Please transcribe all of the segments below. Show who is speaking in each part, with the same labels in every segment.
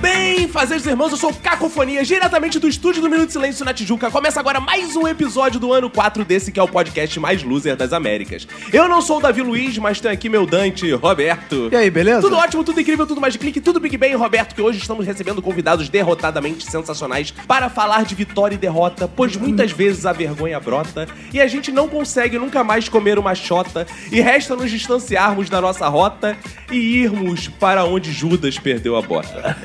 Speaker 1: Bem, fazeres irmãos, eu sou o Cacofonia, diretamente do estúdio do Minuto de Silêncio na Tijuca. Começa agora mais um episódio do ano 4 desse que é o podcast mais loser das Américas. Eu não sou o Davi Luiz, mas tenho aqui meu Dante, Roberto.
Speaker 2: E aí, beleza?
Speaker 1: Tudo ótimo, tudo incrível, tudo mais clique, tudo Big Bang, Roberto, que hoje estamos recebendo convidados derrotadamente sensacionais para falar de vitória e derrota, pois muitas vezes a vergonha brota e a gente não consegue nunca mais comer uma chota e resta nos distanciarmos da nossa rota e irmos para onde Judas perdeu a bota.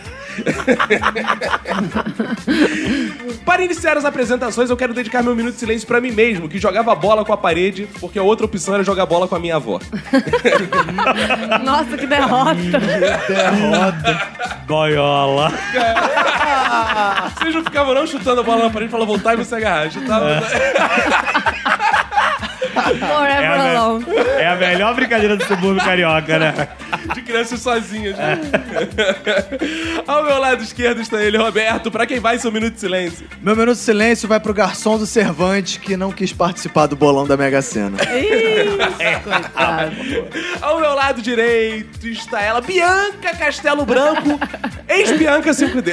Speaker 1: Para iniciar as apresentações, eu quero dedicar meu minuto de silêncio para mim mesmo, que jogava bola com a parede, porque a outra opção era jogar bola com a minha avó.
Speaker 3: Nossa, que derrota.
Speaker 4: Boiola.
Speaker 1: Vocês não ficavam não chutando a bola na parede pra ela voltar e você agarrar. Chutava.
Speaker 4: É
Speaker 3: Forever
Speaker 4: a,
Speaker 3: alone.
Speaker 4: me- é a melhor brincadeira do subúrbio carioca, né?
Speaker 1: de crianças sozinhas. Né? Ao meu lado esquerdo está ele, Roberto. Pra quem vai, seu minuto de silêncio.
Speaker 2: Meu minuto de silêncio vai pro garçom do Cervante que não quis participar do bolão da Mega Sena.
Speaker 3: Ih, coitado.
Speaker 1: Ao meu lado direito está ela, Bianca Castelo Branco, ex-Bianca 5D.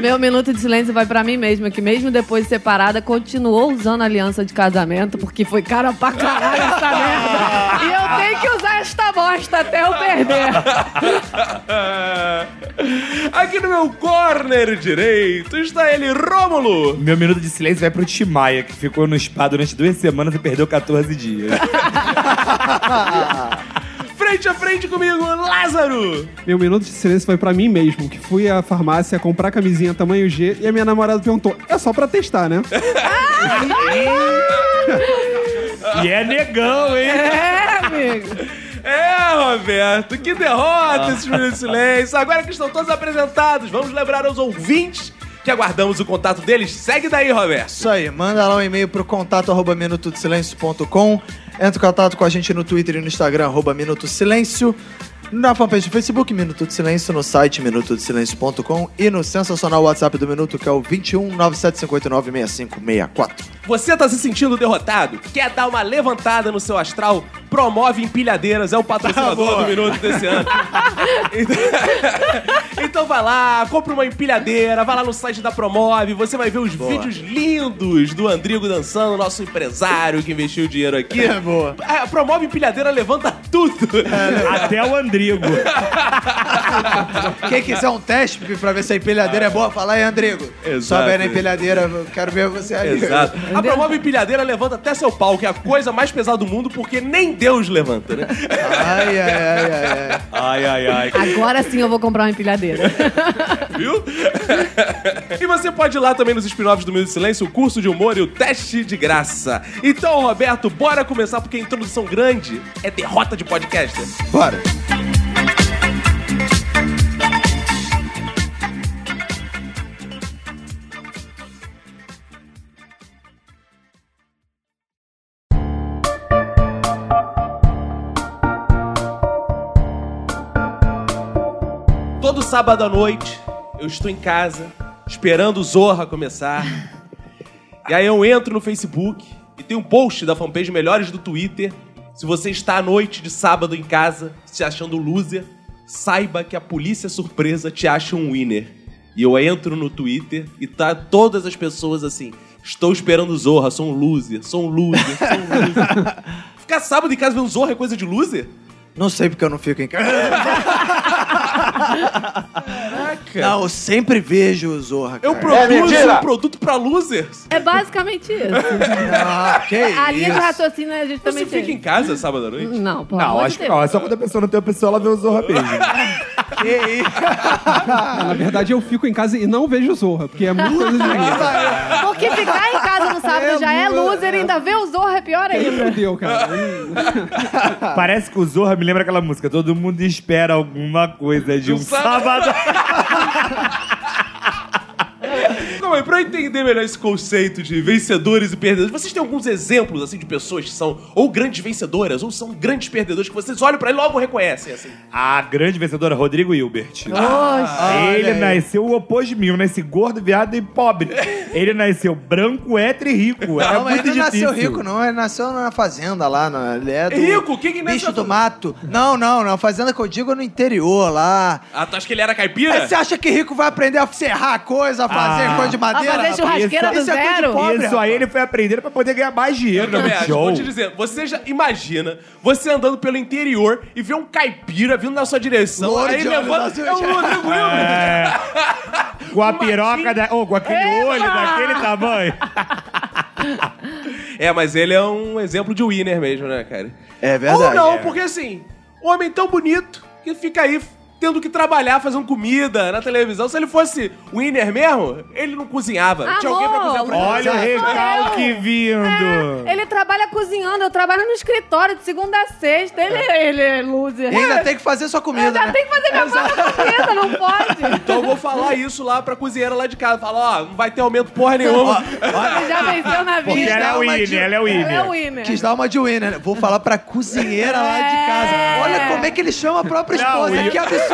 Speaker 3: Meu minuto de silêncio vai pra mim mesma, que mesmo depois de separada, continuou usando a aliança de casamento, porque foi cara pra caralho essa merda. E eu tenho que usar esta bosta até eu perder.
Speaker 1: Aqui no meu corner direito está ele, Rômulo.
Speaker 4: Meu minuto de silêncio vai pro Timaya, que ficou no spa durante duas semanas e perdeu 14 dias.
Speaker 1: Frente a frente comigo, Lázaro.
Speaker 5: Meu minuto de silêncio foi pra mim mesmo, que fui à farmácia comprar camisinha tamanho G e a minha namorada perguntou: é só pra testar, né?
Speaker 4: e é negão, hein?
Speaker 3: É, amigo.
Speaker 1: É, Roberto, que derrota esses minutos de silêncio. Agora que estão todos apresentados, vamos lembrar aos ouvintes que aguardamos o contato deles. Segue daí, Roberto.
Speaker 2: Isso aí, manda lá um e-mail pro contato arroba minutodesilêncio.com. Entra em contato com a gente no Twitter e no Instagram, arroba Minuto Silêncio. Na fanpage do Facebook, Minuto de Silêncio, no site minutodesilêncio.com e no sensacional WhatsApp do Minuto, que é o 21 9759 6564.
Speaker 1: Você tá se sentindo derrotado? Quer dar uma levantada no seu astral? Promove empilhadeiras, é o
Speaker 2: Tá
Speaker 1: patrocinador do minuto desse ano. Então- então vai lá, compra uma empilhadeira, vai lá no site da Promove, você vai ver os vídeos lindos do Andrigo dançando, nosso empresário que investiu dinheiro aqui.
Speaker 2: É, boa. É, né?
Speaker 1: Ah, Promove empilhadeira, levanta tudo.
Speaker 4: Até o Andrigo.
Speaker 2: Quem quiser um teste Pipi, pra ver se a empilhadeira é boa, fala aí, Andrigo.
Speaker 1: Exato.
Speaker 2: Sobe aí na empilhadeira, eu quero ver você ali.
Speaker 1: Ah, Exato. A Promove empilhadeira levanta até seu pau, que é a coisa mais pesada do mundo, porque nem Deus levanta, né?
Speaker 2: Ai, ai, ai, ai, ai.
Speaker 4: Ai, ai, ai.
Speaker 3: Agora sim eu vou comprar uma empilhadeira.
Speaker 1: Viu? e você pode ir lá também nos spin-offs do Minuto de Silêncio, o curso de humor e o teste de graça. Então, Roberto, bora começar, porque a introdução grande é derrota de podcaster.
Speaker 2: Bora.
Speaker 1: Todo sábado à noite, eu estou em casa, esperando o Zorra começar. e aí eu entro no Facebook e tem um post da fanpage Melhores do Twitter. Se você está à noite de sábado em casa, se achando um loser, saiba que a polícia surpresa te acha um winner. E eu entro no Twitter e tá todas as pessoas assim: estou esperando o Zorra, sou um loser, sou um loser, sou um loser. Ficar sábado em casa vendo Zorra é coisa de loser?
Speaker 2: Não sei porque eu não fico em casa. Caraca. É Não, eu sempre vejo o Zorra.
Speaker 1: Eu
Speaker 2: cara.
Speaker 1: produzo um produto pra losers?
Speaker 3: É basicamente isso.
Speaker 2: Ah, que
Speaker 3: A linha de
Speaker 2: isso.
Speaker 3: raciocínio né, a gente
Speaker 1: Você
Speaker 3: também
Speaker 1: fica em
Speaker 3: tem.
Speaker 1: casa sábado à noite?
Speaker 4: Ah,
Speaker 3: Não, pô.
Speaker 4: Não, acho que não. É só quando a pessoa não tem a pessoa, ela vê o Zorra mesmo.
Speaker 5: Ah, na verdade, eu fico em casa e não vejo Zorra, porque é muita coisa de.
Speaker 3: Porque ficar em casa no sábado já é loser, ainda ver o Zorra é pior ainda.
Speaker 5: Fudeu, cara. Hum.
Speaker 4: Parece que o Zorra me lembra aquela música. Todo mundo espera alguma coisa de um sábado.
Speaker 1: Não, e pra eu entender melhor esse conceito de vencedores e perdedores, vocês têm alguns exemplos, assim, de pessoas que são ou grandes vencedoras ou são grandes perdedores que vocês olham pra ele e logo reconhecem, assim?
Speaker 4: A grande vencedora, Rodrigo Hilbert.
Speaker 1: Ah,
Speaker 3: Oxe.
Speaker 4: Ele nasceu o oposto de mim. Eu nasci gordo, viado e pobre. Ele nasceu branco, hétero e rico. É
Speaker 2: Não, mas
Speaker 4: muito
Speaker 2: ele não
Speaker 4: difícil.
Speaker 2: nasceu rico, não. Ele nasceu na fazenda lá. Na, ele é do
Speaker 1: Rico? Quem que nasceu
Speaker 2: Bicho do
Speaker 1: do-
Speaker 2: mato. Não, não, não. Fazenda que eu digo é no interior lá.
Speaker 1: Ah, tu acha que ele era caipira?
Speaker 3: é
Speaker 2: Aí você acha que rico vai aprender a serrar coisa, a fazer
Speaker 4: Ah.
Speaker 2: coisa de madeira?
Speaker 3: A fazer churrasqueira
Speaker 2: Isso-
Speaker 3: do
Speaker 2: isso é tudo de
Speaker 3: zero?
Speaker 2: pobre,
Speaker 4: Isso aí ele foi aprender pra poder ganhar mais dinheiro no
Speaker 1: Também acho.
Speaker 4: show.
Speaker 1: Vou te dizer, você já imagina você andando pelo interior e vê um caipira vindo na sua direção.
Speaker 2: Louro
Speaker 1: aí
Speaker 2: de olhos
Speaker 1: levanta.
Speaker 2: azuis.
Speaker 1: É o Rodrigo Wilber.
Speaker 4: É. Com a piroca
Speaker 1: Martim.
Speaker 4: da... oh, com aquele
Speaker 3: Eba!
Speaker 4: olho daquele tamanho.
Speaker 1: É, mas ele é um exemplo de winner mesmo, né, cara?
Speaker 2: É verdade.
Speaker 1: Ou não,
Speaker 2: É.
Speaker 1: porque assim, um homem tão bonito que fica aí tendo que trabalhar, fazendo comida na televisão. Se ele fosse winner mesmo, ele não cozinhava. Tinha alguém pra cozinhar pra ele.
Speaker 3: Amor,
Speaker 4: Olha o recalque vindo.
Speaker 2: É.
Speaker 3: Ele trabalha cozinhando, eu trabalho no escritório de segunda a sexta. Ele, ele é loser.
Speaker 2: E ainda tem que fazer sua comida,
Speaker 3: ainda
Speaker 2: né?
Speaker 3: tem que fazer minha própria comida, não pode.
Speaker 1: Então eu vou falar isso lá pra cozinheira lá de casa. Falar, ó, não vai ter aumento porra nenhuma.
Speaker 3: Ele já venceu na vida.
Speaker 4: Porque ela é o
Speaker 2: Ela é
Speaker 4: Winnie, ela é o
Speaker 3: Ela é o
Speaker 4: Winnie.
Speaker 3: winner.
Speaker 2: Quis dar uma de winner. né? Vou falar pra cozinheira lá de casa.
Speaker 3: É.
Speaker 2: Olha como é que ele chama a própria
Speaker 4: Não,
Speaker 2: esposa.
Speaker 4: Will.
Speaker 2: que absurdo.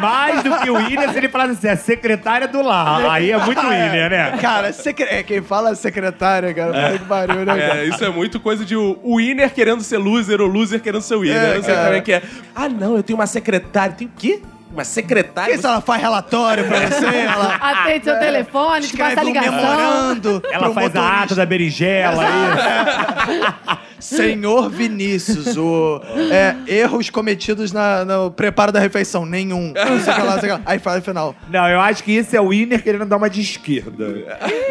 Speaker 4: Mais do que o William, se ele falasse assim, a secretária do lar. Aí é muito
Speaker 2: Ah,
Speaker 4: William, né?
Speaker 2: Cara, secre- é, quem fala é secretária, cara. Puta que pariu, né, cara?
Speaker 1: É, isso é muito coisa de o o winner querendo ser loser ou loser querendo ser winner.
Speaker 2: É,
Speaker 1: eu não sei
Speaker 2: cara.
Speaker 1: como é que é. Ah, não, eu tenho uma secretária. Tem o quê? Uma secretária?
Speaker 2: Quem sabe ela faz relatório pra você? Ela
Speaker 3: Atende seu telefone, te passa
Speaker 2: escreve um
Speaker 3: ligação.
Speaker 2: memorando.
Speaker 4: Ela
Speaker 2: pro
Speaker 4: faz a ata
Speaker 2: motorista.
Speaker 4: da berinjela. aí.
Speaker 2: Senhor Vinícius, o, é, erros cometidos na- no preparo da refeição. Nenhum. Não sei o que lá, não sei o que lá. Aí fala no final.
Speaker 4: Não, eu acho que esse é o Winner querendo dar uma de esquerda.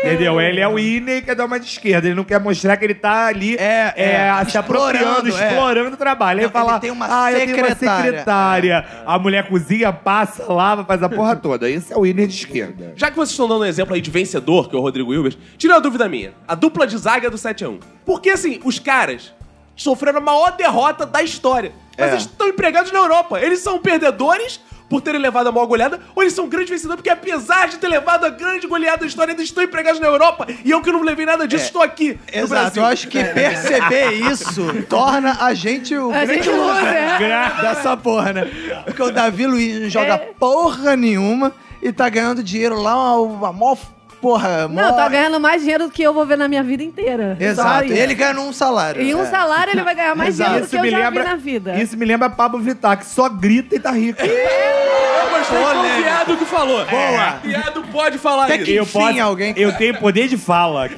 Speaker 4: Entendeu? Ele é o Winner e quer dar uma de esquerda. Ele não quer mostrar que ele tá ali
Speaker 2: É,
Speaker 4: é,
Speaker 2: é,
Speaker 4: se apropriando,
Speaker 2: explorando, é.
Speaker 4: explorando o trabalho. Aí
Speaker 2: Não,
Speaker 4: fala,
Speaker 2: ele tem uma
Speaker 4: ah, eu tenho uma
Speaker 2: secretária." É.
Speaker 4: secretária. A mulher cozinha, passa, lava, faz a porra toda. Esse é o Winner de esquerda.
Speaker 1: Já que vocês estão dando um exemplo aí de vencedor, que é o Rodrigo Wilbers, tira uma dúvida minha. A dupla de zaga é do 7x1. Porque, assim, os caras sofreram a maior derrota da história.
Speaker 2: É.
Speaker 1: Mas eles estão empregados na Europa. Eles são perdedores por terem levado a maior goleada, ou eles são grandes vencedores porque, apesar de ter levado a grande goleada da história, ainda estão empregados na Europa. E eu que não levei nada disso, estou aqui no
Speaker 2: É. Exato,
Speaker 1: Brasil.
Speaker 2: eu acho que perceber isso torna a gente o
Speaker 3: A
Speaker 2: grande
Speaker 3: gente é
Speaker 2: loser
Speaker 3: loser.
Speaker 2: dessa porra, né? Porque o Davi Luiz não joga
Speaker 3: É.
Speaker 2: porra nenhuma e tá ganhando dinheiro lá, uma, uma mó porra, mó...
Speaker 3: Não, tá ganhando mais dinheiro do que eu vou ver na minha vida inteira.
Speaker 2: Exato,
Speaker 3: Só
Speaker 2: e
Speaker 3: isso.
Speaker 2: ele ganha um salário.
Speaker 3: Em um
Speaker 2: É.
Speaker 3: salário ele vai ganhar mais dinheiro do que eu já vi na vida.
Speaker 4: isso me lembra Pablo Vittar, que só grita e tá rico.
Speaker 1: Eu gostei de
Speaker 2: Polêmica.
Speaker 1: um viado que falou.
Speaker 2: Boa.
Speaker 1: É, viado pode falar
Speaker 2: Até
Speaker 1: isso.
Speaker 2: que-
Speaker 4: eu
Speaker 2: Enfim,
Speaker 4: posso,
Speaker 2: alguém-
Speaker 4: Eu tenho poder de fala aqui.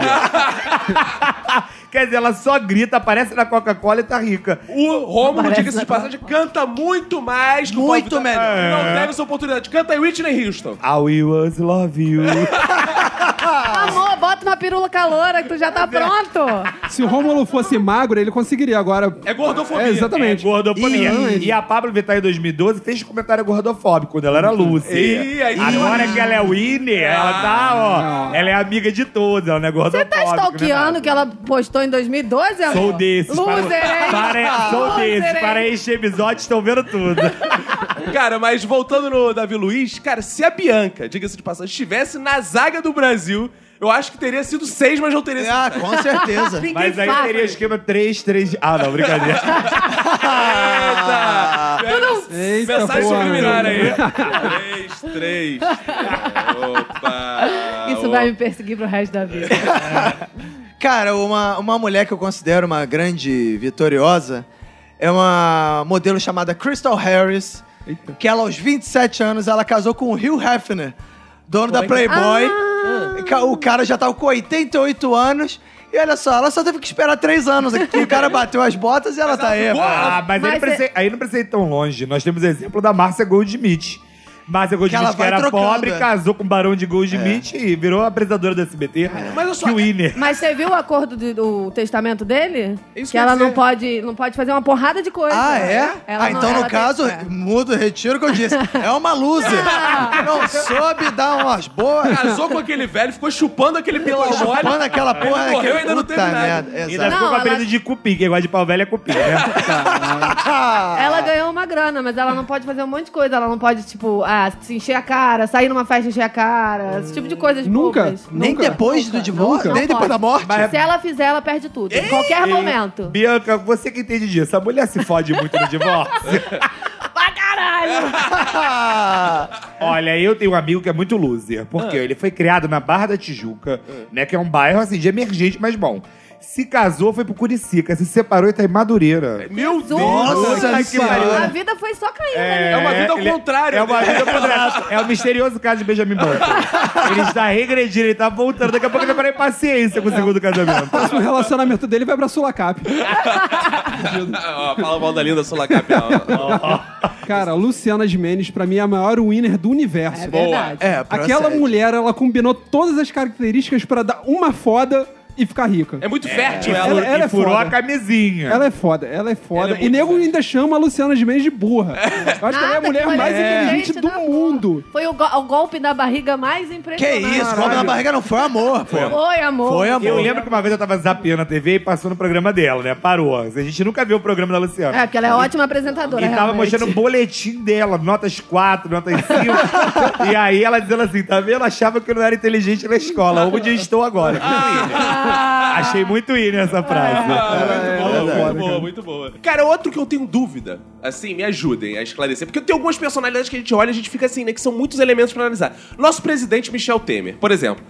Speaker 4: Quer dizer, ela só grita, aparece na Coca-Cola e tá rica.
Speaker 1: O Rômulo, diga-se de passagem, canta muito mais que o
Speaker 2: Muito
Speaker 1: Paulo Vittar.
Speaker 2: melhor.
Speaker 1: Não
Speaker 5: É.
Speaker 1: teve essa oportunidade. Canta Whitney Houston.
Speaker 4: I will love you.
Speaker 3: Amor, bota uma pirula caloura que tu já tá pronto.
Speaker 5: Se o Rômulo fosse magro, ele conseguiria agora.
Speaker 1: É gordofobia.
Speaker 5: É, exatamente.
Speaker 4: tipo, Gordofobia.
Speaker 5: Ih.
Speaker 4: E a Pablo Vittar em 2012 fez um comentário gordofóbico quando ela era Lucy.
Speaker 1: Ih, aí-
Speaker 4: Agora que ela é Winnie, ela tá, ó.
Speaker 5: Não.
Speaker 4: Ela é amiga de todos, ela não é
Speaker 3: Você
Speaker 4: gordofóbica.
Speaker 3: tá stalkeando
Speaker 4: né?
Speaker 3: o que ela postou em 2012, amor?
Speaker 4: Sou desses.
Speaker 3: Loser,
Speaker 4: para,
Speaker 3: hein?
Speaker 4: para, sou
Speaker 3: Loser,
Speaker 4: desses.
Speaker 3: hein?
Speaker 4: Para este episódio, estão vendo tudo.
Speaker 1: Cara, mas voltando no Davi Luiz, cara, se a Bianca, diga-se de passagem, estivesse na zaga do Brasil, eu acho que teria sido seis, mas não teria sido.
Speaker 2: Ah, com certeza.
Speaker 4: Mas aí
Speaker 3: sabe.
Speaker 4: teria o esquema 3, 3. Ah, não, brincadeira.
Speaker 1: Eita!
Speaker 5: Eita,
Speaker 1: Mensagem
Speaker 5: porra.
Speaker 1: subliminar aí. três, três. Opa!
Speaker 3: Isso vai me perseguir pro resto da vida.
Speaker 2: Cara, uma, uma mulher que eu considero uma grande vitoriosa é uma modelo chamada Crystal Harris, que ela aos 27 anos, ela casou com o Hugh Hefner, dono da Playboy.
Speaker 3: Ah.
Speaker 2: Ca- O cara já tava com 88 anos. E olha só, ela só teve que esperar 3 anos aqui. O cara bateu as botas e ela tá aí.
Speaker 1: ficou?
Speaker 4: Ah,
Speaker 3: Mas
Speaker 4: mas, aí,
Speaker 3: é-
Speaker 4: não precisa, aí não precisa ir tão longe. Nós temos exemplo da Márcia Goldsmith. Márcia
Speaker 2: Que
Speaker 4: Goldschmidt,
Speaker 2: ela
Speaker 4: que
Speaker 2: vai
Speaker 4: era
Speaker 2: trocando,
Speaker 4: pobre,
Speaker 2: é.
Speaker 4: casou com o barão de Goldschmidt e virou apresentadora do SBT.
Speaker 1: Mas eu só-
Speaker 4: Que o Wiener.
Speaker 3: Mas você viu o acordo de- do testamento dele?
Speaker 1: Isso
Speaker 3: que
Speaker 1: quer
Speaker 3: ela não
Speaker 1: dizer.
Speaker 3: pode, não pode fazer uma porrada de coisa.
Speaker 2: Ah, é?
Speaker 3: Ela
Speaker 2: ah,
Speaker 3: não-
Speaker 2: então
Speaker 3: ela
Speaker 2: no
Speaker 3: tem-
Speaker 2: caso,
Speaker 3: é.
Speaker 2: mudo, retiro o que eu disse. É uma loser. Não soube dar umas boas.
Speaker 1: Casou com aquele velho, ficou chupando aquele pilar
Speaker 2: Chupando aquela porra.
Speaker 1: Ele morreu
Speaker 2: daquele-
Speaker 1: e ainda não
Speaker 2: Puta
Speaker 1: teve nada.
Speaker 2: merda,
Speaker 4: Ainda
Speaker 2: Exato.
Speaker 4: ficou com
Speaker 3: Não,
Speaker 4: o apelido
Speaker 3: ela-
Speaker 4: de cupim, quem gosta de pau velho é cupim, né?
Speaker 3: Ela ganhou uma grana, mas ela não pode fazer um monte de coisa. Ela não pode, tipo, ah, se encher a cara, sair numa festa e encher a cara. Esse tipo de coisas
Speaker 5: Nunca?
Speaker 3: bobas.
Speaker 5: Nunca.
Speaker 2: Nem depois do divórcio,
Speaker 3: Nunca. Não
Speaker 2: nem depois
Speaker 3: pode.
Speaker 2: da morte.
Speaker 3: Se ela fizer, ela perde tudo. Em qualquer momento.
Speaker 4: Bianca, você que entende disso, a mulher se fode muito no divórcio.
Speaker 3: Pra caralho!
Speaker 4: Olha, eu tenho um amigo que é muito loser,
Speaker 1: Ah.
Speaker 4: porque ele foi criado na Barra da Tijuca, né? Que é um bairro, assim, de emergente, mas bom. Se casou, foi pro Curicica, se separou e tá em Madureira.
Speaker 1: Meu Deus!
Speaker 2: Nossa
Speaker 4: Puta que
Speaker 2: senhora.
Speaker 4: pariu.
Speaker 3: A vida foi só caindo
Speaker 1: É uma vida ao
Speaker 4: ele-
Speaker 1: contrário,
Speaker 4: É uma
Speaker 1: né?
Speaker 4: vida ao contrário. É o misterioso caso de Benjamin Button. Ele está regredindo, ele está voltando. Daqui a pouco ele vai parar em paciência com o segundo casamento.
Speaker 5: O próximo relacionamento dele vai pra Sulacap.
Speaker 1: Ó, fala mal da linda Sulacap. ó.
Speaker 5: Cara, Luciana Gimenez, pra mim, é a maior winner do universo.
Speaker 3: É verdade.
Speaker 2: É,
Speaker 5: Aquela
Speaker 2: procede.
Speaker 5: mulher, ela combinou todas as características pra dar uma foda e ficar rica.
Speaker 1: É muito fértil
Speaker 4: E
Speaker 1: ela.
Speaker 4: fu-
Speaker 5: ela
Speaker 4: e
Speaker 5: é
Speaker 4: furou
Speaker 5: foda.
Speaker 4: a camisinha.
Speaker 5: Ela é foda, ela é foda.
Speaker 1: Ela é
Speaker 5: e
Speaker 1: muito
Speaker 5: nego
Speaker 1: foda.
Speaker 5: ainda chama a Luciana Gimenez de burra. Eu acho que ela é a
Speaker 3: Nada,
Speaker 5: mulher
Speaker 3: que
Speaker 5: mais
Speaker 3: mulher
Speaker 5: inteligente do
Speaker 3: da porra.
Speaker 5: mundo.
Speaker 3: Foi o, go- o golpe da barriga mais
Speaker 2: Que
Speaker 3: impressionante.
Speaker 2: isso, golpe na barriga não foi amor, pô.
Speaker 3: Foi, amor.
Speaker 2: Foi amor.
Speaker 4: Eu lembro que uma vez eu tava zapeando a TV e passou no programa dela, né? Parou. A gente nunca viu o programa da Luciana.
Speaker 3: É, porque ela é ótima apresentadora.
Speaker 4: E tava
Speaker 3: realmente.
Speaker 4: mostrando o boletim dela, notas 4, notas 5. e aí ela dizendo assim, tá vendo? Achava que eu não era inteligente na escola. Onde estou agora?
Speaker 3: Ah.
Speaker 4: Achei muito ir essa frase.
Speaker 1: Ah, Muito boa,
Speaker 5: verdade,
Speaker 1: muito boa, muito boa. Cara, outro que eu tenho dúvida, assim, me ajudem a esclarecer. Porque tem algumas personalidades que a gente olha e a gente fica assim, né? Que são muitos elementos pra analisar. Nosso presidente Michel Temer, por exemplo.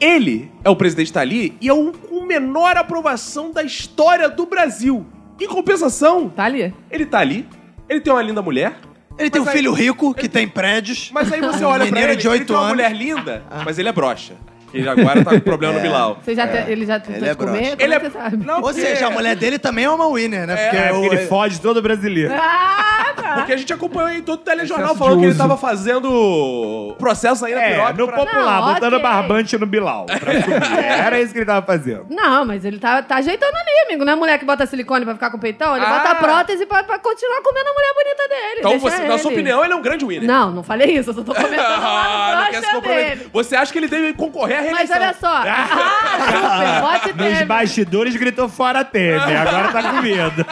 Speaker 1: Ele é o presidente que tá ali e é o com menor aprovação da história do Brasil. Em compensação,
Speaker 3: Tá ali.
Speaker 1: ele tá ali, ele tem uma linda mulher,
Speaker 2: Ele tem um
Speaker 1: Mas aí-
Speaker 2: filho rico que tem prédios.
Speaker 1: mas aí você olha pra
Speaker 2: Mineiro
Speaker 1: ele,
Speaker 2: de
Speaker 1: ele
Speaker 2: oito
Speaker 1: tem uma
Speaker 2: anos.
Speaker 1: mulher linda, mas ele é broxa. Ele agora tá com problema no Bilal.
Speaker 3: Você já te- ele já tentou
Speaker 2: Ele é
Speaker 3: te comer?
Speaker 2: broxa.
Speaker 3: Como
Speaker 1: Ele
Speaker 3: que
Speaker 1: é...
Speaker 3: você sabe?
Speaker 1: Não,
Speaker 2: Ou
Speaker 1: porque-
Speaker 2: seja, a mulher dele também é uma winner, né? Porque
Speaker 4: É, porque
Speaker 2: o-
Speaker 4: ele fode todo brasileiro.
Speaker 3: Ah, tá.
Speaker 1: Porque a gente acompanhou em todo o telejornal
Speaker 5: Excesso
Speaker 1: falando
Speaker 5: de
Speaker 1: que ele
Speaker 5: uso.
Speaker 1: tava fazendo processo aí na
Speaker 4: É,
Speaker 1: piroca
Speaker 4: no
Speaker 1: pra-
Speaker 4: popular,
Speaker 3: Não,
Speaker 4: botando
Speaker 3: ok.
Speaker 4: barbante no Bilal. pra subir. Era isso que ele tava fazendo.
Speaker 3: Não, mas ele tá, tá ajeitando ali, amigo. Não é mulher que bota silicone pra ficar com peitão? Ele
Speaker 1: Ah.
Speaker 3: bota a prótese pra, pra continuar comendo a mulher bonita dele.
Speaker 1: Então,
Speaker 3: Deixa
Speaker 1: você, na sua
Speaker 3: ele.
Speaker 1: opinião, ele é um grande winner.
Speaker 3: Não, não falei isso. Eu só tô comentando
Speaker 1: Ah,
Speaker 3: lá
Speaker 1: não
Speaker 3: no
Speaker 1: quer se
Speaker 3: broxa
Speaker 1: comprometer. É
Speaker 3: dele.
Speaker 1: Você acha que ele deve concorrer à
Speaker 3: Mas
Speaker 1: reeleição?
Speaker 3: olha só. Ah, super. Bote
Speaker 4: Nos
Speaker 3: Temer.
Speaker 4: bastidores gritou fora Temer, agora tá com medo.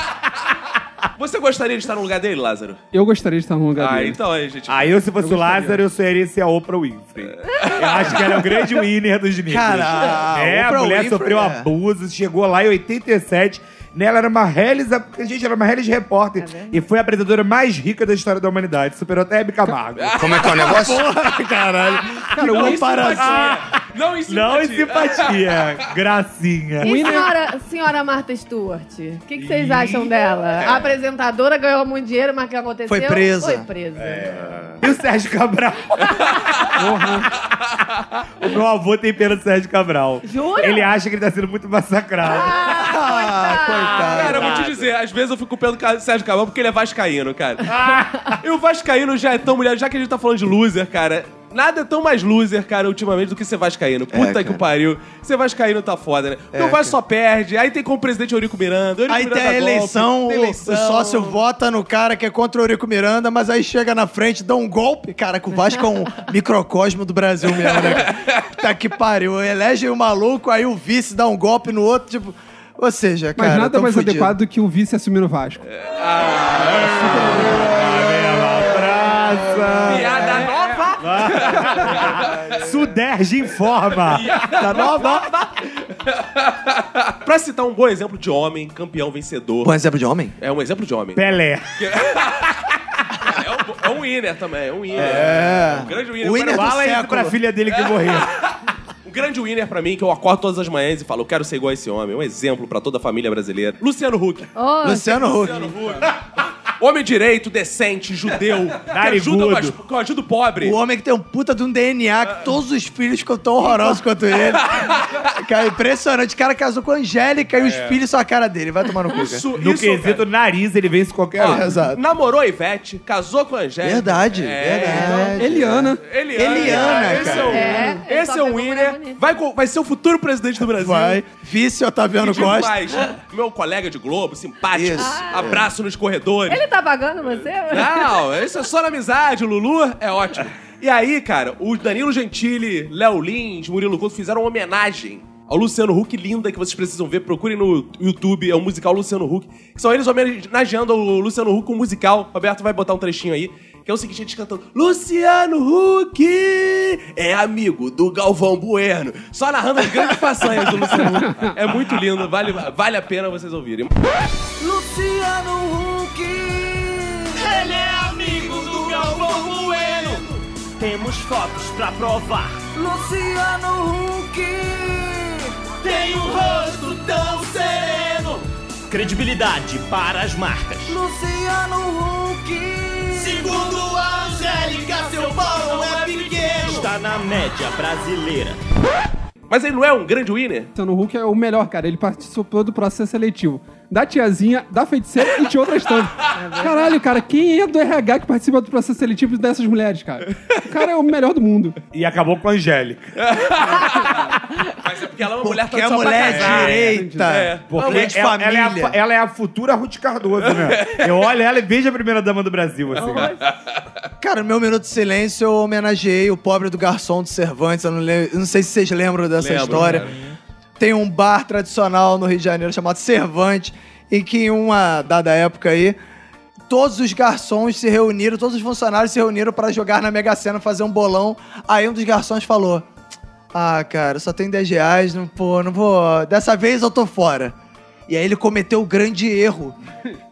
Speaker 1: Você gostaria de estar no lugar dele, Lázaro?
Speaker 5: Eu gostaria de estar num lugar
Speaker 1: Ah,
Speaker 5: dele.
Speaker 1: então aí, gente.
Speaker 4: Aí eu, se fosse o Lázaro, eu seria esse a Oprah Winfrey. Eu acho que era o grande winner dos negros.
Speaker 2: Cara, a
Speaker 4: é, a
Speaker 2: Oprah
Speaker 4: mulher
Speaker 2: Winfrey,
Speaker 4: sofreu
Speaker 2: é.
Speaker 4: abuso, chegou lá em 87. Né, ela era uma Hellis, gente, era uma Hellis repórter. e foi a apresentadora mais rica da história da humanidade. Superou até a Hebe Camargo.
Speaker 6: Como é que é o negócio?
Speaker 4: Caralho.
Speaker 1: não, em
Speaker 4: comparação.
Speaker 1: simpatia. não em simpatia.
Speaker 4: assim. Não em simpatia. Gracinha.
Speaker 3: E senhora, senhora Martha Stewart, o que, que vocês acham dela? A apresentadora ganhou muito dinheiro, mas o que aconteceu?
Speaker 2: Foi presa.
Speaker 3: Foi presa.
Speaker 4: E o Sérgio Cabral? o meu avô tem pena do Sérgio Cabral.
Speaker 3: Jura?
Speaker 4: Ele acha que ele tá sendo muito massacrado.
Speaker 3: Ah,
Speaker 2: Ah, coitado.
Speaker 1: Cara, eu vou te dizer, às vezes eu fico pelo Ca- Sérgio Cabral porque ele é vascaíno, cara. e o vascaíno já é tão mulher, já que a gente tá falando de loser, cara. Nada é tão mais loser, cara, ultimamente, do que ser vascaíno. Puta que
Speaker 2: É, cara. É,
Speaker 1: pariu. Ser vascaíno tá foda, né? Porque o Vasco só perde, aí tem como presidente Eurico Miranda. Eurico
Speaker 2: Aí
Speaker 1: Miranda
Speaker 2: tem a
Speaker 1: golpe,
Speaker 2: eleição,
Speaker 1: tem
Speaker 2: o- o sócio vota no cara que é contra o Eurico Miranda, mas aí chega na frente, dá um golpe. Cara, que o Vasco é um microcosmo do Brasil mesmo, né? Tá que pariu. Elege o maluco, aí o vice dá um golpe no outro, tipo. Ou seja,
Speaker 5: Mas
Speaker 2: cara.
Speaker 5: nada
Speaker 2: tamo
Speaker 5: mais
Speaker 2: fudido. É.
Speaker 5: adequado do que o vice assumir o Vasco.
Speaker 4: Praça.
Speaker 1: Ah, Piada
Speaker 2: É.
Speaker 1: nova!
Speaker 4: Suderge informa. Tá nova?
Speaker 1: Pra citar um bom exemplo de homem, campeão vencedor.
Speaker 2: Bom exemplo de homem?
Speaker 1: É um exemplo de homem.
Speaker 4: Pelé.
Speaker 1: É um, é um winner também, é um winner. É. Um grande winner.
Speaker 2: Winner
Speaker 1: Agora,
Speaker 2: do
Speaker 4: Fala isso
Speaker 2: século.
Speaker 4: pra filha dele que morreu.
Speaker 1: Um grande winner pra mim, que eu acordo todas as manhãs e falo, eu quero ser igual a esse homem. Um exemplo pra toda a família brasileira. Luciano Huck.
Speaker 3: Ô,
Speaker 2: Luciano Huck.
Speaker 1: Luciano Huck. Homem direito, decente, judeu, que ajuda,
Speaker 4: Narigudo.
Speaker 1: mas- que ajuda o pobre.
Speaker 2: O homem que tem um puta de um DNA que todos os filhos ficam tão horrorosos quanto ele. Cara, impressionante. O cara casou com a Angélica e os filhos são a cara dele. Vai tomar no cu, cara.
Speaker 1: Isso,
Speaker 4: No
Speaker 1: isso,
Speaker 4: quesito
Speaker 1: cara.
Speaker 4: nariz, ele vence qualquer
Speaker 1: Ó,
Speaker 4: um.
Speaker 2: Exato.
Speaker 1: namorou a Ivete, casou com a Angélica.
Speaker 2: é Verdade,
Speaker 1: É,
Speaker 2: verdade.
Speaker 5: Eliana.
Speaker 1: Eliana.
Speaker 2: Eliana,
Speaker 1: esse é o
Speaker 3: cara.
Speaker 1: winner.
Speaker 3: É, só
Speaker 1: esse é o
Speaker 3: pegou mulher
Speaker 1: winner.
Speaker 3: bonita.
Speaker 1: Vai, co- vai ser o futuro presidente do Brasil.
Speaker 2: Vai. Vice Otaviano
Speaker 1: E digo
Speaker 2: Costa.
Speaker 1: mais, meu colega de Globo, simpático,
Speaker 2: Isso.
Speaker 1: abraço nos corredores.
Speaker 3: Ele tá pagando você?
Speaker 1: Não, isso é só na amizade, Lulu é ótimo. E aí, cara, o Danilo Gentili, Léo Lins, Murilo Couto fizeram uma homenagem ao Luciano Huck linda que vocês precisam ver. Procurem no YouTube, é o musical Luciano Huck. Que são eles homenageando o Luciano Huck com um musical. Roberto vai botar um trechinho aí. Que é o seguinte, eles cantando Luciano Huck é amigo do Galvão Bueno. Só narrando as grandes façanhas do Luciano Huck. É muito lindo, vale, vale a pena vocês ouvirem.
Speaker 6: Credibilidade para as marcas. Segundo a Angélica, seu pau não é pequeno. Está na média brasileira.
Speaker 1: Mas ele não é um grande winner?
Speaker 5: Luciano Huck é o melhor, cara. Ele participou do processo seletivo. Da tiazinha, da feiticeira e de outras tantas.
Speaker 3: É
Speaker 5: Caralho, cara, quem é do RH que participa do processo seletivo dessas mulheres, cara? O cara é o melhor do mundo.
Speaker 4: E acabou com a Angélica.
Speaker 1: Mas é porque ela é uma mulher
Speaker 2: Porque a
Speaker 1: tradicional pra
Speaker 2: mulher
Speaker 1: casar.
Speaker 2: é direita.
Speaker 1: É.
Speaker 4: Porque
Speaker 2: Mulher de
Speaker 4: ela, ela é a,
Speaker 2: família.
Speaker 4: fa- ela é a futura Ruth Cardoso, né? Eu olho ela e vejo a primeira dama do Brasil, assim.
Speaker 2: Cara, no meu Minuto de Silêncio eu homenageei o pobre do garçom de Cervantes. Eu não, le- eu não sei se vocês lembram dessa
Speaker 1: Lembro,
Speaker 2: história. Tem um bar tradicional no Rio de Janeiro chamado Cervantes, em que em uma dada época aí, todos os garçons se reuniram, todos os funcionários se reuniram pra jogar na Mega Sena, fazer um bolão. Aí um dos garçons falou: Ah, cara, só tem 10 reais, não, pô, não vou. Dessa vez eu tô fora. E aí ele cometeu o grande erro,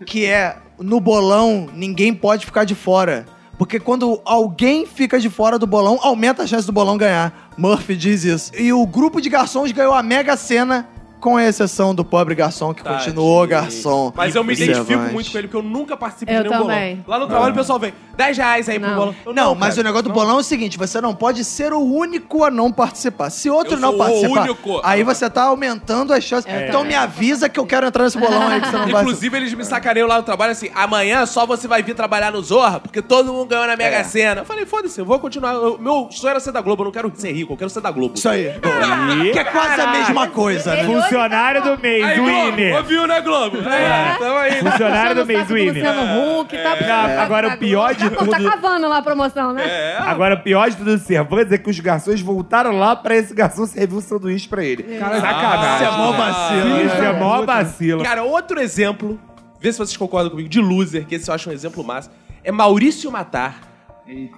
Speaker 2: que é no bolão ninguém pode ficar de fora. Porque quando alguém fica de fora do bolão, aumenta a chance do bolão ganhar. Murphy diz isso. E o grupo de garçons ganhou a mega cena, com exceção do pobre garçom, que continuou
Speaker 1: Tadinho.
Speaker 2: garçom.
Speaker 1: Tá,
Speaker 2: é
Speaker 1: Mas eu me identifico
Speaker 2: Cervantes.
Speaker 1: muito com ele, porque eu nunca participo
Speaker 3: Eu
Speaker 1: de nenhum
Speaker 3: também.
Speaker 1: bolão. Lá no trabalho o pessoal vem, 10 reais aí pro
Speaker 3: Não.
Speaker 1: bolão. Eu,
Speaker 2: Não, mas
Speaker 1: cara,
Speaker 2: o negócio do
Speaker 1: não.
Speaker 2: bolão é o seguinte: você não pode ser o único a não participar. Se outro
Speaker 1: Eu
Speaker 2: não
Speaker 1: sou o
Speaker 2: participar,
Speaker 1: único.
Speaker 2: aí você tá aumentando as chances.
Speaker 3: É.
Speaker 2: Então me avisa que eu quero entrar nesse bolão aí que você não vai.
Speaker 1: Inclusive, eles me sacaneiam lá no trabalho assim: amanhã só você vai vir trabalhar no Zorra, porque todo mundo ganhou na Mega
Speaker 2: É.
Speaker 1: Sena. Eu falei, foda-se, eu vou continuar. Eu- meu sonho era ser da Globo, eu não quero ser rico, eu quero ser da Globo.
Speaker 2: Isso aí.
Speaker 4: E
Speaker 2: Que é quase a mesma coisa, né?
Speaker 3: Ele-
Speaker 4: funcionário do mês,
Speaker 1: Aí,
Speaker 4: o
Speaker 1: Globo,
Speaker 4: Ine.
Speaker 1: ouviu, né, Globo? É, tamo aí.
Speaker 2: né?
Speaker 4: Funcionário do mês, o Ine.
Speaker 3: Luciano Huck, tá...
Speaker 4: Não, agora o pior de
Speaker 3: tá, tá
Speaker 4: tudo-
Speaker 3: cavando lá a promoção, né? É.
Speaker 4: Agora, o pior de tudo do Cervantes é que os garçons voltaram lá pra esse garçom servir um sanduíche pra ele.
Speaker 5: Cara,
Speaker 2: Isso é
Speaker 4: Sacanagem.
Speaker 2: mó vacilo.
Speaker 4: Isso
Speaker 2: né?
Speaker 4: é mó vacilo.
Speaker 1: Cara, outro exemplo, vê se vocês concordam comigo, de loser, que esse eu acho um exemplo massa, é Maurício Matar.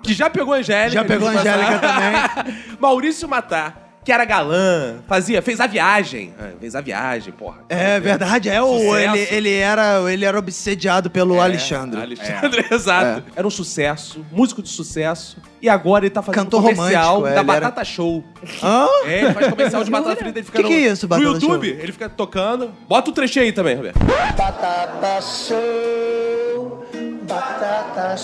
Speaker 1: Que já pegou a Angélica.
Speaker 2: Já pegou a
Speaker 1: deixa eu
Speaker 2: Angélica
Speaker 1: passar. Maurício Matar, que era galã, fazia, fez a viagem. Ah, Fez a viagem, porra.
Speaker 2: É verdade, é o
Speaker 1: Sucesso.
Speaker 2: ele, ele era ele era obsediado
Speaker 4: É,
Speaker 2: pelo Alexandre.
Speaker 1: É,
Speaker 2: É.
Speaker 1: Alexandre, exato. Era um sucesso, músico de sucesso. E agora ele tá fazendo
Speaker 2: Cantor
Speaker 1: comercial
Speaker 2: romântico, é,
Speaker 1: da
Speaker 2: ele era-
Speaker 1: Batata Show.
Speaker 2: Hã?
Speaker 1: É, ele faz comercial de batata frita, ele fica
Speaker 2: Que
Speaker 1: no...
Speaker 2: que é isso,
Speaker 1: no
Speaker 2: batata
Speaker 1: YouTube,
Speaker 2: show?
Speaker 1: ele fica tocando. Bota o trechinho aí também, Roberto.
Speaker 7: Batata show, batata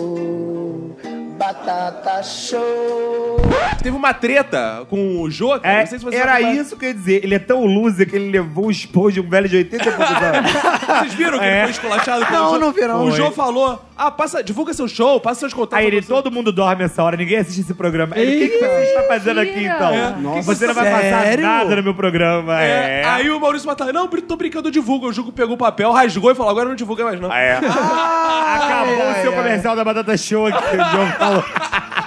Speaker 7: show, batata show.
Speaker 1: Teve uma treta com o Jô, cara,
Speaker 4: É,
Speaker 1: não sei se você
Speaker 4: era
Speaker 1: sabe, mas-
Speaker 4: isso que eu ia dizer. Ele é tão loser que ele levou o esporro de um velho de 80 e poucos anos.
Speaker 1: Vocês viram que ele
Speaker 4: É.
Speaker 1: foi esculachado? pelo
Speaker 2: Não,
Speaker 1: Jô?
Speaker 2: não vi, não.
Speaker 1: O
Speaker 2: Foi.
Speaker 1: Jô falou, ah, passa, divulga seu show, passa seus contatos.
Speaker 4: Aí ele,
Speaker 1: pra você."
Speaker 4: todo mundo dorme essa hora, ninguém assiste esse programa. Aí ele, o que, que
Speaker 5: Eita.
Speaker 4: você está fazendo aqui,
Speaker 3: Mentira.
Speaker 4: então?
Speaker 3: É.
Speaker 5: Nossa.
Speaker 4: Você não vai passar
Speaker 2: Sério?
Speaker 4: nada no meu programa.
Speaker 1: É,
Speaker 4: É.
Speaker 1: Aí o Maurício Matar, não, tô brincando, eu divulgo. O Jugo pegou o papel, rasgou e falou, agora eu não divulga mais não.
Speaker 4: Ah, é. Acabou o seu comercial da Batata Show aqui, que o Diogo falou.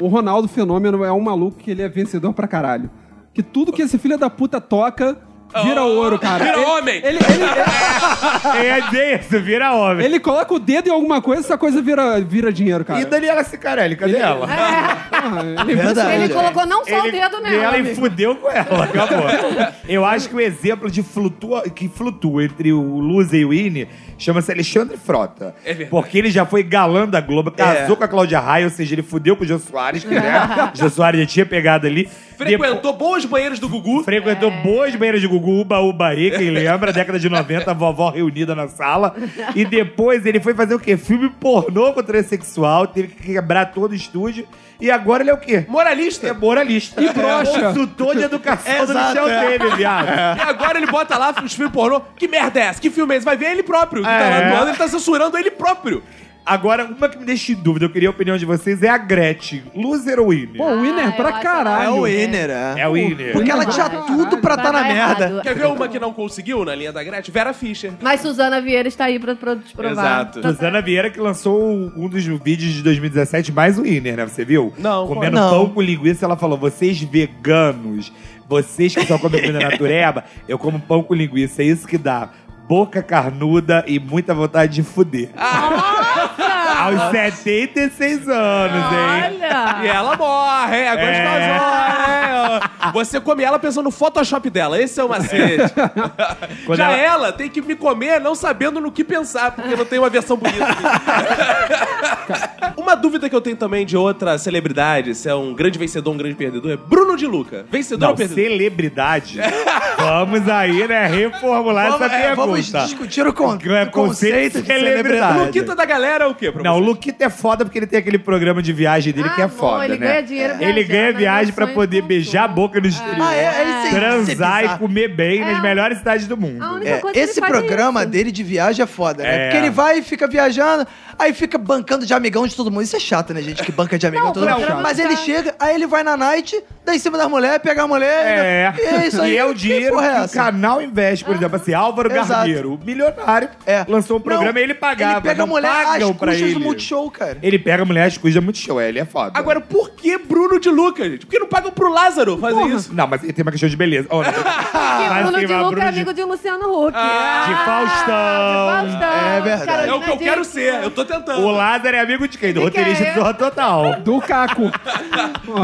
Speaker 5: O Ronaldo Fenômeno é um maluco que ele é vencedor pra caralho. Que tudo que esse filho da puta toca vira ouro, cara.
Speaker 1: Ah, Vira
Speaker 5: Ele-
Speaker 1: homem.
Speaker 5: Ele, ele,
Speaker 4: É isso, vira homem.
Speaker 5: ele coloca o dedo em alguma coisa essa coisa vira, vira dinheiro, cara.
Speaker 4: E Daniela Cicarelli, cadê ela?
Speaker 5: Porra, ele-
Speaker 2: Verdade.
Speaker 3: Ele colocou não só
Speaker 4: Ele-
Speaker 3: o dedo
Speaker 4: e
Speaker 3: nela.
Speaker 4: ela
Speaker 3: amigo.
Speaker 4: fudeu com ela, acabou. Eu acho que o exemplo de flutua, que flutua entre o Lusa e o Ine chama-se Alexandre Frota.
Speaker 1: É verdade. É.
Speaker 4: porque ele já foi galã da Globo, casou com a Cláudia Raia, ou seja, ele fudeu com o Jô Soares, que né? o Jô Soares já tinha pegado ali.
Speaker 1: Frequentou bons banheiros do Gugu.
Speaker 3: É.
Speaker 4: Depois- frequentou boas banheiras de Gugu, vulgo Uba Ubaí, quem lembra, década de 90, a vovó reunida na sala. E depois ele foi fazer o quê? Filme pornô com transexual, teve que quebrar todo o estúdio. E agora ele é o quê?
Speaker 1: Moralista.
Speaker 4: É moralista.
Speaker 5: E broxa.
Speaker 4: É consultor de educação do Michel Temer, viado.
Speaker 1: E agora ele bota lá os filmes pornô. Que merda é essa? Que filme é esse? Vai ver ele próprio. Que tá lá
Speaker 4: É.
Speaker 1: atuando, ele tá censurando ele próprio.
Speaker 4: Agora, uma que me deixa em dúvida, eu queria a opinião de vocês, é a Gretchen. Loser ou winner?
Speaker 5: Pô, winner
Speaker 3: Ah, eu
Speaker 5: pra
Speaker 3: acho
Speaker 5: caralho.
Speaker 2: É o winner, é.
Speaker 4: é o winner.
Speaker 2: Porque ela
Speaker 3: Vai,
Speaker 2: tinha
Speaker 3: vai,
Speaker 2: tudo pra tá
Speaker 3: vai
Speaker 2: na
Speaker 3: dar
Speaker 2: merda.
Speaker 3: errado.
Speaker 1: Quer ver uma que não conseguiu na linha da Gretchen? Vera Fischer.
Speaker 3: Mas Suzana Vieira está aí pra, pra te provar.
Speaker 1: Exato.
Speaker 3: Tá-
Speaker 4: Suzana Vieira que lançou um dos vídeos de 2017 mais winner, né? Você viu?
Speaker 1: Não,
Speaker 4: Comendo
Speaker 2: não.
Speaker 4: pão com linguiça, ela falou: vocês veganos, vocês que só comem comida natureba, eu como pão com linguiça, é isso que dá. Boca carnuda e muita vontade de fuder. Aos 76 anos, hein?
Speaker 1: E
Speaker 3: Olha!
Speaker 1: ela morre, é gostosona. É. Você come ela pensando no Photoshop dela. Esse é o macete.
Speaker 4: É. Quando
Speaker 1: Já
Speaker 4: ela-
Speaker 1: ela... tem que me comer não sabendo no que pensar, porque não tem uma versão bonita. uma dúvida que eu tenho também de outra celebridade, se é um grande vencedor um grande perdedor, é Bruno de Luca. Vencedor
Speaker 4: Não,
Speaker 1: ou perdedor?
Speaker 4: celebridade. vamos aí, né? Reformular
Speaker 2: Vamos,
Speaker 4: essa
Speaker 2: é,
Speaker 4: pergunta.
Speaker 2: vamos discutir o con-
Speaker 4: É,
Speaker 2: o conceito de celebridade. tá
Speaker 1: Luquita da galera é o quê, pra
Speaker 4: Não, o
Speaker 1: você?
Speaker 4: Luquita é foda porque ele tem aquele programa de viagem dele que é
Speaker 3: Ah, bom,
Speaker 4: foda,
Speaker 3: ele
Speaker 4: né?
Speaker 3: ganha né? dinheiro
Speaker 4: ele
Speaker 3: viajando,
Speaker 4: ganha viagem
Speaker 3: animações
Speaker 4: pra poder
Speaker 3: com
Speaker 4: beijar a
Speaker 3: tudo.
Speaker 4: boca no exterior,
Speaker 2: Ah, é, ele sem- sem
Speaker 4: transar
Speaker 2: pisar.
Speaker 4: e comer bem nas
Speaker 3: É.
Speaker 4: melhores cidades do mundo.
Speaker 3: A única
Speaker 2: É,
Speaker 3: coisa que
Speaker 2: esse
Speaker 3: ele faz é
Speaker 2: programa
Speaker 3: isso.
Speaker 2: dele de viagem é foda, né?
Speaker 4: É.
Speaker 2: Porque ele vai e fica viajando, aí fica bancando de amigão de todo mundo. Isso é chato, né, gente? Que banca de amigão
Speaker 3: Não,
Speaker 2: de todo
Speaker 3: não,
Speaker 2: mundo.
Speaker 3: chato.
Speaker 2: Mas ele chega, aí ele vai na night, dá em cima da mulher, pega a mulher.
Speaker 4: É.
Speaker 2: E é isso aí.
Speaker 4: E é o
Speaker 2: Que
Speaker 4: dinheiro
Speaker 2: porra
Speaker 4: que
Speaker 2: é
Speaker 4: o
Speaker 2: essa?
Speaker 4: canal investe, por exemplo, assim, Álvaro
Speaker 2: Exato.
Speaker 4: Garneiro, milionário,
Speaker 2: É.
Speaker 4: lançou um programa
Speaker 2: Não,
Speaker 4: e ele pagava.
Speaker 2: Ele pega
Speaker 4: não
Speaker 2: a mulher
Speaker 4: pagam
Speaker 2: às
Speaker 4: pra
Speaker 2: custas
Speaker 4: ele.
Speaker 2: do Multishow, cara.
Speaker 4: Ele pega a mulher às custas do Multishow, é, ele é foda.
Speaker 1: Agora, por que Bruno de Luca, gente? Por que não pagam pro Lázaro fazer isso?
Speaker 4: Não, mas tem uma questão de beleza. Oh, não.
Speaker 3: Porque
Speaker 4: Mas,
Speaker 3: Bruno
Speaker 4: assim,
Speaker 3: de Luca
Speaker 4: mas
Speaker 3: é
Speaker 4: Bruno de-
Speaker 3: amigo de Luciano Huck.
Speaker 4: de
Speaker 3: Ah,
Speaker 4: Faustão.
Speaker 3: de Faustão.
Speaker 2: É verdade.
Speaker 3: Carolina
Speaker 1: É o que eu quero
Speaker 3: Dickmann.
Speaker 1: ser, eu tô tentando.
Speaker 4: O Lázaro é amigo de quem? Do
Speaker 3: De quem?
Speaker 4: roteirista do Zorra Total.
Speaker 5: Do Caco.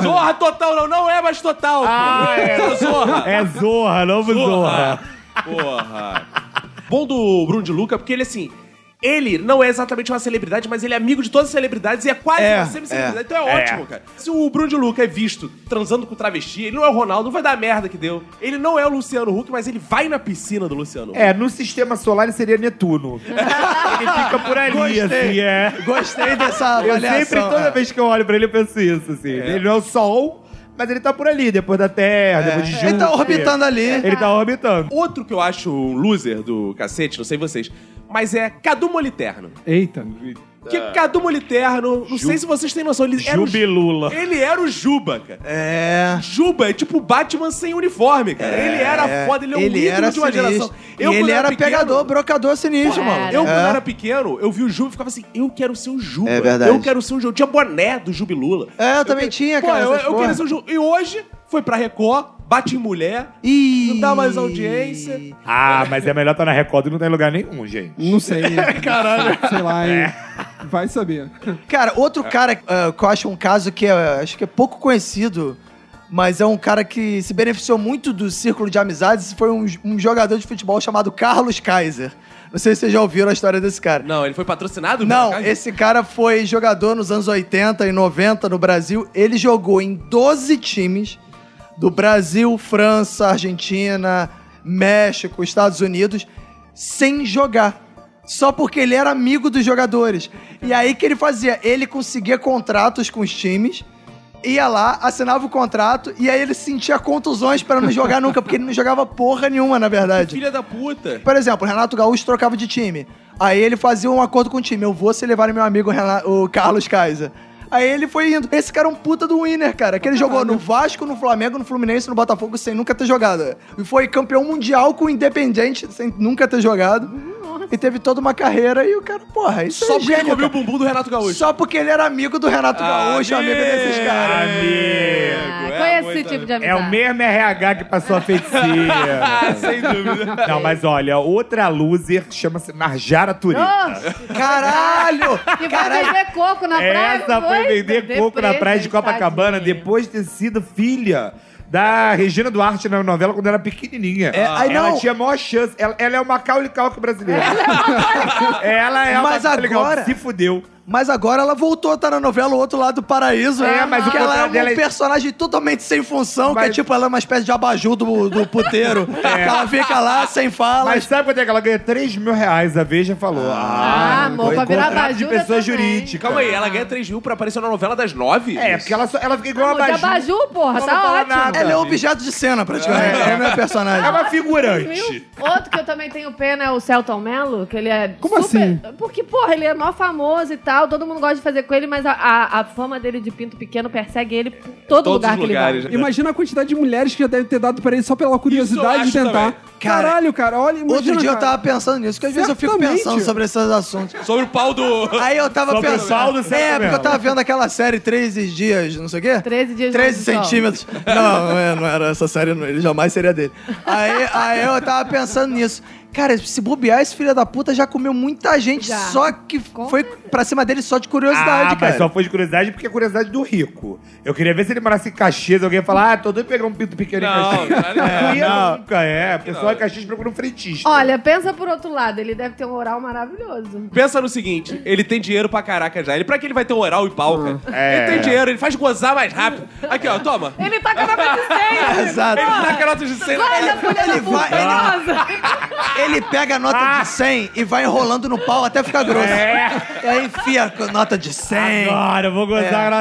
Speaker 1: Zorra total, não, não é mais total.
Speaker 4: Ah,
Speaker 1: pô.
Speaker 4: é.
Speaker 1: Zorra.
Speaker 4: É Zorra, novo Zorra.
Speaker 1: Porra. Bom do Bruno de Luca, porque ele, assim, ele não é exatamente uma celebridade, mas ele é amigo de todas as celebridades e é quase
Speaker 2: É,
Speaker 1: uma semi-celebridade.
Speaker 2: é.
Speaker 1: então é,
Speaker 4: É.
Speaker 1: ótimo, cara. Se o Bruno de Luca é visto transando com travesti, ele não é o Ronaldo, vai dar a merda que deu. Ele não é o Luciano Huck, mas ele vai na piscina do Luciano Huck.
Speaker 4: É, no sistema solar ele seria Netuno. ele fica por ali,
Speaker 2: Gostei.
Speaker 4: assim, é.
Speaker 2: Gostei dessa
Speaker 4: Eu
Speaker 2: avaliação.
Speaker 4: sempre, toda
Speaker 2: é.
Speaker 4: vez que eu olho pra ele, eu penso isso, assim. Ele não é o Sol, mas ele tá por ali, depois da Terra, depois de Júpiter.
Speaker 2: Ele tá orbitando ali.
Speaker 4: Ele tá orbitando.
Speaker 1: Outro que eu acho um loser do cacete, não sei vocês, mas é Cadu Moliterno.
Speaker 5: Eita.
Speaker 1: Que
Speaker 2: Ah.
Speaker 1: Cadu Moliterno, não sei se vocês têm noção, ele era o Ju-
Speaker 4: Jubilula.
Speaker 1: ele era o Juba, cara.
Speaker 2: É.
Speaker 1: Juba é tipo o Batman sem uniforme, cara. ele era foda, ele é um
Speaker 2: Ele
Speaker 1: ídolo
Speaker 2: era
Speaker 1: de uma
Speaker 2: sinistro.
Speaker 1: geração.
Speaker 2: E
Speaker 1: Eu, quando
Speaker 2: ele era
Speaker 1: pequeno,
Speaker 2: pegador, brocador sinistro,
Speaker 3: Porra,
Speaker 2: mano.
Speaker 3: era.
Speaker 1: Eu, quando
Speaker 2: É.
Speaker 1: era pequeno, eu vi o Juba e ficava assim, eu quero ser o Juba.
Speaker 2: É verdade.
Speaker 1: Eu quero ser o Juba. Eu tinha boné do Jubilula.
Speaker 2: É, eu também tinha, cara,
Speaker 1: Pô, eu,
Speaker 2: essas
Speaker 1: eu
Speaker 2: porra.
Speaker 1: queria ser o Juba. E hoje, foi pra Record, bate em mulher,
Speaker 2: Ih.
Speaker 1: não dá mais audiência.
Speaker 4: Ah, mas é melhor tá na Record do que não tá em lugar nenhum, gente.
Speaker 5: Não sei. Caralho. Sei lá, hein? Vai saber.
Speaker 2: Cara, outro cara eh, que eu acho um caso que é, acho que é pouco conhecido, mas é um cara que se beneficiou muito do círculo de amizades, foi um, um jogador de futebol chamado Carlos Kaiser. Não sei se vocês já ouviram a história desse cara.
Speaker 1: Não, ele foi patrocinado?
Speaker 2: Não,
Speaker 1: cara?
Speaker 2: esse cara foi jogador nos anos 80 e 90 no Brasil. Ele jogou em 12 times do Brasil, França, Argentina, México, Estados Unidos, sem jogar. Só porque ele era amigo dos jogadores. E aí que ele fazia? Ele conseguia contratos com os times, ia lá, assinava o contrato, e aí ele sentia contusões para não jogar nunca, porque ele não jogava porra nenhuma, na verdade.
Speaker 1: Filha da puta.
Speaker 2: Por exemplo, o Renato Gaúcho trocava de time. Aí ele fazia um acordo com o time. Eu vou se levar meu amigo Rena- o Carlos Kaiser. Aí ele foi indo. Esse cara é um puta do winner, cara. Que ele jogou no Vasco, no Flamengo, no Fluminense, no Botafogo sem nunca ter jogado. E foi campeão mundial com o Independente sem nunca ter jogado. E teve toda uma carreira e o cara, porra, isso
Speaker 1: Só
Speaker 2: é
Speaker 1: porque ele
Speaker 2: gênio,
Speaker 1: comeu o
Speaker 2: cara.
Speaker 1: bumbum do Renato Gaúcho.
Speaker 2: Só porque ele era amigo do Renato Gaúcho, amigo desses caras.
Speaker 3: Ah,
Speaker 4: Amigo.
Speaker 3: conheço esse tipo de amizade.
Speaker 4: É o mesmo RH que passou a
Speaker 3: Ah,
Speaker 4: feiticeira.
Speaker 1: Sem dúvida.
Speaker 4: Não, mas olha, outra loser chama-se Marjara Turita.
Speaker 3: Nossa,
Speaker 2: Caralho!
Speaker 3: que vai
Speaker 2: Caralho!
Speaker 3: vender coco na praia.
Speaker 4: Essa foi
Speaker 3: coisa.
Speaker 4: vender coco na
Speaker 3: Depressa,
Speaker 4: praia de Copacabana
Speaker 3: tadinha.
Speaker 4: depois de ter sido filha da Regina Duarte na novela quando era pequenininha.
Speaker 2: É, aí
Speaker 4: ela
Speaker 2: não.
Speaker 4: tinha a maior chance. Ela, ela é o Macaulay Culkin brasileiro. Ela é o
Speaker 2: Mas
Speaker 4: Macaulay Culkin.
Speaker 2: agora-
Speaker 4: Se fudeu.
Speaker 2: Mas agora ela voltou a estar na novela O Outro Lado do Paraíso.
Speaker 4: É, mas o
Speaker 2: que ela é um
Speaker 4: contrato dela é-
Speaker 2: personagem totalmente sem função, que é
Speaker 4: Mas- É.
Speaker 2: tipo, ela é uma espécie de abajur do, do puteiro. Que ela fica lá sem fala.
Speaker 4: Mas sabe quanto é que ela ganha? 3 mil reais, a Veja falou.
Speaker 3: Ah, amor,
Speaker 4: foi
Speaker 3: pra virar
Speaker 4: contrato de
Speaker 3: abajura
Speaker 4: pessoa
Speaker 3: também.
Speaker 4: jurídica.
Speaker 1: Calma aí, ela ganha 3 mil pra aparecer na novela das nove?
Speaker 4: É, porque ela, só, ela fica igual
Speaker 3: Amor,
Speaker 4: a
Speaker 3: de abajur, porra,
Speaker 4: Não
Speaker 3: tá
Speaker 4: fala
Speaker 3: ótimo.
Speaker 4: nada.
Speaker 2: Ela é objeto de cena, praticamente. Ela não é
Speaker 4: É
Speaker 2: personagem.
Speaker 4: uma figurante.
Speaker 3: Viu? Outro que eu também tenho pena é o Celton Mello, que ele é
Speaker 5: Como
Speaker 3: super...
Speaker 4: assim?
Speaker 3: Porque, porra, ele é mó famoso e tal, todo mundo gosta de fazer com ele, mas a, a, a fama dele de pinto pequeno persegue ele por todo
Speaker 1: Todos
Speaker 3: é lugar
Speaker 1: os
Speaker 3: que ele vai.
Speaker 1: lugares. né?
Speaker 5: Imagina a quantidade de mulheres que já devem ter dado pra ele só pela curiosidade de
Speaker 1: acho
Speaker 5: tentar.
Speaker 1: também.
Speaker 2: Cara,
Speaker 5: Caralho, cara, olha, imagina,
Speaker 2: Outro dia eu
Speaker 5: cara.
Speaker 2: tava pensando nisso, que às vezes eu fico
Speaker 5: Certamente.
Speaker 2: pensando sobre esses assuntos.
Speaker 1: Sobre o pau do.
Speaker 2: Aí eu tava
Speaker 4: Sobre o
Speaker 2: pensando.
Speaker 4: pau do Celton
Speaker 2: é, porque eu
Speaker 4: Mello.
Speaker 2: tava vendo aquela série 13 dias, não sei o quê.
Speaker 3: 13 dias
Speaker 2: 13
Speaker 3: de sol.
Speaker 2: centímetros. Não, não, é, não era essa série, não, ele jamais seria dele. Aí, aí eu tava pensando nisso. Cara, se bobear, esse filho da puta já comeu muita gente,
Speaker 3: Já.
Speaker 2: só que foi pra cima dele só de curiosidade,
Speaker 4: ah,
Speaker 2: cara.
Speaker 4: mas só foi de curiosidade porque é curiosidade do rico. Eu queria ver se ele morasse em Caxias, alguém ia falar, ah, tô doido pra pegar um pinto pequeno
Speaker 1: Não,
Speaker 4: em Caxias.
Speaker 1: não,
Speaker 4: é,
Speaker 1: não.
Speaker 4: não, nunca é. O pessoal em Caxias procura um frentista.
Speaker 3: Olha, pensa por outro lado, ele deve ter um oral maravilhoso.
Speaker 1: Pensa no seguinte, ele tem dinheiro pra caraca já. Ele, pra que ele vai ter um oral e pau, cara?
Speaker 4: É.
Speaker 1: Ele tem dinheiro, ele faz gozar mais rápido. Aqui, ó, toma.
Speaker 3: Ele tá com a nota de 100!
Speaker 2: Exato.
Speaker 1: Ele tá dá carotas de cena.
Speaker 3: Olha, mulher
Speaker 2: Ele
Speaker 3: da
Speaker 2: vai-
Speaker 3: puta, nossa.
Speaker 2: Ele pega a
Speaker 4: Ah.
Speaker 2: nota de 100 e vai enrolando no pau até ficar grosso.
Speaker 4: É.
Speaker 2: E aí enfia a nota de 100.
Speaker 4: Agora, eu vou
Speaker 1: É.
Speaker 4: gozar.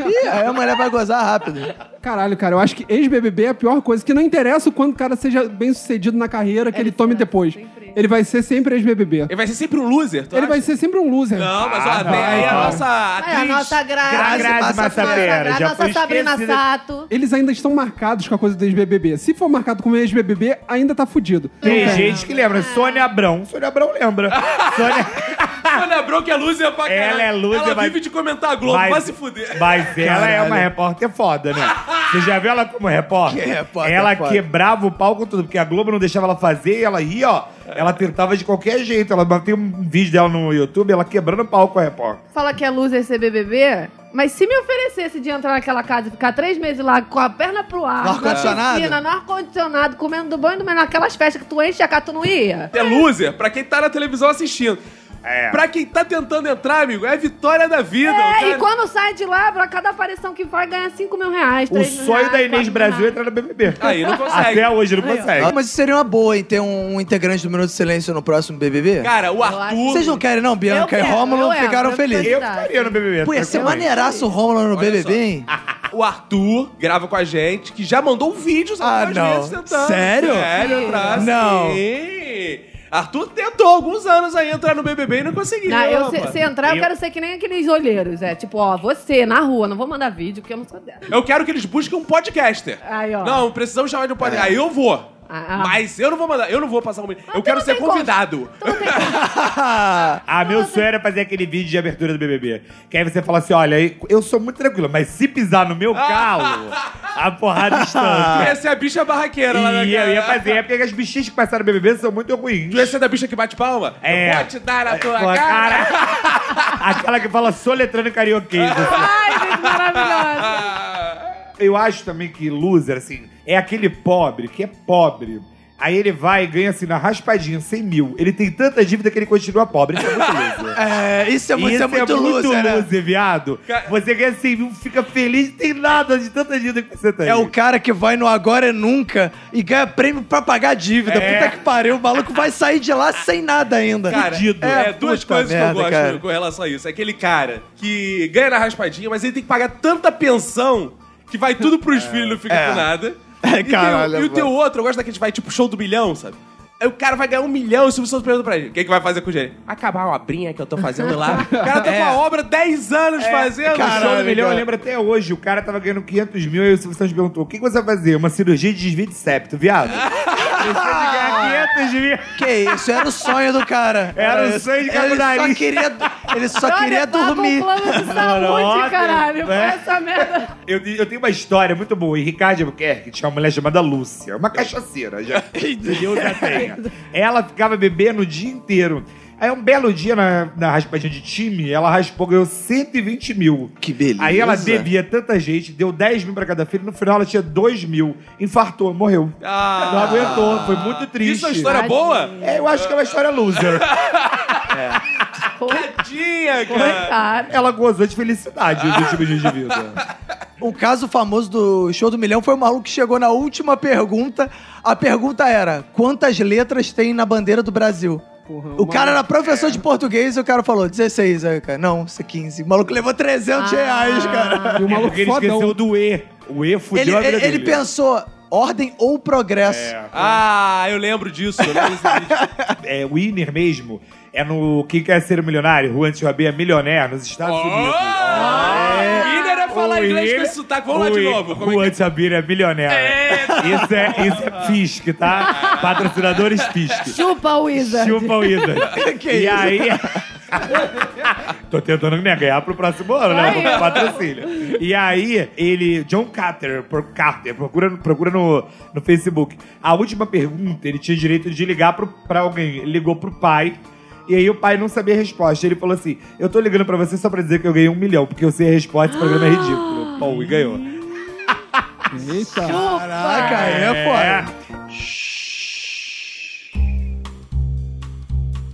Speaker 2: Ih, aí a mulher vai gozar rápido.
Speaker 5: Caralho, cara, eu acho que ex-BBB é a pior coisa, que não interessa o quanto o cara seja bem sucedido na carreira que ele tome depois. Ele vai ser É sempre ex-BBB.
Speaker 1: Ele vai ser sempre um loser, tu
Speaker 5: Ele
Speaker 1: acha?
Speaker 5: vai ser sempre um loser.
Speaker 1: Não, mas ó, tem aí a nossa
Speaker 3: Olha, a
Speaker 1: atriz.
Speaker 3: nossa
Speaker 4: Gra-
Speaker 3: Grazi,
Speaker 4: Grazi Massapera,
Speaker 3: a
Speaker 4: já
Speaker 3: nossa
Speaker 4: foi
Speaker 3: Sabrina
Speaker 4: esquecida.
Speaker 3: Sato.
Speaker 5: Eles ainda estão marcados com a coisa do ex-BBB. Se for marcado como ex-BBB, ainda tá fudido.
Speaker 4: Tem gente que lembra. Sônia Abrão. Sônia Abrão lembra. Sônia...
Speaker 1: Sônia Abrão, que é loser pra caralho.
Speaker 4: Ela é loser,
Speaker 1: Ela
Speaker 4: mas-
Speaker 1: vive de comentar a Globo, vai se fuder.
Speaker 4: Mas ela é
Speaker 2: Caralho.
Speaker 4: uma repórter foda, né? Você já viu ela como repórter?
Speaker 2: Que repórter
Speaker 4: ela
Speaker 2: foda.
Speaker 4: quebrava o pau com tudo, porque a Globo não deixava ela fazer e ela ia, ó. Ela tentava de qualquer jeito. Ela mas tem um vídeo dela no YouTube, ela quebrando o pau com a repórter.
Speaker 3: Fala que é loser ser BBB, mas se me oferecesse de entrar naquela casa e ficar três meses lá com a perna pro ar,
Speaker 2: No ar-condicionado?
Speaker 3: na piscina, no ar-condicionado, comendo do banho do menor, aquelas festas que tu enche a casa, tu não ia?
Speaker 1: É loser pra quem tá na televisão assistindo.
Speaker 4: É.
Speaker 1: Pra quem tá tentando entrar, amigo, é a vitória da vida. o
Speaker 3: É,
Speaker 1: cara-
Speaker 3: e quando sai de lá, pra cada aparição que vai, ganha 5 mil reais.
Speaker 4: O
Speaker 3: 3 mil
Speaker 4: sonho
Speaker 3: reais,
Speaker 4: da Inês
Speaker 3: 4 mil
Speaker 4: Brasil é
Speaker 3: reais.
Speaker 4: entrar no BBB.
Speaker 1: Aí, não consegue.
Speaker 4: Até hoje não
Speaker 2: Ah,
Speaker 4: consegue.
Speaker 2: Mas seria uma boa, hein, ter um, um integrante do Minuto de Silêncio no próximo BBB?
Speaker 1: Cara, o Arthur.
Speaker 2: Vocês
Speaker 3: um-
Speaker 2: não querem, não?
Speaker 3: Eu
Speaker 2: Bianca e
Speaker 3: quero,
Speaker 2: Rômulo
Speaker 3: eu entro,
Speaker 2: ficaram
Speaker 3: eu
Speaker 2: felizes.
Speaker 3: quero.
Speaker 4: Eu ficaria no BBB.
Speaker 2: Pô, ia ser
Speaker 4: tranquilamente.
Speaker 2: maneiraço o Rômulo no
Speaker 1: Olha
Speaker 2: BBB,
Speaker 1: só.
Speaker 2: hein?
Speaker 1: O Arthur grava com a gente, que já mandou um vídeo só
Speaker 2: Ah,
Speaker 1: várias
Speaker 2: não.
Speaker 1: vezes tentando.
Speaker 2: Sério?
Speaker 1: Sério, entrar,
Speaker 2: Não.
Speaker 1: sim. Arthur tentou alguns anos aí entrar no BBB e não conseguiu.
Speaker 3: Não, eu,
Speaker 1: rapaz.
Speaker 3: se, se entrar, eu,
Speaker 4: Eu-
Speaker 3: quero ser que nem aqueles olheiros. É tipo, ó, você na rua, não vou mandar vídeo porque eu não sou dela.
Speaker 1: Eu quero que eles busquem um podcaster.
Speaker 3: Aí, ó.
Speaker 1: Não, precisamos chamar de um podcaster. Aí eu vou.
Speaker 3: Ah, ah.
Speaker 1: Mas eu não vou mandar, eu não vou passar um Eu
Speaker 3: tu
Speaker 1: quero
Speaker 3: Então não
Speaker 1: ser
Speaker 3: tem como.
Speaker 1: convidado.
Speaker 3: Então não tem como.
Speaker 4: Ah, meu sonho era fazer aquele vídeo de abertura do BBB. Que aí você fala assim, olha, eu sou muito tranquila, mas se pisar no
Speaker 1: Ah.
Speaker 4: meu calo, a porrada
Speaker 3: Ah.
Speaker 4: estanca.
Speaker 1: Tu ia ser é a bicha barraqueira lá na
Speaker 4: E eu ia
Speaker 1: cara.
Speaker 4: fazer, é porque as bichinhas que passaram BBB são muito ruins.
Speaker 1: Tu ia ser da bicha que bate palma?
Speaker 4: É.
Speaker 1: Eu vou te dar na tua
Speaker 4: Pô,
Speaker 1: cara.
Speaker 4: Aquela que fala soletrando carioquês. assim."
Speaker 3: Ai, gente, maravilhosa.
Speaker 4: Eu acho também que loser, assim, é aquele pobre que é pobre. Aí ele vai e ganha, assim, na raspadinha, 100 mil. Ele tem tanta dívida que ele continua pobre. Isso é muito loser.
Speaker 2: É, isso é muito, isso é muito, loser, né?
Speaker 4: loser, viado.
Speaker 1: Ca-
Speaker 4: Você ganha 100 mil, fica feliz, não tem nada de tanta dívida que você tem.
Speaker 2: É o cara que vai no Agora é Nunca e ganha prêmio pra pagar dívida.
Speaker 4: É.
Speaker 2: Puta que pariu, o maluco vai sair de lá sem nada ainda.
Speaker 1: Cara, é, duas
Speaker 2: puta
Speaker 1: coisas que
Speaker 2: merda,
Speaker 1: eu gosto
Speaker 2: cara.
Speaker 1: com relação a isso. É Aquele cara que ganha na raspadinha, mas ele tem que pagar tanta pensão que vai tudo pros filhos e não fica
Speaker 2: É.
Speaker 1: com nada.
Speaker 2: É,
Speaker 1: e,
Speaker 2: caralho,
Speaker 1: tem, e o
Speaker 2: mano.
Speaker 1: teu outro, eu gosto daquele que vai tipo show do milhão, sabe? Aí o cara vai ganhar um milhão e o Silvio Santos pergunta pra ele: o que, que vai fazer com o dinheiro? Acabar uma obrinha que eu tô fazendo lá. O cara tá com a obra 10 anos fazendo.
Speaker 4: Cara,
Speaker 2: É. Caralho,
Speaker 4: um show do milhão,
Speaker 2: cara.
Speaker 4: eu
Speaker 1: é
Speaker 4: lembro até hoje. O cara tava ganhando 500 mil e o Silvio Santos perguntou: o que, que você vai fazer? Uma cirurgia de desvio de septo, viado? Precisa de ganhar 500 mil.
Speaker 2: Que isso, era o sonho do cara.
Speaker 4: Era o sonho de cabo
Speaker 2: ele só
Speaker 4: nariz.
Speaker 2: queria, Ele só
Speaker 3: Olha,
Speaker 2: queria
Speaker 3: paga um
Speaker 2: dormir.
Speaker 3: plano de
Speaker 4: Nossa,
Speaker 3: saúde, caralho. Foi
Speaker 4: né?
Speaker 3: essa merda.
Speaker 4: Eu, eu tenho uma história muito boa. E Ricardo Albuquerque tinha uma mulher chamada Lúcia, uma cachaceira. Já, Deus a tenha. Ela ficava bebendo o dia inteiro. Aí um belo dia, na, na raspadinha de time, ela raspou, ganhou 120 mil.
Speaker 2: Que beleza.
Speaker 4: Aí ela devia tanta gente, deu 10 mil pra cada filho, no final ela tinha 2 mil, infartou, morreu.
Speaker 1: Ah.
Speaker 4: não aguentou, foi muito triste.
Speaker 1: Isso é uma história
Speaker 3: Tadinho.
Speaker 1: boa?
Speaker 4: É, eu acho que é uma história loser.
Speaker 1: Tadinha, cara.
Speaker 3: Coitado.
Speaker 4: Ela gozou de felicidade nos últimos dias de vida.
Speaker 2: Um caso famoso do Show do Milhão foi o maluco que chegou na última pergunta. A pergunta era: quantas letras tem na bandeira do Brasil?
Speaker 5: Porra,
Speaker 2: o
Speaker 5: uma-
Speaker 2: cara era professor de português e o cara falou 16, aí, o cara. Não, isso é 15. O maluco levou 300 reais, cara.
Speaker 5: E o maluco
Speaker 4: Porque ele
Speaker 5: fodão.
Speaker 4: esqueceu do E. O E
Speaker 2: Ele,
Speaker 4: fudeu a vida
Speaker 2: ele- ele
Speaker 4: dele.
Speaker 2: pensou ordem ou progresso.
Speaker 1: Ah, eu lembro disso. Eu lembro desse vídeo.
Speaker 4: é, winner mesmo é no Quem Quer Ser Milionário, Juan Tioabé é milionário nos Estados Unidos.
Speaker 1: Oh!
Speaker 4: Ah!
Speaker 1: Winner é falar
Speaker 4: O
Speaker 1: inglês com
Speaker 4: Winner-
Speaker 1: esse sotaque. Vamos lá
Speaker 4: o
Speaker 1: de
Speaker 4: Win-
Speaker 1: novo. Como é que-
Speaker 4: O Antiabir é milionário. Isso é, isso é Fisk, tá? Patrocinadores Fisk.
Speaker 3: Chupa, Wizard.
Speaker 4: Chupa o Ida.
Speaker 2: Que
Speaker 4: e
Speaker 2: isso?
Speaker 4: aí. Tô tentando né, ganhar pro próximo ano, né?
Speaker 3: Aí, ó.
Speaker 4: Pro patrocínio. E aí, ele. John Carter, por Carter procura, procura no, no Facebook. A última pergunta, ele tinha direito de ligar pro, pra alguém. Ele ligou pro pai. E aí o pai não sabia a resposta. Ele falou assim: Eu tô ligando pra você só pra dizer que eu ganhei um milhão, porque eu sei a resposta, esse programa é ridículo. Pô, e ganhou.
Speaker 5: Eita.
Speaker 2: Caraca, é, foda.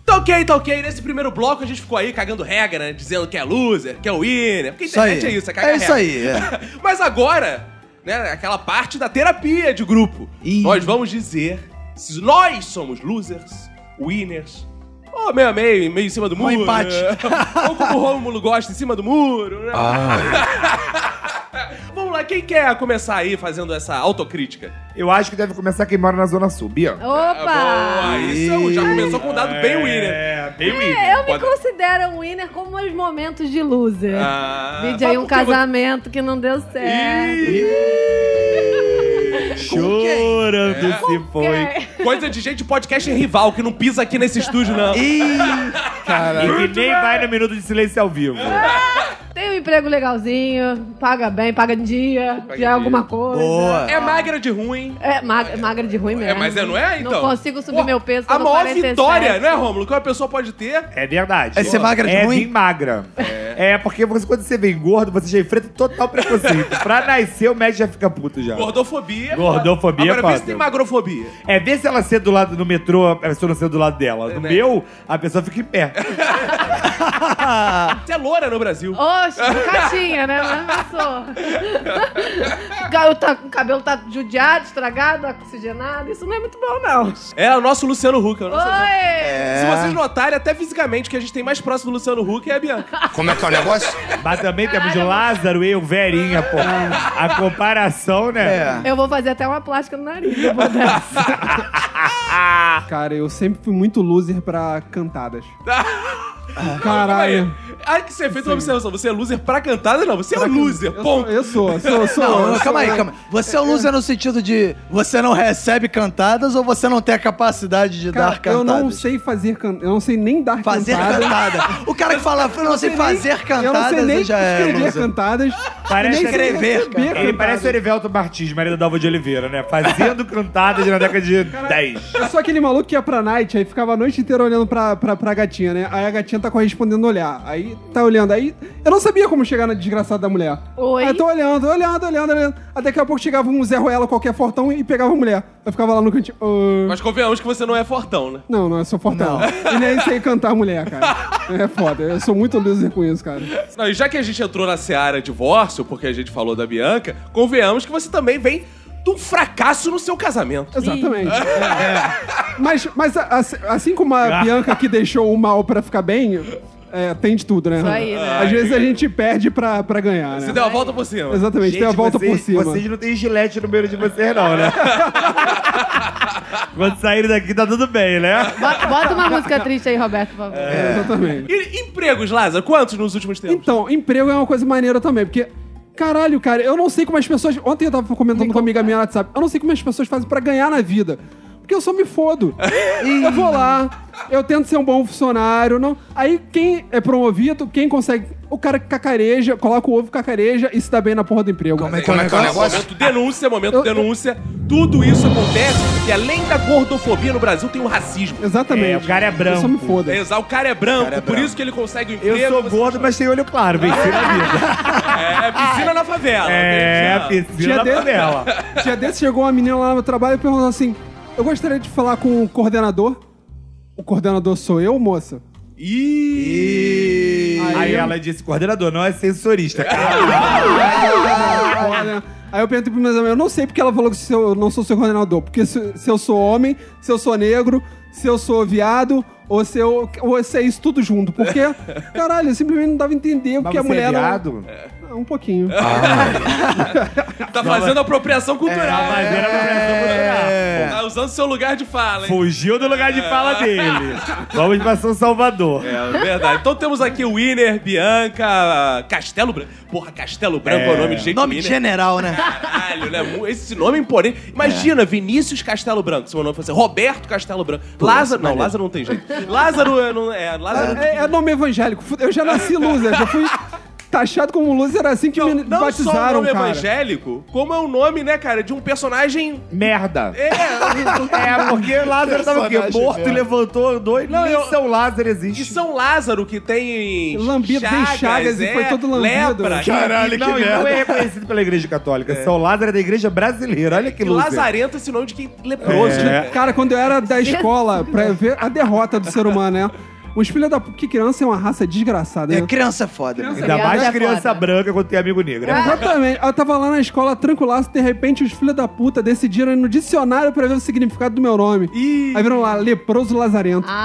Speaker 1: Tá ok, tá ok. Nesse primeiro bloco a gente ficou aí cagando regra, né? Dizendo que é loser, que é winner. Porque a
Speaker 2: Isso aí.
Speaker 1: internet é isso, é cagar
Speaker 2: É isso aí. é.
Speaker 1: Mas agora, né, aquela parte da terapia de grupo.
Speaker 2: Ih.
Speaker 1: Nós vamos dizer se nós somos losers, winners, ou meio a meio, meio em cima do muro.
Speaker 2: empate.
Speaker 1: né? ou como o Rômulo gosta, em cima do muro. Né?
Speaker 2: Ah.
Speaker 1: Vamos lá, quem quer começar aí fazendo essa autocrítica? Ah,
Speaker 4: Eu acho que deve começar quem mora na Zona Sul, Bia.
Speaker 3: Opa!
Speaker 1: É Boa, isso já começou com um dado bem winner.
Speaker 4: É, bem
Speaker 3: É, eu me
Speaker 1: Pode-
Speaker 3: considero um winner como meus momentos de loser.
Speaker 1: Ah,
Speaker 3: Vide aí
Speaker 1: mas
Speaker 3: um
Speaker 1: por que você-
Speaker 3: casamento que não deu certo.
Speaker 4: Chorando se foi.
Speaker 1: Coisa de gente podcast rival que não pisa aqui nesse estúdio, não.
Speaker 4: E que nem vai no Minuto de Silêncio ao vivo.
Speaker 3: Tem um emprego legalzinho, paga bem, paga em dia, já é alguma coisa.
Speaker 2: Boa.
Speaker 1: É magra de ruim.
Speaker 3: É mag- magra de ruim mesmo.
Speaker 1: É, mas é- não é, então?
Speaker 3: Não consigo subir
Speaker 1: Pô,
Speaker 3: meu peso.
Speaker 1: A
Speaker 3: tô no
Speaker 1: maior
Speaker 3: 47.
Speaker 1: vitória, não é, Rômulo? Que uma pessoa pode ter.
Speaker 4: É verdade.
Speaker 2: É ser magra de
Speaker 4: é
Speaker 2: ruim?
Speaker 4: vir magra. É. porque você- quando você vem gordo, você já enfrenta total preconceito. pra nascer, o médico já fica puto já.
Speaker 1: Gordofobia.
Speaker 4: Gordofobia é
Speaker 1: Agora vê se
Speaker 4: foda.
Speaker 1: tem magrofobia.
Speaker 4: É ver se ela senta do lado do metrô, a pessoa não senta do lado dela. No
Speaker 1: É, né?
Speaker 4: meu, a pessoa fica em pé.
Speaker 1: Você é loura no Brasil.
Speaker 3: Oxe, caixinha, né? Mas passou. O tá- o cabelo tá judiado, estragado, oxigenado. Isso não é muito bom, não.
Speaker 1: É o nosso Luciano Huck. é o nosso-
Speaker 4: É.
Speaker 3: Oi!
Speaker 1: Se vocês notarem, até fisicamente, o que a gente tem mais próximo do Luciano Huck é a Bianca.
Speaker 8: Como é que é o negócio?
Speaker 4: Mas também temos Lázaro, eu, Verinha, pô. A comparação, né?
Speaker 2: É.
Speaker 3: Eu vou fazer até uma plástica no nariz. eu vou dessa.
Speaker 5: Cara, eu sempre fui muito loser pra cantadas. Caralho.
Speaker 1: Ai, é que você fez uma observação. Você é loser pra cantada? Não, você é um loser,
Speaker 5: Eu sou,
Speaker 1: ponto.
Speaker 5: eu sou, eu sou, eu sou.
Speaker 2: Não,
Speaker 5: eu sou-
Speaker 2: calma aí, calma aí. Você é um loser no sentido de você não recebe cantadas ou você não tem a capacidade de
Speaker 5: Cara,
Speaker 2: dar cantadas?
Speaker 5: eu não sei fazer can... Eu não sei nem dar
Speaker 2: Fazer
Speaker 5: cantadas.
Speaker 2: cantada. O cara que fala, eu não sei fazer
Speaker 5: Eu não
Speaker 2: cantadas,
Speaker 5: sei nem
Speaker 2: já é.
Speaker 5: escrever
Speaker 2: loser.
Speaker 5: cantadas.
Speaker 4: Parece
Speaker 5: nem sei
Speaker 2: escrever,
Speaker 5: receber
Speaker 2: cara.
Speaker 4: Ele
Speaker 5: cantadas.
Speaker 4: parece o Erivelto Martins, marido da Alva de Oliveira, né? Fazendo cantadas na década de 10.
Speaker 5: Eu sou aquele maluco que ia pra night, aí ficava a noite inteira olhando pra, pra, pra gatinha, né? Aí a gatinha tá correspondendo olhar. Aí tá olhando. Aí eu não sabia como chegar na desgraçada da mulher.
Speaker 3: Oi.
Speaker 5: Aí tô olhando, olhando, olhando, olhando. Aí daqui a pouco chegava um Zé Ruela qualquer fortão e pegava a mulher. Eu ficava lá no cantinho. "Ah,
Speaker 1: Mas convenhamos que você não é fortão, né?
Speaker 5: Não, não, eu sou fortão. E nem sei cantar mulher, cara. É foda. Eu sou muito loser com isso, cara.
Speaker 1: Não, e já que a gente entrou na seara divórcio, porque a gente falou da Bianca, convenhamos que você também vem de um fracasso no seu casamento.
Speaker 5: Exatamente. É. Mas, mas a- a- assim como a Bianca que deixou o mal pra ficar bem, é, tem de tudo, né?
Speaker 3: Isso aí, né?
Speaker 5: Às vezes a gente perde pra, pra ganhar,
Speaker 1: Você
Speaker 5: né?
Speaker 1: deu a volta por cima.
Speaker 5: Exatamente, tem a volta
Speaker 4: vocês,
Speaker 5: por cima.
Speaker 4: Vocês não têm gilete no meio de vocês, não, né? Quando saírem daqui, tá tudo bem, né?
Speaker 3: Bota, bota uma música triste aí, Roberto, por favor.
Speaker 5: É, Exatamente.
Speaker 1: E empregos, Lázaro, quantos nos últimos tempos?
Speaker 5: Então, emprego é uma coisa maneira também, porque. Caralho, cara, eu não sei como as pessoas. Ontem eu tava comentando com uma amiga minha no WhatsApp. Eu não sei como as pessoas fazem pra ganhar na vida. Porque eu só me fodo. eu vou lá, eu tento ser um bom funcionário. não. Aí quem é promovido, quem consegue. O cara que cacareja, coloca o ovo, cacareja e se dá bem na porra do emprego.
Speaker 2: Como é que é o negócio?
Speaker 1: Momento denúncia, momento
Speaker 5: Eu-
Speaker 1: denúncia. Tudo isso acontece porque além da gordofobia no Brasil tem o racismo.
Speaker 5: Exatamente.
Speaker 4: É, o cara é branco.
Speaker 5: Eu só me foda.
Speaker 1: Exato, o cara é branco, por isso que ele consegue o
Speaker 4: Eu
Speaker 1: emprego.
Speaker 4: sou
Speaker 1: você-
Speaker 4: gordo, mas tenho olho claro, venci na vida.
Speaker 1: É, piscina na favela.
Speaker 4: Ah,
Speaker 1: Tá
Speaker 4: É,
Speaker 1: entende?
Speaker 4: piscina
Speaker 5: Tinha
Speaker 4: na
Speaker 5: dedo-
Speaker 4: panela.
Speaker 5: Um Dia desse chegou uma menina lá no meu trabalho e perguntou assim: Eu gostaria de falar com o coordenador. O coordenador sou eu, moça?
Speaker 1: Ih!
Speaker 4: Aí,
Speaker 5: eu-
Speaker 4: ela disse, coordenador, não é sensorista,
Speaker 5: É,
Speaker 4: cara.
Speaker 5: Olha, Aí eu perguntei pro meus amigos, eu não sei porque ela falou que se eu eu não sou seu coordenador. Porque se, se eu sou homem, se eu sou negro, se eu sou viado, ou se eu. Ou se é isso tudo junto. Porque, caralho, eu simplesmente não dava a entender o
Speaker 4: Mas
Speaker 5: que a
Speaker 4: você é
Speaker 5: mulher. era-
Speaker 4: viado?
Speaker 5: Ah, Um pouquinho.
Speaker 1: Tá fazendo apropriação cultural.
Speaker 4: É, Mas
Speaker 1: né?
Speaker 4: era pra
Speaker 2: É.
Speaker 1: Tá usando seu lugar de fala, hein?
Speaker 4: Fugiu do lugar de fala dele. Vamos pra São Salvador.
Speaker 1: É verdade. Então temos aqui o Winner, Bianca, Castelo Branco. Porra, Castelo Branco é, o nome de jeito
Speaker 2: Nome de
Speaker 1: Winner.
Speaker 2: general, né?
Speaker 1: Caralho, né? Mu- Esse nome é imponente. Imagina, Vinícius Castelo Branco. Se meu nome fosse Roberto Castelo Branco. Lázaro. Não, Lázaro não tem jeito. Lázaro é. Não, é Lázaro.
Speaker 5: É, é nome evangélico. Fu- Eu já nasci loser, já fui taxado como loser assim que
Speaker 1: Não,
Speaker 5: me
Speaker 1: não só o
Speaker 5: batizaram,
Speaker 1: nome
Speaker 5: cara.
Speaker 1: evangélico, como é o nome, né, cara, de um personagem.
Speaker 4: Merda.
Speaker 1: É,
Speaker 4: É, porque Lázaro tava aqui,
Speaker 2: Personagem
Speaker 4: morto e
Speaker 2: merda.
Speaker 4: levantou dois.
Speaker 1: Não,
Speaker 4: Não,
Speaker 1: eu-
Speaker 4: São Lázaro
Speaker 1: de
Speaker 4: existe.
Speaker 1: São Lázaro, que tem. é,
Speaker 5: Lambido, tem chagas e foi todo lambido.
Speaker 1: Lepra,
Speaker 8: Caralho,
Speaker 4: não,
Speaker 8: que
Speaker 4: e não
Speaker 8: merda.
Speaker 4: é reconhecido pela Igreja Católica. São Lázaro é da Igreja Brasileira. Olha que
Speaker 1: E
Speaker 4: loser.
Speaker 1: lazarento é sinônimo de quem leproso. né,
Speaker 4: É.
Speaker 5: Cara, quando eu era da escola, pra ver a derrota do ser humano, né? Os filhos da. Porque criança é uma raça desgraçada,
Speaker 2: É,
Speaker 5: né?
Speaker 2: criança é foda. né?
Speaker 4: Ainda
Speaker 3: Criança
Speaker 4: mais
Speaker 3: é
Speaker 4: criança
Speaker 3: foda.
Speaker 4: branca quando tem amigo negro. né?
Speaker 5: Exatamente. Eu tava lá na escola tranquilaço, de repente os filhos da puta decidiram ir no dicionário pra ver o significado do meu nome.
Speaker 1: Ih.
Speaker 5: Aí viram lá, leproso lazarento.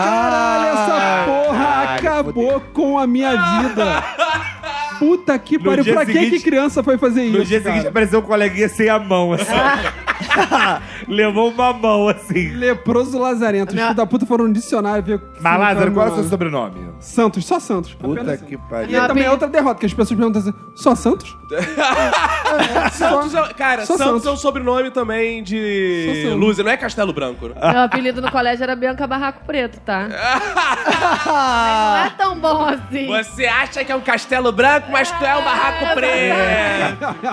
Speaker 3: Ah,
Speaker 5: Caralho, essa porra acabou com a minha vida. Puta que
Speaker 4: No
Speaker 5: pariu.
Speaker 4: dia
Speaker 5: Pra que
Speaker 4: seguinte-
Speaker 5: que criança foi fazer isso?
Speaker 4: No dia
Speaker 5: cara?
Speaker 4: seguinte apareceu um coleguinha sem a mão, assim. Levou uma mão, assim.
Speaker 5: Leproso lazarento. Os filhos da puta foram no dicionário ver. o que
Speaker 4: Mas, Lázaro,
Speaker 5: significava
Speaker 4: qual é o
Speaker 5: meu
Speaker 4: seu
Speaker 5: nome.
Speaker 4: sobrenome?
Speaker 5: Santos, só Santos.
Speaker 4: Puta
Speaker 5: Apenas
Speaker 4: que
Speaker 5: Santos. E
Speaker 4: pariu.
Speaker 5: aí também é outra derrota, que as pessoas perguntam assim: só Santos?
Speaker 1: Santos é- cara,
Speaker 5: Só
Speaker 1: Santos,
Speaker 5: Santos.
Speaker 1: é um sobrenome também
Speaker 5: Só
Speaker 1: de
Speaker 5: Santos.
Speaker 1: loser, não é Castelo Branco. né?
Speaker 3: meu apelido no colégio era Bianca Barraco Preto, tá? Não
Speaker 2: Ah,
Speaker 3: é tão bom assim.
Speaker 1: Você acha que é um Castelo Branco, mas tu é um Barraco Preto.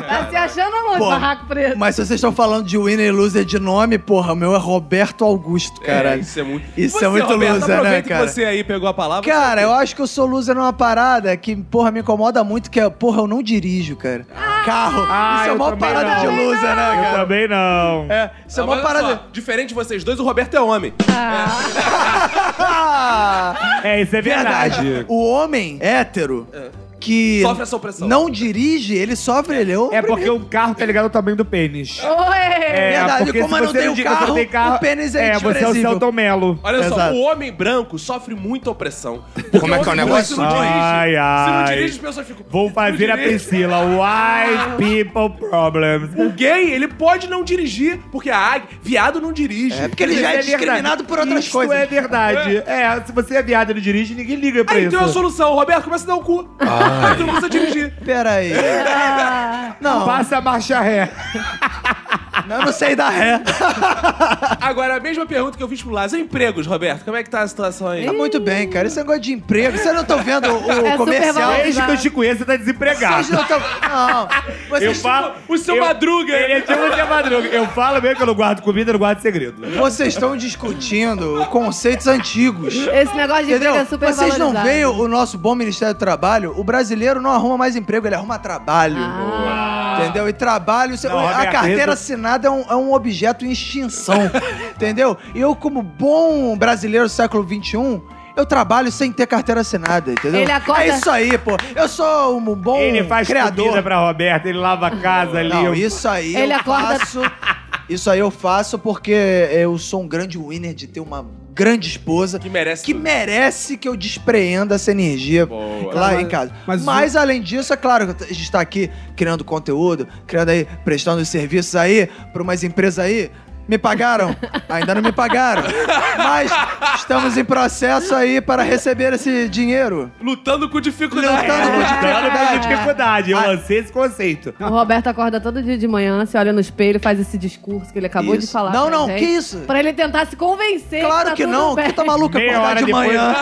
Speaker 3: Tá se achando muito
Speaker 2: Pô,
Speaker 3: Barraco Preto.
Speaker 2: Mas se vocês estão falando de winner e loser de nome, porra, o meu é Roberto Augusto, cara.
Speaker 1: É, isso é muito,
Speaker 2: Isso
Speaker 1: Você,
Speaker 2: é muito
Speaker 1: Roberto,
Speaker 2: loser, né,
Speaker 1: aproveita que
Speaker 2: cara?
Speaker 1: você é aí pegou a palavra.
Speaker 2: Cara, eu acho que eu sou loser numa parada que, porra, me incomoda muito, que é, porra, eu não dirijo, cara. Carro.
Speaker 4: Ah,
Speaker 2: isso é
Speaker 4: eu
Speaker 2: uma
Speaker 4: também
Speaker 2: parada de
Speaker 4: não.
Speaker 2: loser, né,
Speaker 4: Eu
Speaker 2: cara?
Speaker 4: também não.
Speaker 2: É, isso é
Speaker 1: Não, mas
Speaker 2: uma
Speaker 1: olha
Speaker 2: parada.
Speaker 1: só, diferente de vocês dois, o Roberto é homem.
Speaker 2: Ah,
Speaker 4: É, isso é verdade. É.
Speaker 2: verdade. O homem hétero que
Speaker 1: Sofre essa opressão.
Speaker 2: não dirige, ele sofre, ele é um
Speaker 4: É porque o carro tá ligado ao tamanho do pênis.
Speaker 3: Oi!
Speaker 4: É,
Speaker 2: Verdade,
Speaker 4: porque
Speaker 2: como
Speaker 4: se
Speaker 2: eu não
Speaker 4: você
Speaker 2: tenho
Speaker 4: di-
Speaker 2: carro,
Speaker 4: você não tem
Speaker 2: o pênis é
Speaker 4: É, você é o
Speaker 2: desprezível.
Speaker 4: Celton Mello.
Speaker 1: Olha só,
Speaker 2: Exato.
Speaker 1: o homem branco sofre muita opressão. Porque
Speaker 9: Como é que é o
Speaker 1: homem branco,
Speaker 9: negócio?
Speaker 1: Se não dirige,
Speaker 4: Ai,
Speaker 1: se não
Speaker 4: ai.
Speaker 1: dirige as pessoas ficam...
Speaker 4: Vou
Speaker 1: "Se não
Speaker 4: fazer a
Speaker 1: dirige".
Speaker 4: Priscila. White people problems.
Speaker 1: O gay, ele pode não dirigir, porque a águia... Viado não dirige.
Speaker 2: É porque ele já é
Speaker 4: Isso verdade.
Speaker 2: discriminado por outras
Speaker 4: Isso
Speaker 2: coisas.
Speaker 4: é verdade. É, se você é viado e não dirige, ninguém liga pra
Speaker 1: Ah,
Speaker 4: isso.
Speaker 1: então é a solução. Roberto, começa a dar o cu. Aí tu não precisa dirigir.
Speaker 2: Pera aí. É. Não,
Speaker 4: Passa a marcha ré.
Speaker 2: eu não sei dar ré.
Speaker 1: Agora, a mesma pergunta que eu fiz pro Lázaro. Empregos, Roberto, como é que tá a situação aí?
Speaker 2: Tá muito bem, cara. Isso é negócio de emprego. Vocês não estão vendo o
Speaker 3: É
Speaker 2: comercial.
Speaker 3: supervalorizado.
Speaker 4: Desde que eu te conheço, você tá desempregado.
Speaker 2: Vocês não estão. Não.
Speaker 4: Eu
Speaker 2: Vocês,
Speaker 4: falo.
Speaker 1: O seu
Speaker 4: eu-
Speaker 1: Madruga. né?
Speaker 4: Ele é tipo o seu madruga. Eu falo mesmo que eu não guardo comida, eu não guardo segredo.
Speaker 2: vocês estão discutindo conceitos antigos.
Speaker 3: Esse negócio de
Speaker 2: Entendeu?
Speaker 3: briga é super
Speaker 2: Vocês não
Speaker 3: valorizado.
Speaker 2: veem o nosso bom Ministério do Trabalho? O brasileiro não arruma mais emprego, ele arruma trabalho.
Speaker 3: Ah.
Speaker 2: Entendeu? E trabalho.
Speaker 4: Não,
Speaker 2: a
Speaker 4: Roberto,
Speaker 2: carteira
Speaker 4: isso-
Speaker 2: assinada é um, é um objeto em extinção. entendeu? E eu, como bom brasileiro do século XXI. Eu trabalho sem ter carteira assinada, entendeu?
Speaker 3: Ele acorda-
Speaker 2: É isso aí, pô. Eu sou um bom
Speaker 4: ele faz
Speaker 2: criador.
Speaker 4: comida pra Roberto, ele lava a casa ali.
Speaker 2: Não,
Speaker 4: eu-
Speaker 2: isso aí
Speaker 3: Ele
Speaker 2: eu
Speaker 3: acorda-
Speaker 2: faço. Isso aí eu faço porque eu sou um grande winner de ter uma grande esposa
Speaker 1: Que merece
Speaker 2: que
Speaker 1: tudo.
Speaker 2: merece que eu despreenda essa energia
Speaker 1: Boa.
Speaker 2: lá
Speaker 5: Mas-
Speaker 2: em casa.
Speaker 5: mas
Speaker 2: Mas,
Speaker 5: o-
Speaker 2: além disso, é claro que a gente tá aqui criando conteúdo, criando aí, prestando os serviços aí para umas empresas aí. Me pagaram? Ainda não me pagaram. Mas estamos em processo aí para receber esse dinheiro.
Speaker 1: Lutando com dificuldade.
Speaker 2: Lutando com
Speaker 4: Dando muita dificuldade. Eu
Speaker 2: é Ah.
Speaker 4: lancei esse conceito.
Speaker 3: O Roberto acorda todo dia de manhã, se olha no espelho, faz esse discurso que ele acabou de
Speaker 2: Isso.
Speaker 3: falar.
Speaker 2: Não,
Speaker 3: pra
Speaker 2: não,
Speaker 3: gente,
Speaker 2: que isso?
Speaker 3: Pra ele tentar se convencer.
Speaker 2: Claro que
Speaker 3: tá
Speaker 2: não,
Speaker 3: tudo
Speaker 2: que tá
Speaker 3: bem.
Speaker 2: maluco
Speaker 4: Meia
Speaker 2: acordar
Speaker 4: hora
Speaker 2: de
Speaker 4: depois-
Speaker 2: manhã.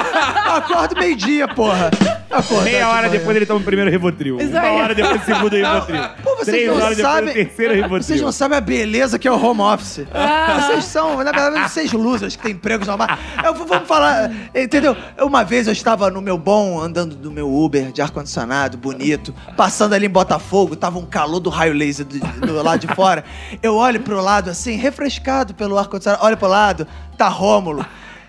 Speaker 2: Acordo meio-dia, porra. Acordar
Speaker 4: Meia hora
Speaker 2: manhã.
Speaker 4: depois ele toma o primeiro Rivotril.
Speaker 3: Isso
Speaker 4: Uma
Speaker 3: aí.
Speaker 4: hora depois o segundo Rivotril.
Speaker 2: Pô, vocês
Speaker 4: Três
Speaker 2: não
Speaker 4: horas
Speaker 2: sabem-
Speaker 4: depois o terceiro é Rivotril.
Speaker 2: Vocês não sabem a beleza que é o home office.
Speaker 3: Ah.
Speaker 2: Vocês são, na verdade, vocês losers que têm empregos normais. Eu vou- vamos falar, entendeu? Uma vez eu estava no meu bom, andando do meu Uber de ar-condicionado, bonito, passando ali em Botafogo, tava um calor do raio laser do, do lado de fora. Eu olho pro lado assim, refrescado pelo ar-condicionado, olho pro lado, tá Rômulo.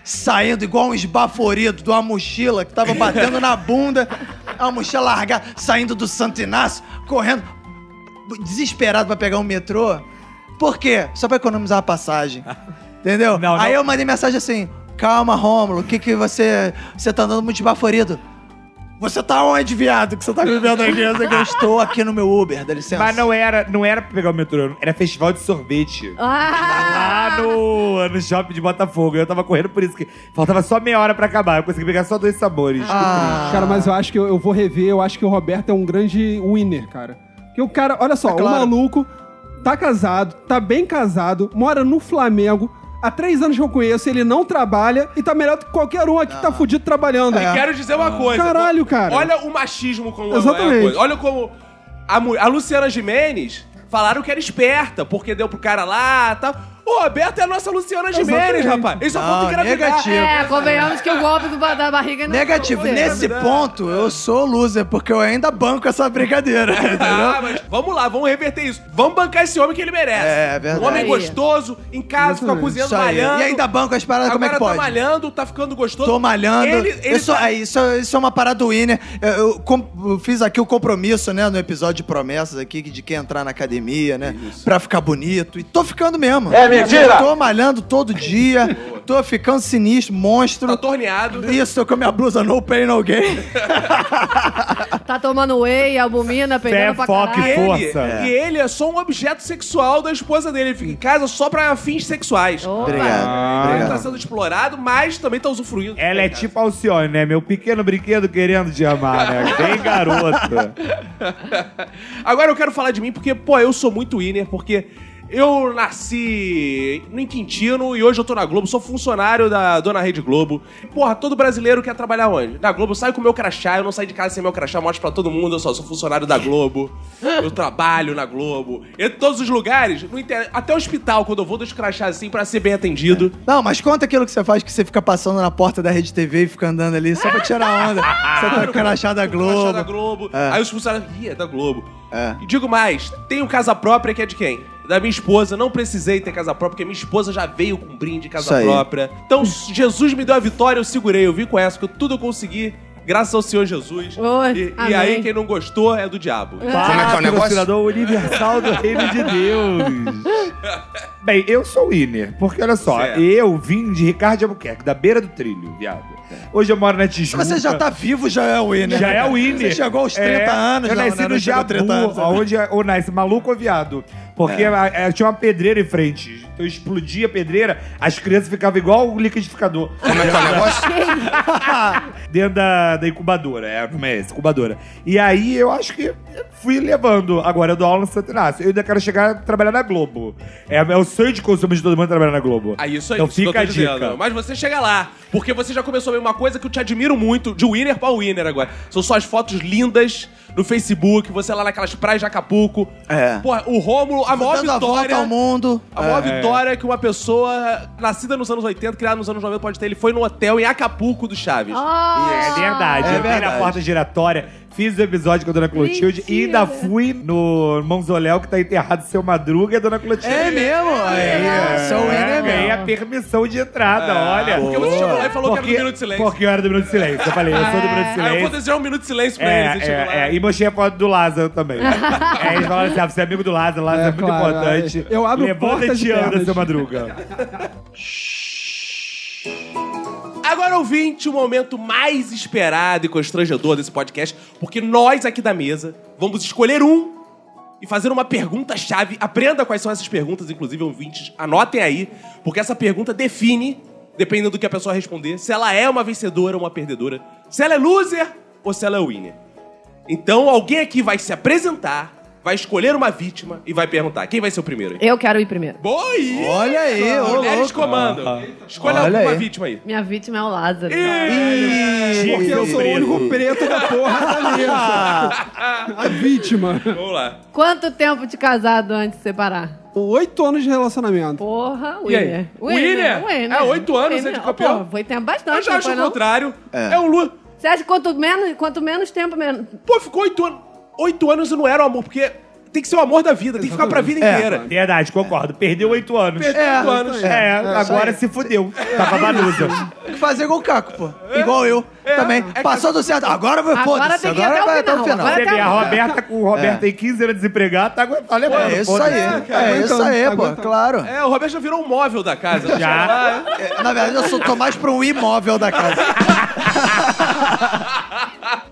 Speaker 2: saindo igual um esbaforido de uma mochila que tava batendo na bunda, a mochila largada, saindo do Santo Inácio, correndo, desesperado pra pegar um metrô. Por quê? Só pra economizar a passagem. Entendeu?
Speaker 4: Não, não.
Speaker 2: Aí eu mandei mensagem assim: calma, Rômulo, o que que você. Você tá andando muito esbaforido. Você tá onde, viado, que você tá vivendo aqui? Eu falei, "Eu estou aqui no meu Uber, dá licença.
Speaker 4: Mas não era, não era pra pegar o metrô, era festival de sorvete.
Speaker 3: Ah!
Speaker 4: Lá no, no shopping de Botafogo. Eu tava correndo por isso que faltava só meia hora pra acabar. Eu consegui pegar só dois sabores.
Speaker 2: Ah.
Speaker 5: Cara, mas eu acho que eu, eu vou rever. Eu acho que o Roberto é um grande winner, cara. Porque o cara, olha só,
Speaker 2: É claro.
Speaker 5: o maluco tá casado, tá bem casado, mora no Flamengo. Há três anos que eu conheço, ele não trabalha e tá melhor do que qualquer um aqui que tá fudido trabalhando.
Speaker 2: Ah. É.
Speaker 1: Quero dizer uma coisa.
Speaker 5: Caralho, cara.
Speaker 1: Olha o machismo como é a
Speaker 5: Exatamente.
Speaker 1: coisa. Olha como a, mu- a Luciana Gimenez falaram que era esperta, porque deu pro cara lá e tal. O Roberto é a nossa Luciana Gimenez,
Speaker 5: Exatamente.
Speaker 1: rapaz. Ele só
Speaker 2: Não,
Speaker 1: falta engravidar.
Speaker 2: negativo.
Speaker 3: É, convenhamos que o golpe do, ba- da barriga não é
Speaker 2: Negativo.
Speaker 3: não-
Speaker 2: Nesse ponto, eu sou loser, porque eu ainda banco essa brincadeira.
Speaker 1: Ah, mas vamos lá, vamos reverter isso. Vamos bancar esse homem que ele merece.
Speaker 2: É, verdade.
Speaker 1: Um homem
Speaker 3: Aí.
Speaker 1: gostoso, em casa, fica
Speaker 5: Exatamente.
Speaker 1: cozinhando,
Speaker 2: Isso aí. E
Speaker 1: malhando.
Speaker 2: ainda banco as paradas, como é que
Speaker 1: Agora
Speaker 2: pode?
Speaker 1: tá malhando, tá ficando gostoso.
Speaker 2: Tô malhando.
Speaker 1: Ele, ele
Speaker 2: isso,
Speaker 1: tá-
Speaker 2: é, isso, isso é uma parada do Winner. Eu, eu com- eu fiz aqui o compromisso, né, no episódio de promessas aqui, de quem entrar na academia, né? Pra ficar bonito. E tô ficando mesmo. É mentira! Tô malhando todo dia. tô ficando sinistro, monstro.
Speaker 1: tá torneado.
Speaker 2: Isso, tô com a minha blusa no pain no gain.
Speaker 3: Tá tomando whey, albumina, pegando
Speaker 4: Fé,
Speaker 3: pra
Speaker 4: é foco
Speaker 3: caralho.
Speaker 4: e
Speaker 1: Ele-
Speaker 4: força.
Speaker 1: E ele é só um objeto sexual da esposa dele. Ele fica em casa só pra fins sexuais.
Speaker 3: Opa.
Speaker 2: Obrigado.
Speaker 1: Ele tá
Speaker 2: obrigado.
Speaker 1: sendo explorado, mas também tá usufruindo.
Speaker 4: Ela é tipo Alcione, né? Meu pequeno brinquedo querendo te amar, né? Bem garota.
Speaker 1: Agora eu quero falar de mim porque, pô, eu sou muito winner, porque eu nasci no Quintino e hoje eu tô na Globo, sou funcionário da dona Rede Globo. Porra, todo brasileiro quer trabalhar onde? Na Globo, eu saio com meu crachá, eu não saio de casa sem meu crachá, mostro pra todo mundo, eu só sou funcionário da Globo. Eu trabalho na Globo. Em todos os lugares, no inter... até o hospital, quando eu vou, deixo o crachá assim pra ser bem atendido.
Speaker 2: Não, mas conta aquilo que você faz que você fica passando na porta da Rede TV e fica andando ali só pra tirar onda. Você tá com o crachá da
Speaker 1: crachá da
Speaker 2: Globo.
Speaker 1: Globo.
Speaker 2: É.
Speaker 1: Aí os funcionários, ih, é da Globo.
Speaker 2: É.
Speaker 1: E digo mais, tenho casa própria que é de quem? Da minha esposa. Não precisei ter casa própria, porque minha esposa já veio com um brinde de
Speaker 2: Isso
Speaker 1: casa
Speaker 2: aí.
Speaker 1: própria. Então Jesus me deu a vitória, eu segurei, eu vim com essa, que eu tudo consegui. Graças ao Senhor Jesus.
Speaker 3: Oi,
Speaker 1: e, e
Speaker 3: amém.
Speaker 1: aí, quem não gostou é do diabo.
Speaker 4: Como é que é o negócio? Patrocinador universal do reino de Deus. Bem, eu sou o Iner, porque olha só,
Speaker 1: Certo.
Speaker 4: eu vim de Ricardo de Albuquerque, da beira do trilho, viado. Hoje eu moro na Tijuca.
Speaker 2: Você já tá vivo, já é o Winner.
Speaker 4: Já é o Ine.
Speaker 2: Você chegou aos 30
Speaker 4: É,
Speaker 2: anos.
Speaker 4: Eu
Speaker 2: não,
Speaker 4: nasci
Speaker 2: né? É.
Speaker 4: no
Speaker 2: Não chegou a
Speaker 4: Jabu,
Speaker 2: 30 anos.
Speaker 4: onde é- ou nasce maluco ou viado. Porque a- a- tinha uma pedreira em frente. Então eu explodia a pedreira, as crianças ficavam igual o liquidificador. Como é que é o negócio? Dentro da, da incubadora. É, como é esse? Incubadora. E aí eu acho que fui levando. Agora eu dou aula no Santo Inácio. Eu ainda quero chegar a trabalhar na Globo. É, é o sonho de consumo de todo mundo trabalhar na Globo.
Speaker 1: Aí Ah, isso aí,
Speaker 4: Então
Speaker 1: isso que eu
Speaker 4: fica
Speaker 1: tô
Speaker 4: a dica.
Speaker 1: dizendo. Mas você chega lá, porque você já começou a ver uma coisa que eu te admiro muito, de winner pra winner agora. São suas fotos lindas no Facebook, você lá naquelas praias de Acapulco.
Speaker 2: É.
Speaker 1: Porra, o Rômulo, a maior
Speaker 2: Dando a volta
Speaker 1: vitória.
Speaker 2: ao mundo.
Speaker 1: A maior
Speaker 4: É.
Speaker 1: vitória que uma pessoa nascida nos anos 80, criada nos anos 90 pode ter, ele foi no hotel em Acapulco do Chaves.
Speaker 3: Ah,
Speaker 4: É verdade.
Speaker 2: É
Speaker 4: eu fui na
Speaker 2: verdade.
Speaker 4: porta giratória, fiz o episódio com a dona Clotilde e
Speaker 3: Mentira.
Speaker 4: ainda fui no mausoléu que tá enterrado seu Madruga e a dona Clotilde.
Speaker 2: É mesmo? Aí, sou o
Speaker 4: É,
Speaker 2: Winner
Speaker 4: ganhei
Speaker 2: mesmo.
Speaker 4: a permissão de entrada, olha.
Speaker 1: Porque você chegou lá e falou que era do
Speaker 4: Porque-
Speaker 1: Minuto de Silêncio.
Speaker 4: Porque eu era do Minuto de Silêncio. Eu falei, eu sou do Minuto de
Speaker 1: Aí eu vou
Speaker 4: Silêncio.
Speaker 1: desejar um minuto de silêncio pra
Speaker 4: É,
Speaker 1: ele. Você chegou lá.
Speaker 4: é, é, e mostrei a foto do Lázaro também. é, eles falaram assim: ah, você é amigo do Lázaro, Lázaro é,
Speaker 5: É,
Speaker 4: muito
Speaker 5: claro,
Speaker 4: importante.
Speaker 5: é. Eu abro
Speaker 4: Levanta e
Speaker 5: portas
Speaker 4: te
Speaker 5: e
Speaker 4: anda,
Speaker 5: pernas.
Speaker 4: seu Madruga.
Speaker 1: Agora, ouvinte, o momento mais esperado e constrangedor desse podcast, porque nós aqui da mesa vamos escolher um e fazer uma pergunta-chave. Aprenda quais são essas perguntas, inclusive, ouvintes. Anotem aí, porque essa pergunta define, dependendo do que a pessoa responder, se ela é uma vencedora ou uma perdedora, se ela é loser ou se ela é winner. Então, alguém aqui vai se apresentar, vai escolher uma vítima e vai perguntar. Quem vai ser o primeiro aí?
Speaker 3: Eu quero ir primeiro.
Speaker 1: Boi!
Speaker 2: Olha aí, ô
Speaker 1: Mulheres
Speaker 2: louco. Ah,
Speaker 1: comandam. Escolha
Speaker 2: Olha
Speaker 1: alguma
Speaker 2: aí.
Speaker 1: vítima aí.
Speaker 3: Minha vítima é o Lázaro.
Speaker 4: Tinha que
Speaker 5: Porque
Speaker 4: ser
Speaker 5: eu
Speaker 4: o
Speaker 5: sou o
Speaker 4: preto.
Speaker 5: único preto da porra da mesa. A vítima.
Speaker 1: Vamos lá.
Speaker 3: Quanto tempo de casado antes de separar?
Speaker 5: Oito anos de relacionamento.
Speaker 3: Porra,
Speaker 1: E aí?
Speaker 3: Winner.
Speaker 1: Winner? É, oito anos você é de campeão?
Speaker 3: né? Pô, foi tempo bastante,
Speaker 1: Eu já
Speaker 3: não
Speaker 1: acho
Speaker 3: foi,
Speaker 1: o
Speaker 3: não?
Speaker 1: contrário. É, um Lu.
Speaker 3: Você acha que quanto menos, quanto menos tempo, menos...
Speaker 1: Pô, ficou oito anos. Oito anos e não era o amor, porque tem que ser o amor da vida, tem que ficar pra vida inteira.
Speaker 4: Verdade, concordo. Perdeu oito anos.
Speaker 1: Perdeu oito anos.
Speaker 4: É, agora se fudeu. Tá com
Speaker 1: É
Speaker 4: a banusa.
Speaker 2: Fazer igual o Caco, pô. Igual eu. Também. Passou do certo. Agora vai, foda-se.
Speaker 3: tem que ir
Speaker 2: Agora
Speaker 3: até o
Speaker 2: vai
Speaker 3: final, agora
Speaker 4: Você vê, a Roberta, com o
Speaker 1: É.
Speaker 4: Roberto tem 15 anos desempregado, tá aguentando. levando,
Speaker 2: É isso
Speaker 4: foda-se.
Speaker 2: aí.
Speaker 5: cara,
Speaker 2: É isso
Speaker 5: aguentando,
Speaker 2: aí, pô.
Speaker 5: aguentando.
Speaker 2: Claro.
Speaker 1: É, o Roberto já virou um móvel da casa.
Speaker 4: Já.
Speaker 2: É, Na verdade, eu sou tô mais pra um imóvel da casa.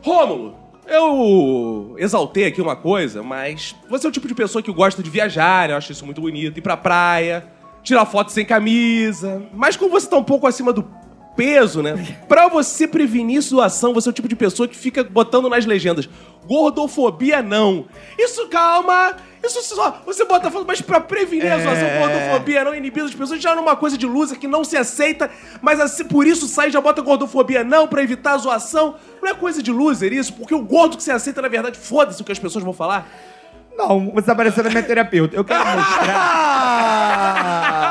Speaker 1: Rômulo, eu exaltei aqui uma coisa, mas você é o tipo de pessoa que gosta de viajar, eu acho isso muito bonito, ir pra praia, tirar foto sem camisa. Mas como você tá um pouco acima do peso, né? Pra você prevenir situação, você é o tipo de pessoa que fica botando nas legendas. Gordofobia não. Isso calma. Isso só. Você bota falando, mas pra prevenir a situação,
Speaker 4: É.
Speaker 1: gordofobia não, inibir as pessoas, já numa coisa de loser que não se aceita, mas assim por isso sai já bota gordofobia não pra evitar a zoação. Não é coisa de loser isso, porque o gordo que se aceita, na verdade, foda-se o que as pessoas vão falar.
Speaker 4: Não, você tá parecendo a minha terapeuta. Eu quero
Speaker 1: Ah.
Speaker 4: mostrar.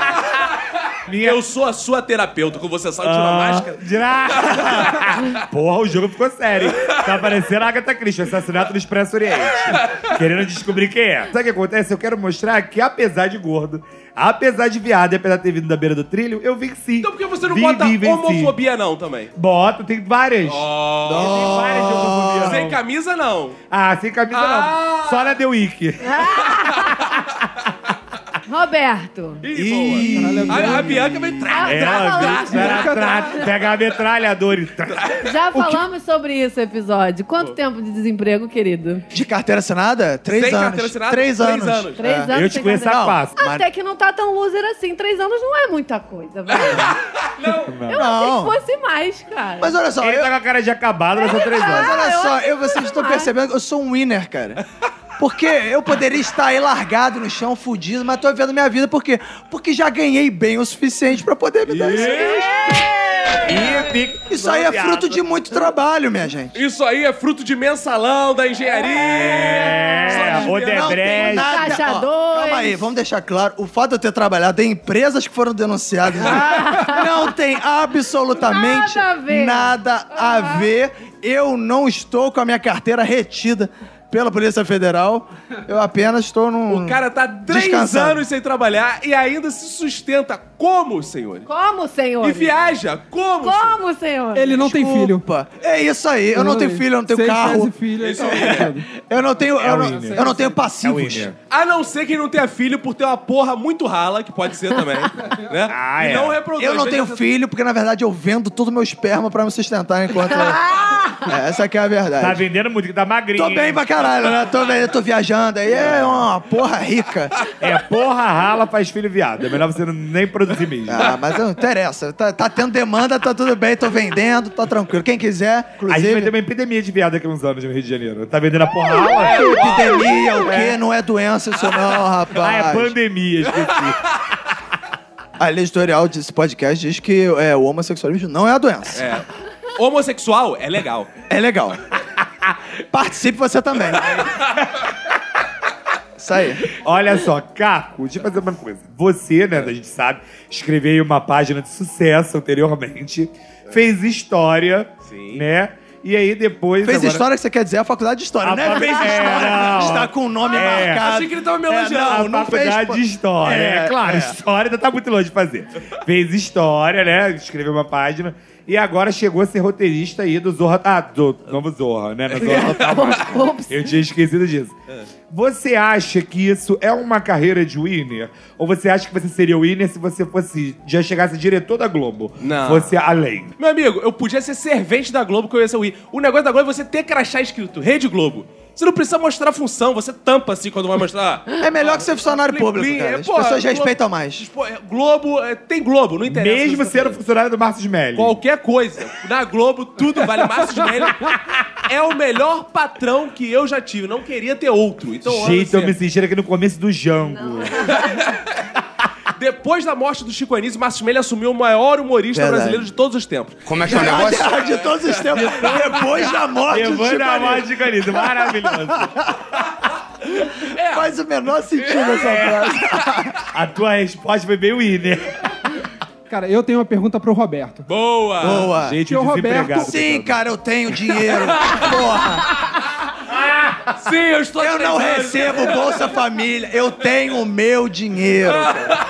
Speaker 4: minha...
Speaker 1: Eu sou a sua terapeuta, como você sabe, tira a
Speaker 4: Ah,
Speaker 1: máscara.
Speaker 4: Dirá. Porra, o jogo ficou sério. hein? Tá parecendo a Agatha Christie, o assassinato do Expresso Oriente. Querendo descobrir quem é. Sabe o que acontece? Eu quero mostrar que, apesar de gordo, apesar de viado e apesar de ter vindo da beira do trilho, eu venci.
Speaker 1: Então por que você não
Speaker 4: Vim,
Speaker 1: bota
Speaker 4: vim, venci.
Speaker 1: homofobia não também?
Speaker 4: Bota, tem várias. Tem várias de homofobia.
Speaker 1: Sem
Speaker 4: não.
Speaker 1: camisa não.
Speaker 4: Ah, sem camisa
Speaker 1: Ah.
Speaker 4: não. Só na The Week.
Speaker 3: Roberto.
Speaker 1: Ih, boa. A, a Bianca vem...
Speaker 3: Ah,
Speaker 4: É,
Speaker 3: já
Speaker 4: Ela,
Speaker 3: falamos,
Speaker 4: ela tra- pega a metralhadora e... tra-
Speaker 3: já falamos sobre isso episódio. Quanto tempo de desemprego, querido?
Speaker 2: De carteira assinada? Três
Speaker 1: Sem
Speaker 2: anos.
Speaker 1: carteira assinada?
Speaker 2: Três
Speaker 1: Três
Speaker 2: anos.
Speaker 1: anos.
Speaker 3: Três anos.
Speaker 4: Ah, Eu te
Speaker 3: sem
Speaker 4: conheço
Speaker 3: fazer-
Speaker 4: a fácil.
Speaker 3: Até que não tá tão loser assim. Três anos não é muita coisa, velho. Eu
Speaker 2: Não.
Speaker 3: achei que fosse mais, cara.
Speaker 2: Mas olha só,
Speaker 4: Ele
Speaker 2: eu-
Speaker 4: tá com a cara de acabado, mas são três
Speaker 2: mas
Speaker 4: anos.
Speaker 2: olha
Speaker 3: eu
Speaker 2: só,
Speaker 3: acho
Speaker 2: eu, vocês
Speaker 3: demais.
Speaker 2: estão percebendo que eu sou um winner, cara. Porque eu poderia estar aí largado no chão, fudido, mas tô vivendo minha vida por quê? Porque já ganhei bem o suficiente pra poder me dar isso. Isso aí é fruto de muito trabalho, minha gente.
Speaker 1: Isso aí é fruto de mensalão, da engenharia.
Speaker 4: É,
Speaker 1: Só desviando.
Speaker 2: Não tem
Speaker 4: Odebrecht.
Speaker 2: nada.
Speaker 3: Caixa
Speaker 2: Ó,
Speaker 3: dois.
Speaker 2: Calma aí, vamos deixar claro. O fato de eu ter trabalhado em empresas que foram denunciadas não tem absolutamente
Speaker 3: Nada a ver. Ah.
Speaker 2: nada a ver. Eu não estou com a minha carteira retida pela Polícia Federal. Eu apenas estou num.
Speaker 1: O cara tá três
Speaker 2: Descansado.
Speaker 1: anos sem trabalhar e ainda se sustenta. Como, senhores?
Speaker 3: Como, senhor?
Speaker 1: E viaja. Como? senhores?
Speaker 3: Como, senhor?
Speaker 5: Ele não tem filho.
Speaker 2: Opa, é isso aí. Eu tipo, não tenho filho, eu não tenho
Speaker 5: Seis meses
Speaker 2: carro.
Speaker 5: de filho,
Speaker 1: Isso
Speaker 5: tá
Speaker 1: aí.
Speaker 5: tudo.
Speaker 2: Eu não tenho. eu,
Speaker 4: o
Speaker 2: não,
Speaker 4: Winner.
Speaker 2: eu não tenho
Speaker 4: É o
Speaker 2: passivos.
Speaker 4: Winner.
Speaker 1: A não ser quem não tenha filho por ter uma porra muito rala, que pode ser também. né?
Speaker 4: Ah,
Speaker 1: e
Speaker 4: é.
Speaker 1: não reproduz.
Speaker 2: eu não tenho filho, porque na verdade eu vendo todo o meu esperma pra me sustentar enquanto. É, essa que é a verdade.
Speaker 4: Tá vendendo muito, que tá magrinho.
Speaker 2: Tô bem pra caralho, né? Tô, bem, tô viajando aí, é uma porra rica.
Speaker 4: É, porra, rala, faz filho viado. É melhor você não- nem produzir mesmo.
Speaker 2: Ah, mas não interessa. Tá, tá tendo demanda, tá tudo bem, tô vendendo, tá tranquilo. Quem quiser,
Speaker 4: A gente vai ter
Speaker 2: inclusive.
Speaker 4: uma epidemia de viado daqui a uns anos no Rio de Janeiro. Tá vendendo a porra rala?
Speaker 2: É, Epidemia, o quê? Não é doença isso não,
Speaker 4: Ah, é
Speaker 2: rapaz.
Speaker 4: pandemia, esqueci.
Speaker 2: A lei editorial desse podcast diz que é, o homossexualismo não é a doença.
Speaker 1: É. Homossexual é legal.
Speaker 2: É, legal. Participe você também. Isso aí.
Speaker 4: Olha só, Caco, deixa eu fazer uma coisa. Você, né, a gente sabe, escreveu uma página de sucesso anteriormente, fez história,
Speaker 1: Sim.
Speaker 4: né? E aí depois.
Speaker 2: Fez
Speaker 4: agora-
Speaker 2: história que você quer dizer a faculdade de história,
Speaker 4: A
Speaker 2: né?
Speaker 4: facu-
Speaker 2: Fez
Speaker 4: é,
Speaker 2: história.
Speaker 4: não.
Speaker 2: Está com o nome
Speaker 4: É.
Speaker 2: marcado.
Speaker 1: Achei que ele tava me
Speaker 4: É,
Speaker 1: elogiando.
Speaker 4: não,
Speaker 2: não
Speaker 4: a faculdade
Speaker 2: fez-
Speaker 4: de história. É,
Speaker 2: É,
Speaker 4: claro,
Speaker 2: é.
Speaker 4: história ainda tá muito longe de fazer. Fez história, né? Escreveu uma página. E agora chegou a ser roteirista aí do Zorra. Ah, do Novo Zorra, né? No Zorra tá mais. Eu tinha esquecido disso. Você acha que isso é uma carreira de winner? Ou você acha que você seria winner se você fosse. Já chegasse diretor da Globo?
Speaker 1: Não.
Speaker 4: Fosse além.
Speaker 1: Meu amigo, eu podia ser servente da Globo que eu ia ser o I. O negócio da Globo é você ter crachá escrito Rede Globo. Você não precisa mostrar a função, você tampa assim quando vai mostrar.
Speaker 2: É melhor que ser funcionário
Speaker 1: Plim,
Speaker 2: público,
Speaker 1: plim,
Speaker 2: cara.
Speaker 1: é,
Speaker 2: As
Speaker 1: porra,
Speaker 2: pessoas
Speaker 1: Globo-
Speaker 2: respeitam mais.
Speaker 1: Pô, é, Globo, é, tem Globo, não interessa.
Speaker 4: Mesmo
Speaker 1: Você-
Speaker 4: sendo funcionário do Marcos Melli.
Speaker 1: Qualquer coisa. Na Globo, tudo vale. Márcio Melli é o melhor patrão que eu já tive. Não queria ter outro. Então, olha
Speaker 4: Gente, eu
Speaker 1: você,
Speaker 4: me sentindo aqui no começo do Jango.
Speaker 1: depois da morte do Chico Anísio, Márcio Melli assumiu o maior humorista
Speaker 2: Verdade.
Speaker 1: brasileiro de todos os tempos.
Speaker 2: Ah, de todos os tempos. Depois da morte tipo, do
Speaker 4: Levando
Speaker 2: Chico
Speaker 4: a
Speaker 2: Anísio.
Speaker 4: voz de Canizo. Maravilhoso.
Speaker 2: Faz o
Speaker 1: É.
Speaker 2: menor sentido essa frase.
Speaker 4: A tua resposta foi bem winner.
Speaker 5: Cara, eu tenho uma pergunta pro Roberto.
Speaker 1: Boa!
Speaker 2: Boa.
Speaker 4: Gente,
Speaker 5: o desempregado
Speaker 2: Sim, cara, eu tenho dinheiro. Porra.
Speaker 1: Sim, eu estou há
Speaker 2: Eu
Speaker 1: três
Speaker 2: não
Speaker 1: anos.
Speaker 2: recebo Bolsa Família, eu tenho o meu dinheiro. cara.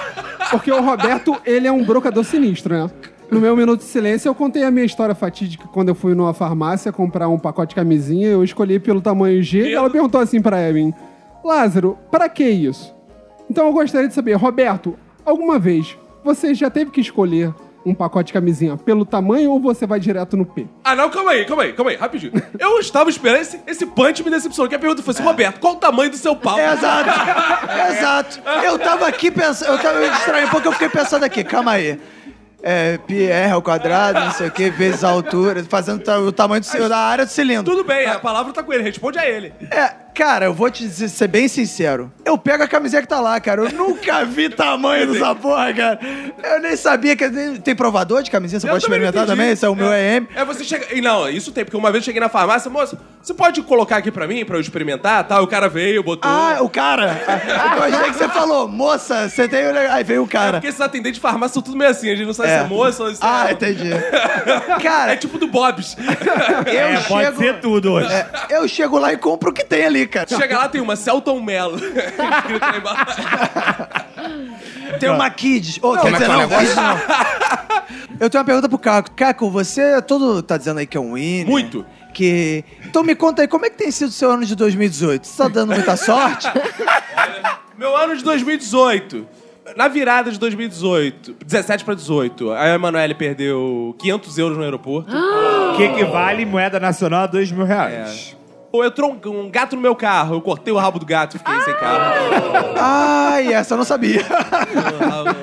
Speaker 5: Porque o Roberto, ele é um brocador sinistro, né? No meu Minuto de Silêncio, eu contei a minha história fatídica quando eu fui numa farmácia comprar um pacote de camisinha. Eu escolhi pelo tamanho G e ela perguntou assim pra Evelyn: Lázaro, pra que isso? Então eu gostaria de saber, Roberto, alguma vez você já teve que escolher um pacote de camisinha pelo tamanho ou você vai direto no P?
Speaker 1: Ah, não, calma aí, calma aí, calma aí, rapidinho. Eu estava esperando esse, esse punch me decepcionou. Que a pergunta fosse, Roberto, qual o tamanho do seu pau?
Speaker 2: É, Exato, exato. Eu tava aqui pensando, eu tava me distraindo um pouco, eu fiquei pensando aqui, calma aí. É, PR ao quadrado, não sei o quê, vezes a altura, fazendo ta- o tamanho do, ci- da área do cilindro.
Speaker 1: Tudo bem, a palavra tá com ele, responde a ele.
Speaker 2: É, cara, eu vou te dizer, ser bem sincero. Eu pego a camiseta que tá lá, cara. Eu nunca vi tamanho dessa porra, cara. Eu nem sabia que. Tem provador de camisinha? Você
Speaker 1: Eu
Speaker 2: pode
Speaker 1: também não
Speaker 2: experimentar
Speaker 1: entendi.
Speaker 2: também? Esse é o meu EM.
Speaker 1: É, você chega. e Não, isso tem, porque uma vez eu cheguei na farmácia, moça, você pode colocar aqui pra mim, pra eu experimentar? Tá, o cara veio, botou.
Speaker 2: Ah, o cara! Eu achei que você falou, moça, você tem. o neg-" Aí veio o cara.
Speaker 1: É Porque esses atendentes de farmácia são tudo meio assim, a gente não sabe se
Speaker 2: É.
Speaker 1: é moça ou se
Speaker 2: Ah,
Speaker 1: é.
Speaker 2: entendi. Cara,
Speaker 1: É tipo do Bob's.
Speaker 2: eu
Speaker 4: É,
Speaker 2: chego.
Speaker 4: pode ser tudo hoje.
Speaker 2: É, eu chego lá e compro o que tem ali, cara.
Speaker 1: Chega lá, tem uma Celton Mello. Escrito lá embaixo.
Speaker 2: Tem uma Kids. Ô, quer dizer, não, Kids não. Eu tenho uma pergunta pro Caco. Caco, você é todo. tá dizendo aí que é um winner.
Speaker 1: Muito.
Speaker 2: Que. Então me conta aí, como é que tem sido o seu ano de 2018? Você tá dando muita sorte?
Speaker 1: Meu ano de 2018. Na virada de 2018, 17 pra 18, a Emanuele perdeu 500 euros no aeroporto.
Speaker 4: O que equivale moeda nacional a dois mil reais?
Speaker 1: Ou entrou um, um gato no meu carro, eu cortei o rabo do gato e fiquei sem
Speaker 2: Ah!
Speaker 1: carro.
Speaker 2: Ai, essa eu não sabia.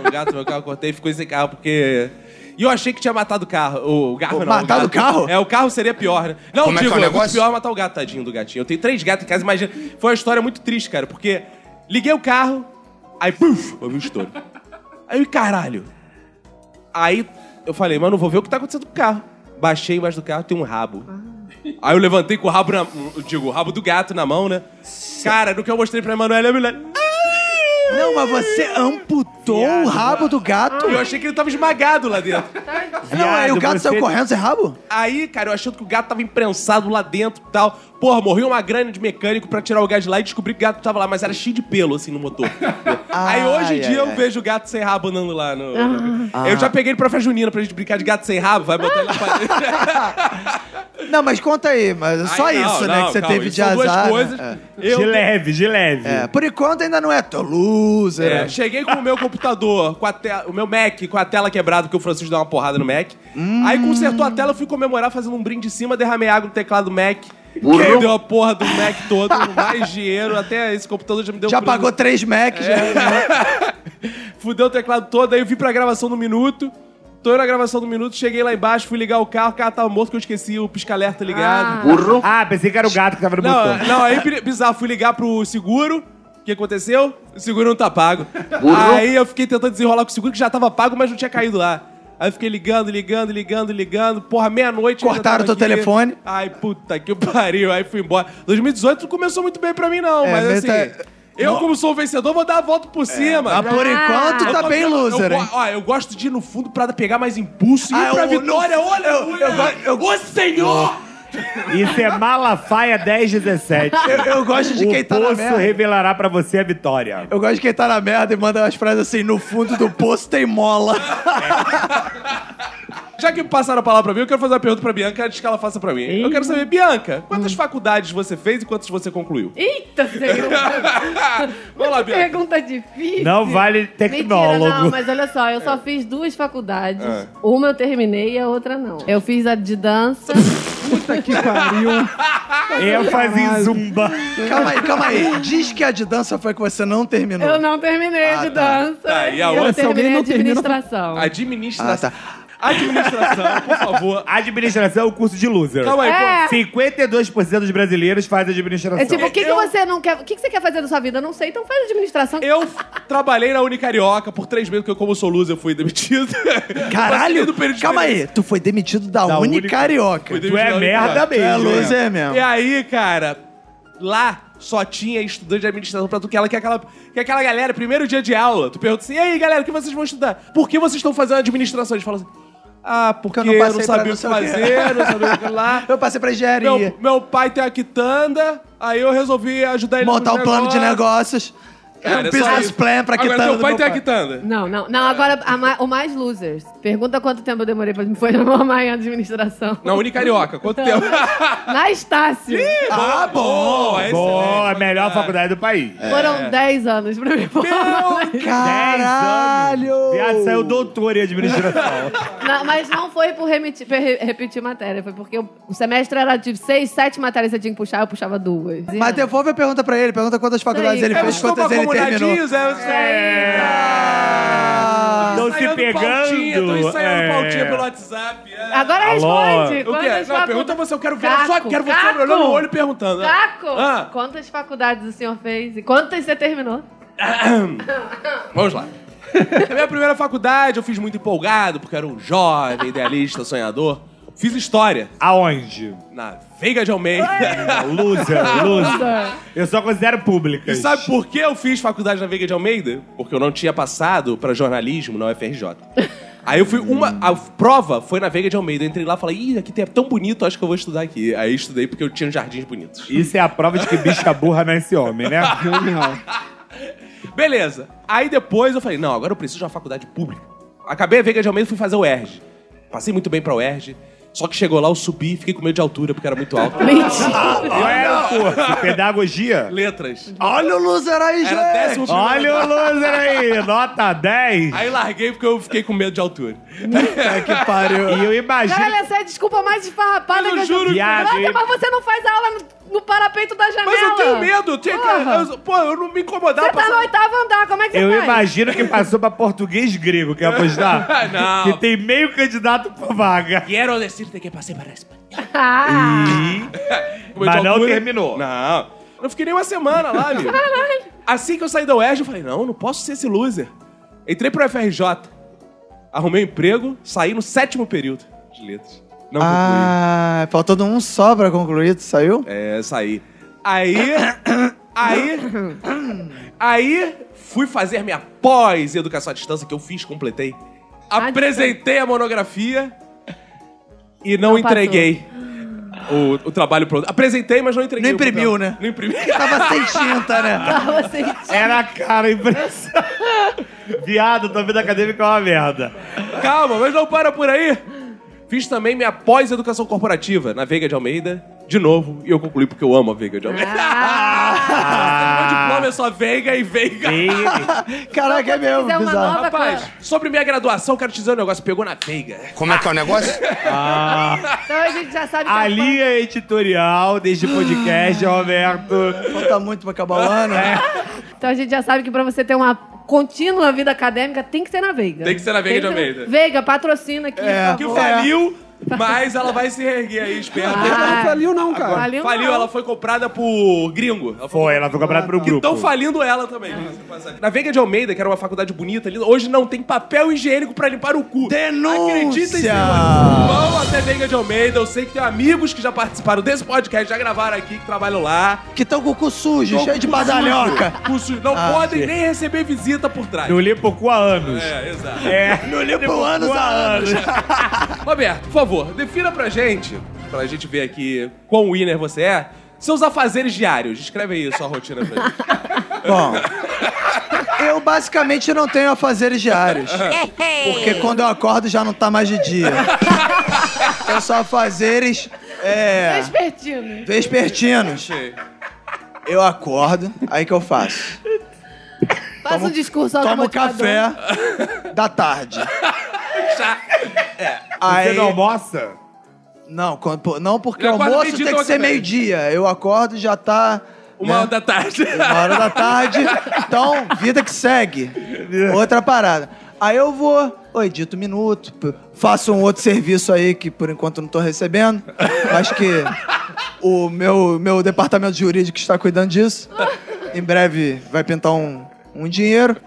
Speaker 1: O gato no meu carro, eu cortei e ficou sem carro porque... E eu achei que tinha matado o carro. O garro não.
Speaker 2: Matado
Speaker 1: o
Speaker 2: o carro?
Speaker 1: É, o carro seria pior, né? Não,
Speaker 9: Como é que
Speaker 1: digo,
Speaker 9: é o
Speaker 1: muito
Speaker 9: negócio?
Speaker 1: pior matar o gato, tadinho do gatinho. Eu tenho três gatos em casa, imagina. Foi uma história muito triste, cara, porque liguei o carro, aí, puf, ouvi o estouro. Aí, caralho. Aí eu falei, mano, vou ver o que tá acontecendo com o carro. Baixei embaixo do carro, tem um rabo. Aí eu levantei com o rabo na. eu Digo, o rabo do gato na mão, né? Cara, no que eu mostrei pra Emanuela, a mulher.
Speaker 2: Não, mas você amputou o rabo do gato?
Speaker 1: Eu achei que ele tava esmagado lá dentro.
Speaker 2: Não, aí o gato
Speaker 4: você-
Speaker 2: saiu correndo sem rabo?
Speaker 1: Aí, cara, eu achando que o gato tava imprensado lá dentro e tal. Porra, morri uma grana de mecânico pra tirar o gás de lá e descobri que o gato tava lá, mas era cheio de pelo, assim, no motor. Aí hoje em
Speaker 2: Ai,
Speaker 1: dia eu
Speaker 2: ai, ai.
Speaker 1: vejo o gato sem rabo andando lá no. Eu já peguei ele pra festa junina pra gente brincar de gato sem rabo, vai botar ele pra dentro.
Speaker 2: Não, mas conta aí, mas só
Speaker 1: Ai, não,
Speaker 2: isso, né?
Speaker 1: não,
Speaker 2: que você
Speaker 1: calma,
Speaker 2: teve
Speaker 1: isso
Speaker 2: de
Speaker 1: são
Speaker 2: azar.
Speaker 1: duas
Speaker 2: né?
Speaker 1: coisas.
Speaker 2: É.
Speaker 1: Eu-
Speaker 4: De leve, de leve.
Speaker 2: É, por enquanto ainda não é. Tô loser.
Speaker 1: É,
Speaker 2: né?
Speaker 1: cheguei com o meu computador, com a tela, o meu Mac com a tela quebrada, porque o Francisco deu uma porrada no Mac. Aí consertou a tela, eu fui comemorar fazendo um brinde em cima, derramei água no teclado do Mac.
Speaker 9: Burro.
Speaker 1: Deu a porra do Mac todo, mais dinheiro, até esse computador já me deu
Speaker 2: Já
Speaker 1: prejuízo.
Speaker 2: pagou três Macs,
Speaker 1: É.
Speaker 2: né? já.
Speaker 1: Fudeu o teclado todo, aí eu vim pra gravação do minuto. Tô eu na gravação do minuto, cheguei lá embaixo, fui ligar o carro, o carro tava morto que eu esqueci o pisca-alerta ligado.
Speaker 9: Burro.
Speaker 4: Ah, pensei que era o gato que tava no
Speaker 1: Não,
Speaker 4: botão.
Speaker 1: não, aí bi- bizarro, fui ligar pro seguro. O que aconteceu? O seguro não tá pago.
Speaker 9: Burro.
Speaker 1: Aí eu fiquei tentando desenrolar com o seguro que já tava pago, mas não tinha caído lá. Aí eu fiquei ligando, ligando, ligando, ligando. Porra, meia-noite. ainda
Speaker 2: Cortaram
Speaker 1: tava
Speaker 2: teu
Speaker 1: aqui.
Speaker 2: telefone.
Speaker 1: Ai, puta que pariu. Aí fui embora. 2018 não começou muito bem pra mim, não.
Speaker 2: É,
Speaker 1: mas
Speaker 2: mas
Speaker 1: assim.
Speaker 2: tá-
Speaker 1: Eu, como sou o vencedor, vou dar a volta por cima.
Speaker 2: Mas por enquanto
Speaker 1: Ah, Eu
Speaker 2: tá
Speaker 1: tô
Speaker 2: bem
Speaker 1: vendo-
Speaker 2: loser,
Speaker 1: eu,
Speaker 2: hein?
Speaker 1: go- ó, eu gosto de ir no fundo pra pegar mais impulso e
Speaker 2: Ah,
Speaker 1: ir pra
Speaker 2: eu-
Speaker 1: vitória.
Speaker 2: eu-
Speaker 1: Olha,
Speaker 2: eu- eu go- eu-
Speaker 1: Ô, senhor!
Speaker 4: Isso é Malafaia 1017.
Speaker 2: Eu, eu gosto de quem
Speaker 4: O
Speaker 2: tá na
Speaker 4: poço
Speaker 2: merda.
Speaker 4: revelará pra você a vitória.
Speaker 2: Eu gosto de quem tá na merda e manda umas frases assim: no fundo do poço tem mola.
Speaker 1: Já que passaram a palavra pra mim, eu quero fazer uma pergunta pra Bianca antes que ela faça pra mim. Eu quero saber, Bianca,
Speaker 2: Hum.
Speaker 1: quantas faculdades você fez e quantas você concluiu?
Speaker 3: Eita, Senhor!
Speaker 1: Vamos lá,
Speaker 3: Que
Speaker 1: Bianca.
Speaker 3: pergunta difícil.
Speaker 4: Não vale
Speaker 3: Mentira,
Speaker 4: tecnólogo.
Speaker 3: não, mas olha só, eu
Speaker 1: É.
Speaker 3: só fiz duas faculdades. Uma eu terminei e a outra não. Eu fiz a de dança.
Speaker 5: Puta que pariu.
Speaker 4: ênfase em zumba.
Speaker 2: calma aí, calma aí. Diz que a de dança foi que você não terminou.
Speaker 3: Eu não terminei a de dança.
Speaker 1: Tá, e a
Speaker 3: eu
Speaker 1: outra?
Speaker 5: Se alguém
Speaker 3: terminei a
Speaker 5: não termina,
Speaker 2: Ah,
Speaker 3: administração.
Speaker 2: tá.
Speaker 1: Administração. Administração, por favor.
Speaker 4: Administração é o curso de loser.
Speaker 1: Calma aí, pô.
Speaker 3: É.
Speaker 4: 52% dos brasileiros fazem administração.
Speaker 3: É tipo, o que, que
Speaker 1: Eu-
Speaker 3: você não quer. O que, que você quer fazer na sua vida? Eu não sei, então faz administração.
Speaker 1: Eu f- trabalhei na Unicarioca por três meses, porque eu, como sou loser, eu fui demitido. Participei
Speaker 2: Caralho!
Speaker 1: do período de
Speaker 2: Calma aí,
Speaker 1: demissão.
Speaker 2: tu foi demitido da,
Speaker 4: Da Uni-
Speaker 2: Unicarioca.
Speaker 1: Fui
Speaker 2: Uni
Speaker 4: Tu
Speaker 1: demitido
Speaker 4: é
Speaker 1: da Unicarioca.
Speaker 4: merda mesmo.
Speaker 2: é
Speaker 4: né?
Speaker 2: loser mesmo.
Speaker 1: E aí, cara, lá só tinha estudante de administração pra tu, que, ela, que, aquela, que aquela galera, primeiro dia de aula, tu pergunta assim, e aí, galera, o que vocês vão estudar? Por que vocês estão fazendo administração? Eles falam assim, ah, porque,
Speaker 2: eu não
Speaker 1: eu não,
Speaker 2: passei pra
Speaker 1: sabia
Speaker 2: não
Speaker 1: o que
Speaker 2: sei o quê."
Speaker 1: É. fazer, não sabia o que lá.
Speaker 2: Eu passei pra engenharia.
Speaker 1: Meu, meu pai tem a quitanda, Aí eu resolvi ajudar ele
Speaker 2: Montar um
Speaker 1: nos
Speaker 2: plano de
Speaker 1: negócios.
Speaker 2: negócios.
Speaker 1: Cara,
Speaker 2: um
Speaker 1: é só
Speaker 2: business
Speaker 1: isso.
Speaker 2: plan pra
Speaker 1: Agora,
Speaker 2: quitanda
Speaker 1: teu
Speaker 2: do
Speaker 1: pai
Speaker 2: meu
Speaker 1: tem a
Speaker 2: pai.
Speaker 1: quitanda.
Speaker 3: Não, não. Não, agora a ma- o mais losers. Pergunta quanto tempo eu demorei pra foi na mamãe em administração.
Speaker 1: Na Unicarioca, quanto tempo?
Speaker 3: Na Estácio.
Speaker 2: Ah, bom!
Speaker 1: Boa, é
Speaker 4: Boa,
Speaker 1: excelente.
Speaker 4: melhor faculdade do país.
Speaker 1: É.
Speaker 3: Foram 10 anos pra me formar.
Speaker 2: Caralho!
Speaker 4: Viado, saiu doutor em administração.
Speaker 3: Não, mas não foi por remiti- per- re- repetir matéria, foi porque o o semestre era de seis, sete matérias que você tinha que puxar, eu puxava duas. E
Speaker 2: Mas
Speaker 3: não.
Speaker 2: devolve a pergunta pra ele. Pergunta quantas faculdades
Speaker 3: aí,
Speaker 1: É,
Speaker 2: ele
Speaker 3: cara.
Speaker 2: fez, quantas ele terminou.
Speaker 4: É.
Speaker 1: Ah, tá
Speaker 4: Não se
Speaker 1: Pautinha, tô
Speaker 4: pegando.
Speaker 1: ensaiando
Speaker 4: é.
Speaker 1: pautinha pelo WhatsApp. é.
Speaker 3: Agora
Speaker 4: Alô?
Speaker 3: responde.
Speaker 1: Eu quero,
Speaker 3: Quantas
Speaker 1: não,
Speaker 3: facu-
Speaker 1: pergunta é você, eu quero ver a sua,
Speaker 3: Caco,
Speaker 1: quero você
Speaker 3: Caco.
Speaker 1: me olhando no olho e perguntando.
Speaker 3: Caco,
Speaker 1: Ah.
Speaker 3: quantas faculdades o senhor fez e quantas você terminou?
Speaker 1: Vamos lá. Na minha primeira faculdade, eu fiz muito empolgado, porque eu era um jovem, idealista, sonhador. Fiz história
Speaker 4: Aonde?
Speaker 1: na Veiga de Almeida.
Speaker 4: Loser, loser. Eu só considero pública.
Speaker 1: E sabe por que eu fiz faculdade na Veiga de Almeida? Porque eu não tinha passado pra jornalismo na UFRJ. Aí eu fui uma. A prova foi na Veiga de Almeida. Eu entrei lá e falei, ih, aqui tem- é tão bonito, acho que eu vou estudar aqui. Aí eu estudei porque eu tinha jardins bonitos.
Speaker 4: Isso é a prova de que bicha burra nesse homem, né?
Speaker 1: Beleza. Aí depois eu falei, não, agora eu preciso de uma faculdade pública. Acabei a Veiga de Almeida e fui fazer o ERJ. Passei muito bem pra UERJ. Só que chegou lá, eu subi, fiquei com medo de altura, porque era muito alto.
Speaker 3: Mentira.
Speaker 4: Qual era o curso? Pedagogia?
Speaker 1: Letras.
Speaker 2: Olha o loser aí, gente!
Speaker 1: Era décimo primeiro
Speaker 4: Olha o loser aí, nota 10.
Speaker 1: Aí larguei porque eu fiquei com medo de altura.
Speaker 2: Puta que pariu.
Speaker 4: E eu imagino...
Speaker 3: Cara, essa é a desculpa mais esfarrapada
Speaker 1: Mas eu
Speaker 3: que eu
Speaker 1: juro que-
Speaker 3: Caraca,
Speaker 4: Viado,
Speaker 3: mas você não faz aula no, no parapeito da janela.
Speaker 1: Mas eu tenho medo, eu tinha que.
Speaker 3: Porra.
Speaker 1: eu- pô, eu não me incomodava.
Speaker 3: Você tá no
Speaker 1: passando-
Speaker 3: oitavo andar, como é que você
Speaker 4: Eu
Speaker 3: faz?
Speaker 4: imagino que passou pra português grego, quer apostar?
Speaker 1: Não.
Speaker 4: Que tem meio candidato por vaga.
Speaker 1: Quero decirte que passei para a Espanha.
Speaker 3: Ah,
Speaker 4: Mas não terminou.
Speaker 1: Não. Eu fiquei nem uma semana lá, amigo. Assim que eu saí da UERJ, eu falei, não, não posso ser esse loser. Entrei pro FRJ, arrumei um emprego, saí no sétimo período de letras. Não concluí.
Speaker 2: Ah, faltando um só pra concluir, tu saiu?
Speaker 1: É, saí. Aí, aí, aí fui fazer minha pós-educação à distância, que eu fiz, completei. Apresentei a monografia e não,
Speaker 3: Não
Speaker 1: entreguei o, o trabalho pronto. Apresentei, mas não entreguei.
Speaker 2: Não
Speaker 1: o papel.
Speaker 2: imprimiu, né?
Speaker 1: Não imprimi.
Speaker 2: Tava sem tinta, né?
Speaker 3: pra você.
Speaker 1: É
Speaker 4: Era a cara a impressão. Viado, tua vida acadêmica é uma merda.
Speaker 1: Calma, mas não para por aí. Fiz também minha pós-educação corporativa na Veiga de Almeida, de novo, e eu concluí porque eu amo a Veiga de Almeida. Meu diploma é só Veiga e Veiga.
Speaker 4: E
Speaker 2: Caraca, é mesmo,
Speaker 3: Fizer uma
Speaker 2: bizarro.
Speaker 3: nova
Speaker 1: Rapaz,
Speaker 3: coisa.
Speaker 1: sobre minha graduação, quero te dizer um negócio. Pegou na Veiga.
Speaker 7: Como é que é o negócio?
Speaker 3: Então a gente já sabe que
Speaker 4: é a linha editorial deste podcast, é Roberto.
Speaker 2: Falta muito pra acabar
Speaker 1: É.
Speaker 2: o ano.
Speaker 3: Então a gente já sabe que pra você ter uma contínua vida acadêmica tem que ser na Veiga.
Speaker 1: Tem que ser na Veiga
Speaker 3: Tem
Speaker 1: de
Speaker 3: que ser-
Speaker 1: Almeida.
Speaker 3: Veiga, patrocina aqui.
Speaker 2: É.
Speaker 3: por
Speaker 1: que
Speaker 3: favor.
Speaker 1: faliu, mas ela vai se reerguer aí, espero.
Speaker 5: Não faliu não,
Speaker 3: Ah,
Speaker 5: cara.
Speaker 2: Ah.
Speaker 3: Faliu,
Speaker 1: faliu,
Speaker 3: não.
Speaker 1: ela foi comprada por gringo. Ela
Speaker 4: Foi, ela foi comprada pro grupo.
Speaker 1: Estão falindo ela também.
Speaker 2: Ah.
Speaker 1: Na Veiga de Almeida, que era uma faculdade bonita, linda, hoje não tem papel higiênico pra limpar o cu.
Speaker 2: Denúncia!
Speaker 1: Acredita em cima. Vão até Veiga de Almeida. Eu sei que tem amigos que já participaram desse podcast, já gravaram aqui, que trabalham lá.
Speaker 2: Que tão com o cu sujo,
Speaker 1: Tô
Speaker 2: cheio de
Speaker 1: com sujo.
Speaker 2: badalhoca. Ah,
Speaker 1: Com sujo. Não podem nem receber visita por trás.
Speaker 4: Não li por cu há anos.
Speaker 1: É, exato.
Speaker 4: É. Não li
Speaker 2: por anos há anos.
Speaker 1: Roberto, por favor, defina pra gente, pra gente ver aqui quão winner você é, seus afazeres diários. Escreve aí sua rotina pra gente.
Speaker 2: Bom, eu basicamente não tenho afazeres diários. Porque quando eu acordo já não tá mais de dia. Então só afazeres é,
Speaker 3: Vespertino.
Speaker 2: vespertinos.
Speaker 1: Achei.
Speaker 2: Eu acordo, aí que eu faço?
Speaker 3: Faz um discurso
Speaker 2: Tomo
Speaker 3: automotivador.
Speaker 2: café da tarde.
Speaker 1: Chá.
Speaker 4: Você
Speaker 2: Aí,
Speaker 4: não almoça?
Speaker 2: não, quando- pô, não, porque
Speaker 1: Já
Speaker 2: o
Speaker 1: é quase
Speaker 2: almoço
Speaker 1: meio-dia,
Speaker 2: tem
Speaker 1: tô
Speaker 2: que
Speaker 1: aqui
Speaker 2: ser
Speaker 1: também.
Speaker 2: meio-dia. Eu acordo já tá.
Speaker 1: Uma
Speaker 2: né?
Speaker 1: hora da tarde.
Speaker 2: Uma hora da tarde. Então, vida que segue. Outra parada. Aí eu vou, eu edito um minuto, p- faço um outro serviço aí que por enquanto não tô recebendo. Acho que o meu, meu departamento jurídico está cuidando disso. Em breve vai pintar um, um dinheiro.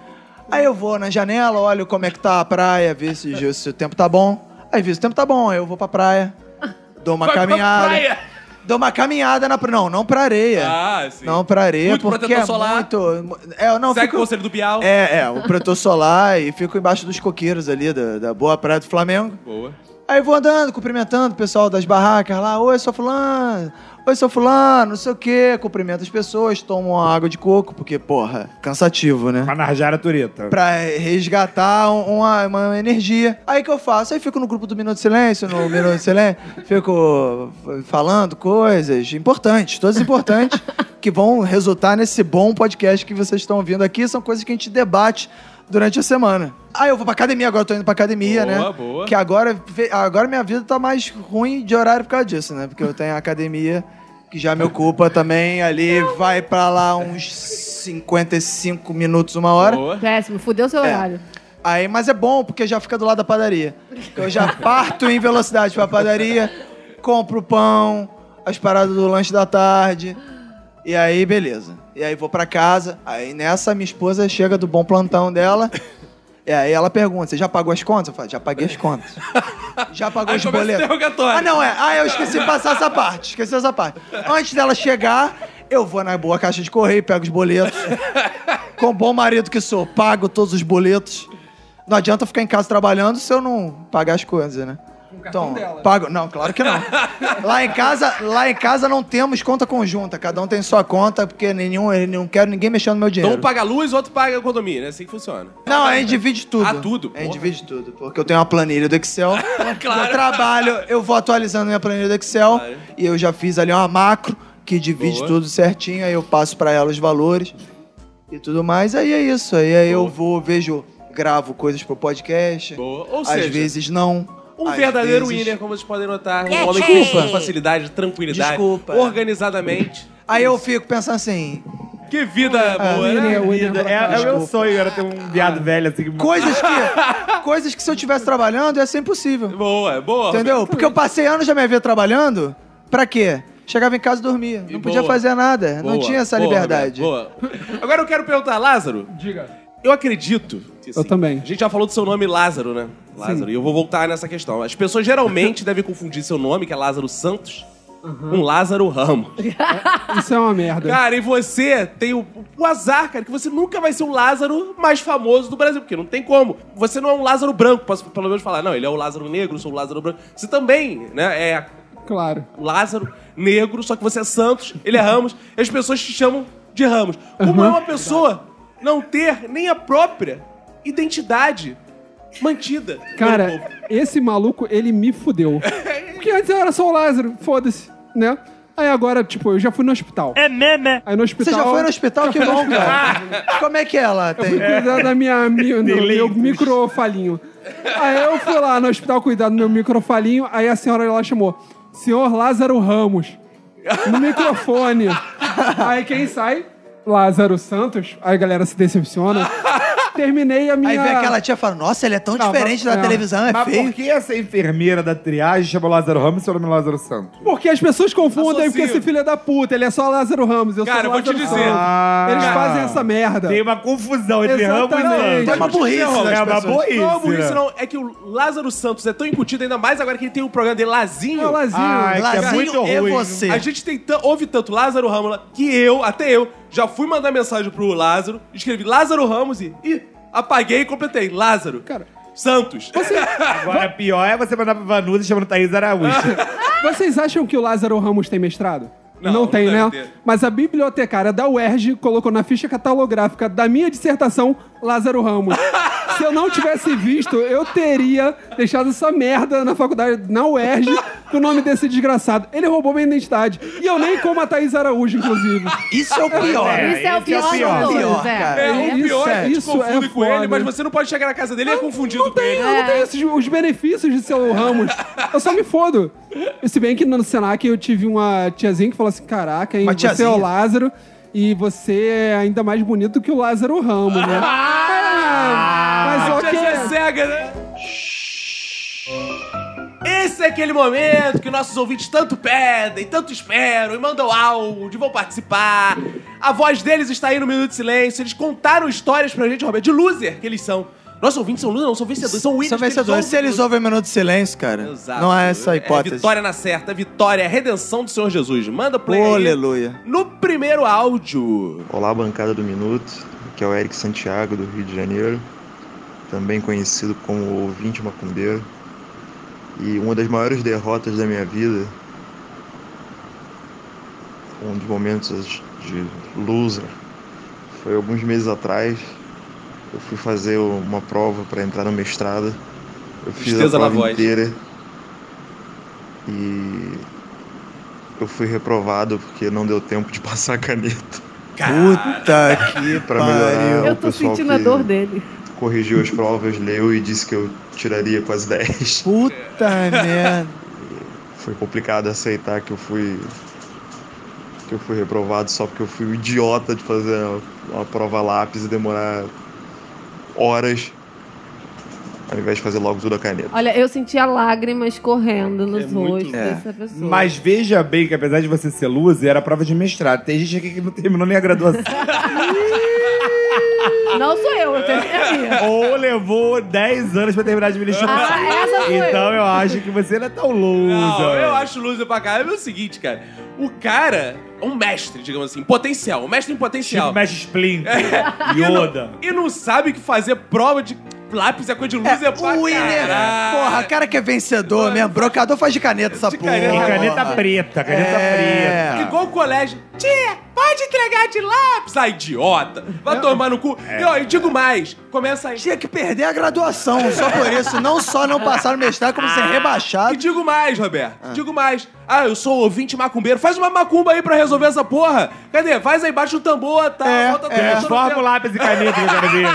Speaker 2: Aí eu vou na janela, olho como é que tá a praia, ver se, se o tempo tá bom. Aí vi se o tempo tá bom, aí eu vou pra praia, dou uma
Speaker 1: Vai pra
Speaker 2: caminhada.
Speaker 1: praia.
Speaker 2: Dou uma caminhada na praia. Não, não pra areia.
Speaker 1: Ah, sim.
Speaker 2: Não pra areia,
Speaker 1: Muito
Speaker 2: porque
Speaker 1: protetor
Speaker 2: é
Speaker 1: solar.
Speaker 2: muito... É, eu não
Speaker 1: Segue
Speaker 2: fico...
Speaker 1: o conselho do Bial.
Speaker 2: É, é, o protetor solar e fico embaixo dos coqueiros ali da, da boa praia do Flamengo.
Speaker 1: Boa.
Speaker 2: Aí vou andando, cumprimentando o pessoal das barracas lá. Oi, sou fulano. Oi, sou fulano, não sei o quê. Cumprimento as pessoas, tomo uma água de coco, porque, porra, cansativo, né?
Speaker 4: Pra Narjara Tureta.
Speaker 2: Pra resgatar um- uma, uma energia. Aí que eu faço? Aí fico no grupo do Minuto de Silêncio, no Minuto de Silêncio, fico falando coisas importantes, todas importantes, que vão resultar nesse bom podcast que vocês estão ouvindo aqui. São coisas que a gente debate durante a semana. Aí eu vou pra academia, agora eu tô indo pra academia,
Speaker 1: Boa,
Speaker 2: né?
Speaker 1: boa.
Speaker 2: Que agora, fe- agora minha vida tá mais ruim de horário por causa disso, né? Porque eu tenho a academia que já me ocupa também ali, vai pra lá uns 55 minutos, uma hora.
Speaker 1: Boa.
Speaker 3: Péssimo, fudeu seu horário.
Speaker 2: Aí, mas é bom porque já fica do lado da padaria. Eu já parto em velocidade pra padaria, compro pão, as paradas do lanche da tarde. E aí, beleza. E aí vou pra casa. Aí nessa minha esposa chega do bom plantão dela. E aí ela pergunta: "Você já pagou as contas?" Eu falo: "Já paguei as contas." Já pagou
Speaker 1: Aí
Speaker 2: os
Speaker 1: começa o
Speaker 2: boletos?
Speaker 1: interrogatório.
Speaker 2: Ah, não é. Ah, eu esqueci de passar essa parte. Esqueci essa parte. Antes dela chegar, eu vou na boa caixa de correio, pego os boletos. Com bom marido que sou, pago todos os boletos. Não adianta ficar em casa trabalhando se eu não pagar as coisas, né? Então, pago. Não, claro que não. Lá em casa, lá em casa não temos conta conjunta. Cada um tem sua conta, porque nenhum, eu não quero ninguém mexendo no meu
Speaker 1: Então
Speaker 2: dinheiro.
Speaker 1: um paga a luz, outro paga o condomínio. É assim que funciona.
Speaker 2: Não, a gente divide tudo.
Speaker 1: Ah, tudo,
Speaker 2: A gente
Speaker 1: porra.
Speaker 2: divide tudo. Porque eu tenho uma planilha do Excel. Eu trabalho, eu vou atualizando minha planilha do Excel.
Speaker 1: Claro.
Speaker 2: E eu já fiz ali uma macro que divide
Speaker 1: Boa.
Speaker 2: tudo certinho. Aí eu passo pra ela os valores e tudo mais. Aí é isso. Aí, aí eu
Speaker 1: Boa.
Speaker 2: vou, vejo, gravo coisas pro podcast.
Speaker 1: Boa. Ou
Speaker 2: Às
Speaker 1: seja,
Speaker 2: vezes não.
Speaker 1: Um
Speaker 2: Às
Speaker 1: verdadeiro
Speaker 2: vezes-
Speaker 1: winner, como vocês podem notar. Um
Speaker 7: Yeah,
Speaker 1: homem
Speaker 7: yeah.
Speaker 1: com facilidade, tranquilidade,
Speaker 2: Desculpa.
Speaker 1: organizadamente.
Speaker 2: Aí eu fico pensando assim,
Speaker 1: Que
Speaker 2: Ah,
Speaker 1: vida boa,
Speaker 5: Winner,
Speaker 1: né?
Speaker 5: winner,
Speaker 4: É,
Speaker 5: pra
Speaker 4: é o meu
Speaker 5: caralho.
Speaker 4: sonho, era ter um viado velho assim. que-
Speaker 2: coisas que coisas que se eu estivesse trabalhando ia ser impossível.
Speaker 1: Boa, boa.
Speaker 2: Entendeu? Porque eu passei anos da minha vida trabalhando, pra quê? Chegava em casa e dormia.
Speaker 1: E
Speaker 2: Não podia
Speaker 1: boa.
Speaker 2: fazer nada. não
Speaker 1: Boa,
Speaker 2: tinha essa
Speaker 1: boa,
Speaker 2: liberdade.
Speaker 1: Roberto, boa. Agora eu quero perguntar, Lázaro,
Speaker 5: Diga.
Speaker 1: eu acredito. que,
Speaker 5: Eu também.
Speaker 1: A gente já falou do seu nome Lázaro, né? Lázaro. E eu vou voltar nessa questão. As pessoas geralmente devem confundir seu nome, que é Lázaro Santos, com Lázaro Ramos.
Speaker 5: Isso é uma merda.
Speaker 1: Cara, e você tem o, o azar, cara, que você nunca vai ser o Lázaro mais famoso do Brasil, porque não tem como. Você não é um Lázaro branco, posso pelo menos falar, não, ele é o Lázaro negro, eu sou o Lázaro branco. Você também, né, é
Speaker 5: Claro.
Speaker 1: o Lázaro negro, só que você é Santos, ele é Ramos, e as pessoas te chamam de Ramos. Como é uma pessoa não ter nem a própria identidade mantida? pelo povo?
Speaker 5: Cara, esse maluco, ele me fudeu. Porque antes eu era só o Lázaro, foda-se, né? Aí agora, tipo, eu já fui no hospital. É meme. Aí no
Speaker 2: Você
Speaker 5: hospital.
Speaker 2: já foi no hospital? Que bom, cara. Como é que é lá?
Speaker 5: Eu fui
Speaker 2: Tem...
Speaker 5: cuidar da minha mi- do meu microfalinho. Aí eu fui lá no hospital cuidar do meu microfalinho, aí a senhora lá chamou: Senhor Lázaro Ramos. No microfone. Aí quem sai? Lázaro Santos. Aí a galera se decepciona. Terminei a minha.
Speaker 2: Aí vem aquela tia e fala, nossa, ele é tão
Speaker 5: Não,
Speaker 2: diferente
Speaker 5: mas-
Speaker 2: da
Speaker 5: é.
Speaker 2: televisão, é
Speaker 4: Mas
Speaker 2: feio.
Speaker 4: por que essa enfermeira da triagem chama Lázaro Ramos e seu nome é Lázaro Santos?
Speaker 5: Porque as pessoas confundem
Speaker 1: Associo.
Speaker 5: porque esse filho é da puta, ele é só Lázaro Ramos. Eu
Speaker 1: Cara, eu
Speaker 5: sou
Speaker 1: vou te
Speaker 5: Lázaro
Speaker 1: dizer.
Speaker 5: Santos. Eles fazem essa merda.
Speaker 4: Ah, Tem uma confusão entre Ramos e
Speaker 5: Exatamente.
Speaker 4: Santos.
Speaker 2: Tem uma burrice
Speaker 4: É
Speaker 2: das
Speaker 4: uma
Speaker 2: pessoas.
Speaker 4: burrice.
Speaker 1: Não, por
Speaker 4: né?
Speaker 1: isso não. É que o Lázaro Santos é tão incutido, ainda mais agora que ele tem o programa dele Lazinho.
Speaker 5: É o Lazinho.
Speaker 4: Ai, que é
Speaker 2: Lazinho
Speaker 4: muito
Speaker 2: é
Speaker 4: ruim.
Speaker 2: você.
Speaker 1: A gente tem tan- ouve tanto Lázaro Ramos lá, que eu, até eu, já fui mandar mensagem pro Lázaro, escrevi Lázaro Ramos e. Ih, apaguei e completei. Lázaro.
Speaker 5: Cara.
Speaker 1: Santos.
Speaker 4: Agora, pior é você mandar pra Vanusa chamando Thaís Araújo.
Speaker 5: Vocês acham que o Lázaro Ramos tem mestrado?
Speaker 1: Não, não
Speaker 5: tem,
Speaker 1: deve
Speaker 5: né?
Speaker 1: ter.
Speaker 5: Mas a bibliotecária da UERJ colocou na ficha catalográfica da minha dissertação Lázaro Ramos. Se eu não tivesse visto, eu teria deixado essa merda na faculdade, na UERJ, com o nome desse desgraçado. Ele roubou minha identidade. E eu nem como a Thaís Araújo, inclusive.
Speaker 2: Isso é o pior.
Speaker 3: Isso é
Speaker 4: É,
Speaker 3: o
Speaker 4: esse é o
Speaker 3: pior de
Speaker 4: pior.
Speaker 3: todos,
Speaker 2: Pior, cara.
Speaker 3: é.
Speaker 1: É, o
Speaker 5: isso
Speaker 1: pior é,
Speaker 5: é-
Speaker 1: que te
Speaker 5: isso
Speaker 1: confunde
Speaker 5: é
Speaker 1: com ele,
Speaker 5: foda.
Speaker 1: mas você não pode chegar na casa dele e é confundido
Speaker 5: Não
Speaker 1: com
Speaker 5: tem,
Speaker 1: ele.
Speaker 5: eu não tenho esses, os benefícios de seu Ramos. Eu só me fodo. Se bem que no Senac eu tive uma tiazinha que falou assim: caraca, hein,
Speaker 2: Uma
Speaker 5: você é
Speaker 2: tiazinha?
Speaker 5: o Lázaro e você é ainda mais bonito que o Lázaro Ramos, né? É, mas
Speaker 1: A tia é
Speaker 5: ok.
Speaker 1: cega, né? Esse é aquele momento que nossos ouvintes tanto pedem, tanto esperam, e mandam áudio, vão participar. A voz deles está aí no Minuto de Silêncio. Eles contaram histórias pra gente, Roberto, de loser que eles são. Nossos ouvintes são loser, não, são vencedores, são winners.
Speaker 2: São
Speaker 1: que
Speaker 2: vencedores. Se eles
Speaker 1: ouvem.
Speaker 2: ouvem o Minuto de Silêncio, cara,
Speaker 1: Exato.
Speaker 2: não é essa a hipótese.
Speaker 1: É vitória na certa, é vitória, é redenção do Senhor Jesus. Manda play aí.
Speaker 2: Aleluia.
Speaker 1: No primeiro áudio.
Speaker 9: Olá, bancada do Minuto, que é o Eric Santiago do Rio de Janeiro, também conhecido como ouvinte macumbeiro. E uma das maiores derrotas da minha vida, um dos momentos de loser, foi alguns meses atrás. Eu fui fazer uma prova para entrar no mestrado. Eu fiz
Speaker 1: Tristeza
Speaker 9: a
Speaker 1: na
Speaker 9: prova
Speaker 1: voz.
Speaker 9: inteira. E eu fui reprovado porque não deu tempo de passar a caneta.
Speaker 2: Puta que
Speaker 9: Pra
Speaker 10: É
Speaker 9: melhorar
Speaker 3: Eu
Speaker 9: o
Speaker 3: tô
Speaker 9: pessoal
Speaker 3: sentindo a
Speaker 9: que-
Speaker 3: dor dele.
Speaker 9: corrigiu as provas, leu e disse que eu tiraria quase 10.
Speaker 2: Puta merda.
Speaker 9: Foi complicado aceitar que eu fui que eu fui reprovado só porque eu fui um idiota de fazer uma- uma prova lápis e demorar horas ao invés de fazer logo tudo a caneta.
Speaker 3: Olha, eu sentia lágrimas correndo nos
Speaker 1: muito-
Speaker 3: rostos
Speaker 4: É.
Speaker 3: dessa pessoa.
Speaker 4: Mas veja bem que apesar de você ser loser, era prova de mestrado. Tem gente aqui que não terminou nem a graduação.
Speaker 3: Não sou eu, eu terminaria.
Speaker 4: Ou levou 10 anos pra terminar de administração.
Speaker 3: Ah, essa sou eu.
Speaker 4: então eu acho que você não é tão loser.
Speaker 1: Não, eu acho loser pra caralho. É o seguinte, cara. O cara é um mestre, digamos assim, potencial. Um mestre em
Speaker 4: Tipo
Speaker 1: potencial.
Speaker 4: Mestre Splint,
Speaker 1: E não-
Speaker 4: Yoda.
Speaker 1: E não sabe o que fazer prova de lápis é coisa de loser
Speaker 2: É,
Speaker 1: é, pra
Speaker 2: winner.
Speaker 1: caralho.
Speaker 2: Porra, cara que é vencedor mesmo. Brocador faz de caneta essa porra.
Speaker 1: caneta.
Speaker 4: E caneta preta, caneta
Speaker 2: É.
Speaker 4: preta.
Speaker 1: Igual o colégio. Tia, pode entregar de lápis. Ah, idiota.
Speaker 2: É.
Speaker 1: Vai tomar no cu.
Speaker 4: É.
Speaker 1: E, ó, e digo mais. Começa aí.
Speaker 2: Tinha que perder a graduação, só por isso. Não só não passar no mestrado, como ser
Speaker 1: E
Speaker 2: rebaixado.
Speaker 1: digo mais, Roberto. Digo mais. Ah, eu sou ouvinte macumbeiro. Faz uma macumba aí pra resolver essa porra. Cadê? Faz aí, bate o tambor, tá?
Speaker 2: É,
Speaker 1: Volta tudo,
Speaker 4: Transforma
Speaker 1: todo
Speaker 4: o
Speaker 1: tempo.
Speaker 4: lápis e caneta, meu quero ver.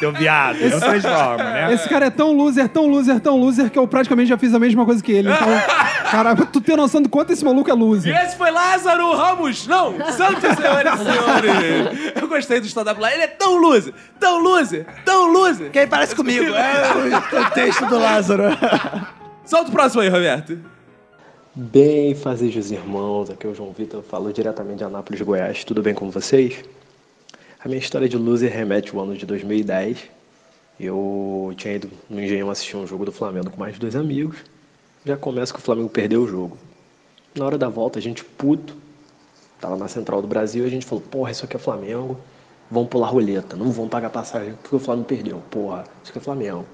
Speaker 4: Seu viado. Não transforma, né?
Speaker 5: Esse cara é tão loser, tão loser, tão loser que eu praticamente já fiz a mesma coisa que ele. Então, caralho, tu tem noção do quanto esse maluco é
Speaker 1: E
Speaker 5: loser.
Speaker 1: esse foi Lázaro Ramos. Não, santo senhoras e senhores. Eu gostei do stand-up lá. Ele é tão loser, tão loser, tão loser.
Speaker 2: Quem parece comigo? É o, o texto do Lázaro.
Speaker 1: Solta o próximo aí, Roberto.
Speaker 10: Bem, fazejos irmãos, aqui é o João Vitor, falo diretamente de Anápolis, Goiás. Tudo bem com vocês? A minha história de loser remete ao ano de 2010. Eu tinha ido no Engenhão assistir um jogo do Flamengo com mais dois amigos. Já começa que o Flamengo perdeu o jogo. Na hora da volta, a gente puto, tava na Central do Brasil, a gente falou, porra, isso aqui é Flamengo, vamos pular roleta, não vamos pagar passagem porque o Flamengo perdeu, porra, isso aqui é Flamengo.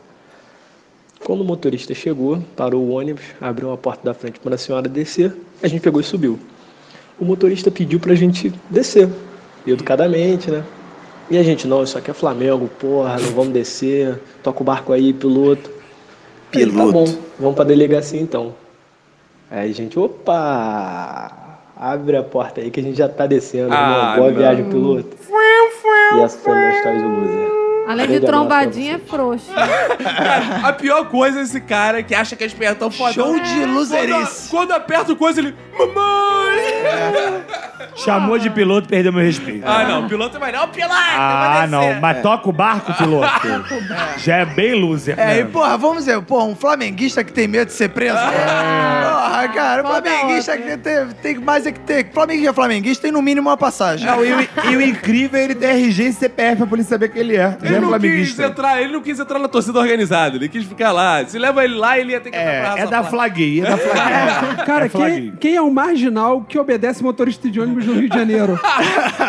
Speaker 10: Quando o motorista chegou, parou o ônibus, abriu uma porta da frente para a senhora descer, a gente pegou e subiu. O motorista pediu para a gente descer, educadamente, né? E a gente, não, isso aqui é Flamengo, porra, não vamos descer, toca o barco aí, piloto. E ele,
Speaker 2: Piloto.
Speaker 10: Tá bom, vamos para delegacia então. Aí a gente, opa, abre a porta aí que a gente já tá descendo.
Speaker 1: Ah,
Speaker 10: irmão. Boa
Speaker 1: não.
Speaker 10: viagem, piloto. E essa foi a minha história de loser.
Speaker 3: Além
Speaker 10: Grande
Speaker 3: de
Speaker 10: abraço pra
Speaker 3: trombadinha, é
Speaker 10: vocês.
Speaker 3: frouxo.
Speaker 1: Cara, é a pior coisa é esse cara que acha que é espertão fodão.
Speaker 2: Show de
Speaker 1: Quando,
Speaker 2: loserice.
Speaker 1: quando aperta o coisa, ele. Mamãe!
Speaker 4: Chamou de piloto, perdeu meu respeito.
Speaker 1: Ah, não, piloto é mais não. Piloto!
Speaker 4: Ah,
Speaker 1: vai descer.
Speaker 4: não. Mas toca o barco, piloto. Já é bem loser,
Speaker 2: É, e
Speaker 4: né?
Speaker 2: porra, vamos dizer, porra, um flamenguista que tem medo de ser preso. Porra, cara,
Speaker 3: Qual
Speaker 2: flamenguista
Speaker 3: da
Speaker 2: que tem, tem mais é que ter. Flamenguista é flamenguista tem no mínimo uma passagem.
Speaker 4: Não, e, o, e o incrível é ele ter RG e CPF pra polícia saber quem ele é. Já
Speaker 1: Ele
Speaker 4: é
Speaker 1: não, quis
Speaker 4: flamenguista.
Speaker 1: entrar, ele não quis entrar na torcida organizada, ele quis ficar lá. Se leva ele lá, ele ia ter que entrar pra
Speaker 4: É, é
Speaker 1: raça
Speaker 4: da
Speaker 1: fora.
Speaker 4: Flaguei, é da Flaguei.
Speaker 5: Cara, quem,
Speaker 4: é Flaguei.
Speaker 5: quem é o marginal que obedece motorista de ônibus no Rio de Janeiro?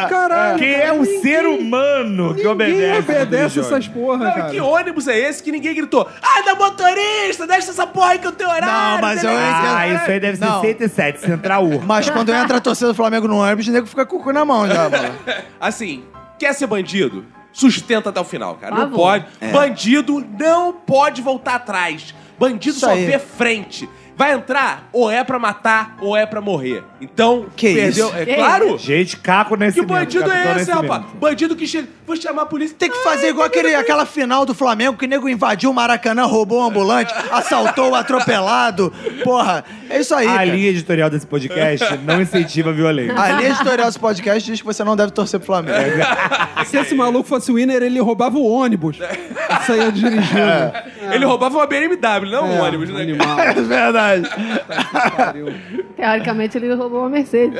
Speaker 5: Caralho.
Speaker 4: Quem
Speaker 5: cara,
Speaker 4: é o
Speaker 5: ninguém-
Speaker 4: ser humano que
Speaker 5: Ninguém
Speaker 4: obedece?
Speaker 5: obedece
Speaker 4: Júlio?
Speaker 5: essas porra,
Speaker 1: Cara,
Speaker 5: cara.
Speaker 1: Que ônibus é esse que ninguém gritou? Ah, da motorista, deixa essa porra aí que eu tenho horário.
Speaker 2: Não, mas eu
Speaker 1: entendo.
Speaker 4: Ah, isso aí deve ser
Speaker 2: Não.
Speaker 4: 107, Central Urca.
Speaker 2: Mas quando entra a torcida do Flamengo no ônibus, o nego fica com o cu na mão já, mano.
Speaker 1: Assim, quer ser bandido? Sustenta até o final, cara.
Speaker 3: Por
Speaker 1: Não
Speaker 3: favor.
Speaker 1: pode.
Speaker 2: É.
Speaker 1: Bandido não pode voltar atrás. Bandido
Speaker 2: Isso
Speaker 1: só
Speaker 2: aí.
Speaker 1: vê frente. Vai entrar ou é pra matar ou é pra morrer. Então,
Speaker 2: Que
Speaker 1: perdeu.
Speaker 2: isso?
Speaker 1: É claro.
Speaker 4: Gente, caco nesse
Speaker 1: Que bandido é esse, rapaz? Bandido que chega. Vou chamar a polícia.
Speaker 2: Tem que fazer igual aquele, aquela final do Flamengo que o nego invadiu o Maracanã, roubou o ambulante, assaltou o atropelado. Porra, é isso aí.
Speaker 4: A
Speaker 2: cara.
Speaker 4: linha editorial desse podcast não incentiva a violência.
Speaker 2: A linha editorial desse podcast diz que você não deve torcer pro Flamengo.
Speaker 5: Se esse maluco fosse o winner, ele roubava o ônibus.
Speaker 4: É,
Speaker 5: Saía dirigindo.
Speaker 3: É.
Speaker 1: Ele roubava uma BMW, não um ônibus, né? cara?
Speaker 5: Animal.
Speaker 2: É verdade.
Speaker 3: Teoricamente, ele roubou uma Mercedes.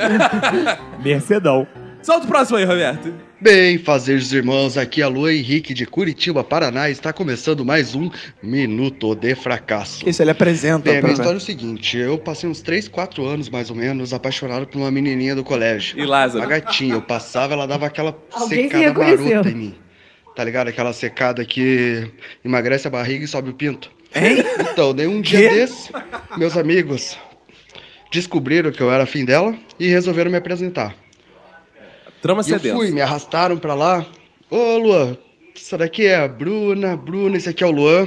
Speaker 4: Mercedão.
Speaker 1: Solta o próximo aí, Roberto.
Speaker 11: Bem, fazejos irmãos, aqui é Lua Henrique de Curitiba, Paraná, e está começando mais um Minuto de Fracasso.
Speaker 2: Isso, ele apresenta.
Speaker 11: Bem, a minha
Speaker 2: pra-
Speaker 11: história é o seguinte, eu passei uns 3, 4 anos, mais ou menos, apaixonado por uma menininha do colégio.
Speaker 1: E Lázaro?
Speaker 11: Uma gatinha, eu passava, ela dava aquela
Speaker 3: Alguém se
Speaker 11: secada
Speaker 3: reconheceu.
Speaker 11: marota em mim. Tá ligado? Aquela secada que emagrece a barriga e sobe o pinto.
Speaker 1: É?
Speaker 11: Hein? Então, daí um dia desse, meus amigos descobriram que eu era afim dela e resolveram me apresentar.
Speaker 1: Trama
Speaker 11: e eu
Speaker 1: sedenta.
Speaker 11: fui, me arrastaram pra lá. Ô, Luan, isso daqui é a Bruna, Bruna, esse aqui é o Luan.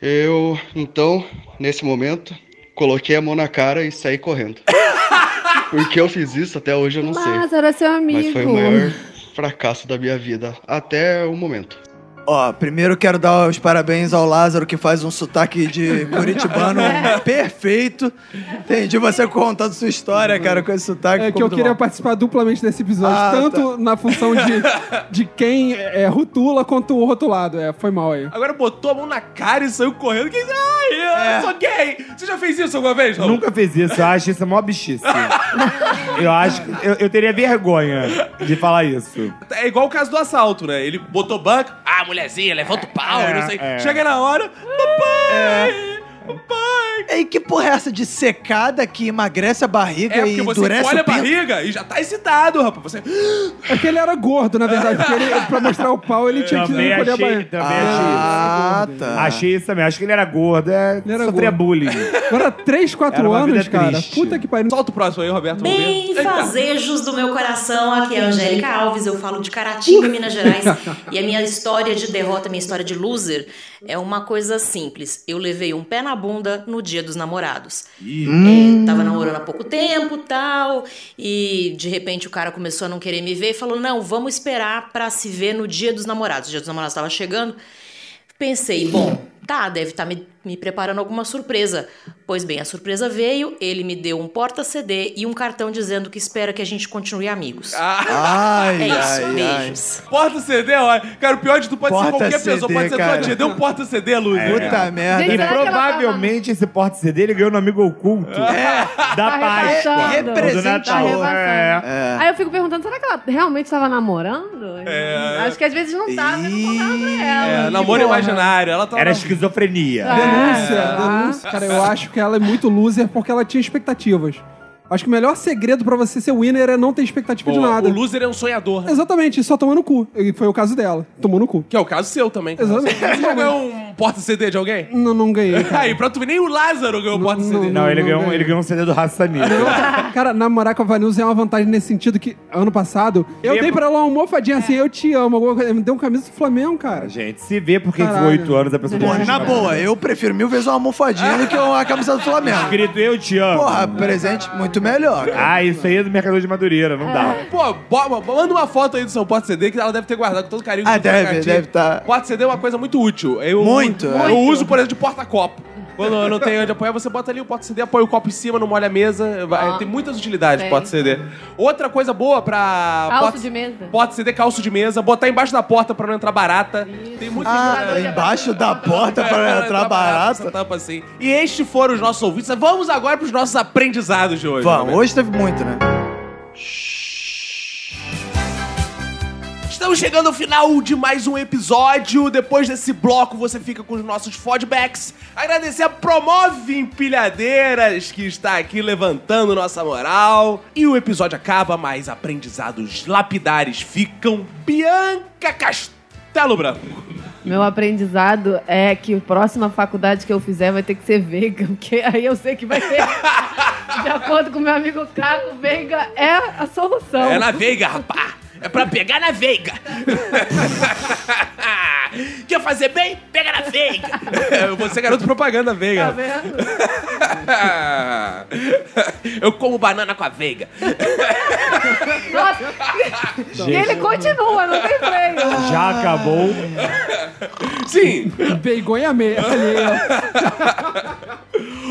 Speaker 11: Eu, então, nesse momento, coloquei a mão na cara e saí correndo. Por que eu fiz isso até hoje eu não sei.
Speaker 3: Mas era seu amigo.
Speaker 11: Mas foi o maior fracasso da minha vida até o momento.
Speaker 2: Ó, primeiro quero dar os parabéns ao Lázaro, que faz um sotaque de curitibano
Speaker 5: É.
Speaker 2: perfeito. Entendi você contando sua história, cara, com esse sotaque.
Speaker 5: É que eu queria participar duplamente desse episódio,
Speaker 2: Ah,
Speaker 5: tanto
Speaker 4: tá.
Speaker 5: na função de, de quem é, rotula quanto o rotulado. É, foi mal aí.
Speaker 1: Agora botou a mão na cara e saiu correndo. Que... Ai, eu sou gay! Você já fez isso alguma vez, Raul?
Speaker 4: Nunca fez isso, eu acho isso a maior bichice. Eu acho que eu, eu teria vergonha de falar isso.
Speaker 1: É igual o caso do assalto, né? Ele botou banco, ah, mulherzinha, levanta o pau,
Speaker 4: É,
Speaker 1: e não sei.
Speaker 4: é.
Speaker 1: Chega na hora, papai!
Speaker 2: Ei, que porra é essa de secada que emagrece a barriga
Speaker 1: É,
Speaker 2: e
Speaker 1: porque você
Speaker 2: endurece
Speaker 1: olha
Speaker 2: o
Speaker 1: a
Speaker 2: pinto?
Speaker 1: barriga e já tá excitado, rapaz. Você...
Speaker 5: É que ele era gordo, na verdade, porque ele, pra mostrar o pau ele tinha que
Speaker 4: Também
Speaker 5: encolher a
Speaker 4: achei,
Speaker 5: barriga.
Speaker 4: também
Speaker 2: Ah,
Speaker 4: achei
Speaker 1: né?
Speaker 2: tá.
Speaker 4: isso. Achei isso também. Acho que ele era gordo, é, sofria bullying.
Speaker 5: Agora, 3, 4
Speaker 4: Era uma
Speaker 5: anos,
Speaker 4: vida
Speaker 5: cara.
Speaker 4: triste.
Speaker 5: Puta que pariu.
Speaker 1: Solta o próximo aí, tá. Roberto.
Speaker 12: Bem fazejos do meu coração, aqui é a Angélica Alves, eu falo de Caratinga, Minas Gerais, e a minha história de derrota, minha história de loser, é uma coisa simples. Eu levei um pé na bunda no dia dos namorados.
Speaker 13: Hum.
Speaker 12: É, tava namorando há pouco tempo, tal, e de repente o cara começou a não querer me ver e falou: "Não, vamos esperar pra se ver no dia dos namorados". O dia dos namorados tava chegando. Pensei, bom, tá, deve estar me, me preparando alguma surpresa. Pois bem, a surpresa veio, ele me deu um porta-CD e um cartão dizendo que espera que a gente continue amigos.
Speaker 2: Ai,
Speaker 12: é isso,
Speaker 2: ai,
Speaker 12: beijos.
Speaker 1: Porta CD, ó. Cara, o pior de tudo pode ser
Speaker 4: Porta
Speaker 1: qualquer
Speaker 4: CD,
Speaker 1: pessoa. Pode ser
Speaker 4: cara.
Speaker 1: tua tia. Deu um porta CD, Luz.
Speaker 4: É. E provavelmente esse porta CD ele ganhou no amigo oculto. É. Da
Speaker 3: Tá
Speaker 4: Páscoa.
Speaker 3: rebaixando.
Speaker 4: Do Natal.
Speaker 3: Tá rebaixando.
Speaker 4: É.
Speaker 3: Aí eu fico perguntando, será que ela realmente estava namorando?
Speaker 4: É.
Speaker 3: Acho que às vezes não tava, e não contava pra ela. Tipo,
Speaker 1: É,
Speaker 3: Que
Speaker 1: namoro
Speaker 3: porra.
Speaker 1: imaginário. Ela tá
Speaker 4: Era esquizofrenia.
Speaker 3: Tá.
Speaker 5: Denúncia,
Speaker 1: É.
Speaker 5: denúncia. Cara, eu acho que ela é muito loser porque ela tinha expectativas. Acho que o melhor segredo pra você ser winner é não ter expectativa de
Speaker 1: Boa.
Speaker 5: nada.
Speaker 1: O loser é um sonhador. né?
Speaker 5: Exatamente, só tomando cu. E foi o caso dela. Tomou no cu.
Speaker 1: Que é o caso seu também. cara.
Speaker 5: Exatamente.
Speaker 1: Você já ganhou um porta CD de alguém?
Speaker 5: Não, não ganhei. cara.
Speaker 1: Aí, pronto, nem o Lázaro ganhou porta CD.
Speaker 4: Não, ele, ganhou, um- ele ganhou um CD do Rassani.
Speaker 5: Cara, namorar com a Vanilza é uma vantagem nesse sentido que ano passado eu
Speaker 4: Vê-
Speaker 5: dei pra ela uma almofadinha assim, eu te amo, alguma coisa. Me deu um camisa do Flamengo, cara.
Speaker 4: Gente, se vê por quem
Speaker 5: Caralho.
Speaker 4: com 8 anos a pessoa tá
Speaker 5: Porra,
Speaker 4: pode
Speaker 5: na
Speaker 4: trabalhar.
Speaker 5: boa,
Speaker 2: Eu prefiro mil vezes uma almofadinha do que uma camisa do Flamengo.
Speaker 4: Escrito eu te amo.
Speaker 2: Porra, presente muito melhor.
Speaker 4: Ah, isso aí é do Mercador de Madureira, não
Speaker 3: É.
Speaker 4: dá.
Speaker 1: Pô, bo- bo- manda uma foto aí do seu porta CD que ela deve ter guardado com todo carinho.
Speaker 4: Ah,
Speaker 1: com todo
Speaker 4: deve,
Speaker 1: carinho.
Speaker 4: deve
Speaker 2: tá.
Speaker 1: Porta CD é uma coisa muito útil. Eu,
Speaker 2: Muito,
Speaker 1: Eu,
Speaker 2: é.
Speaker 1: uso, por exemplo, de porta-copo. Quando eu não tenho onde apoiar, você bota ali o porta CD, apoia o copo em cima, não molha a mesa. Vai-
Speaker 3: Ah.
Speaker 1: Tem muitas utilidades
Speaker 3: Tem.
Speaker 1: porta CD. Outra coisa boa pra.
Speaker 3: Calço
Speaker 1: porta-
Speaker 3: de mesa.
Speaker 1: Porta CD, calço de mesa, botar embaixo da porta pra não entrar barata. Tem muito
Speaker 2: Ah, embaixo da porta
Speaker 1: tá
Speaker 2: pra entrar
Speaker 1: Essa
Speaker 2: barata.
Speaker 1: tampa assim. E estes foram os nossos ouvintes. Vamos agora pros nossos aprendizados de hoje.
Speaker 2: Vamos,
Speaker 1: Roberto.
Speaker 2: hoje teve muito, né?
Speaker 1: Estamos chegando ao final de mais um episódio. Depois desse bloco, você fica com os nossos feedbacks. Agradecer a Promove Empilhadeiras, que está aqui levantando nossa moral. E o episódio acaba, mas aprendizados lapidares ficam. Bianca Castelo Branco.
Speaker 3: Meu aprendizado é que a próxima faculdade que eu fizer vai ter que ser veiga, porque aí eu sei que vai ser. De acordo com meu amigo Caco, veiga é a solução.
Speaker 1: É na veiga, rapá. É pra pegar na veiga. Quer fazer bem? Pega na veiga. Eu vou ser garoto propaganda veiga.
Speaker 3: Tá vendo?
Speaker 1: Eu como banana com a veiga.
Speaker 3: Nossa.
Speaker 1: Gente.
Speaker 3: E ele Ah. continua, não tem freio.
Speaker 4: Já acabou.
Speaker 1: Sim.
Speaker 5: Vergonha meia.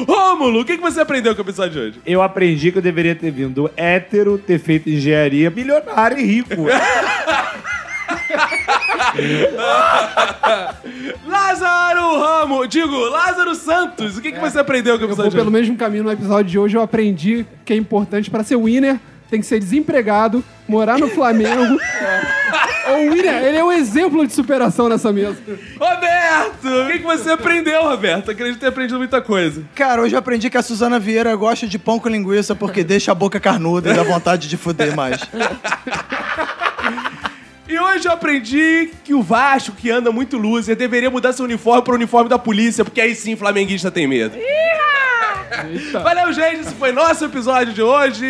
Speaker 1: Rômulo, o que que você aprendeu com o episódio de hoje?
Speaker 4: Eu aprendi que eu deveria ter vindo hétero, ter feito engenharia, milionário e rico.
Speaker 1: Lázaro Ramos, digo, Lázaro Santos, o que, que você aprendeu com o
Speaker 5: Vou
Speaker 1: episódio de
Speaker 5: pelo
Speaker 1: hoje?
Speaker 5: mesmo caminho no episódio de hoje. Eu aprendi que é importante pra ser winner, tem que ser desempregado, morar no Flamengo. O winner, ele é um exemplo de superação nessa mesa.
Speaker 1: Roberto, o que, que você aprendeu, Roberto? Acredito ter aprendido muita coisa.
Speaker 2: Cara, hoje eu aprendi que a Suzana Vieira gosta de pão com linguiça porque deixa a boca carnuda e dá vontade de fuder mais.
Speaker 1: E hoje eu aprendi que o Vasco, que anda muito loser, deveria mudar seu uniforme para o uniforme da polícia, porque aí sim flamenguista tem medo. Valeu, gente. Esse foi nosso episódio de hoje.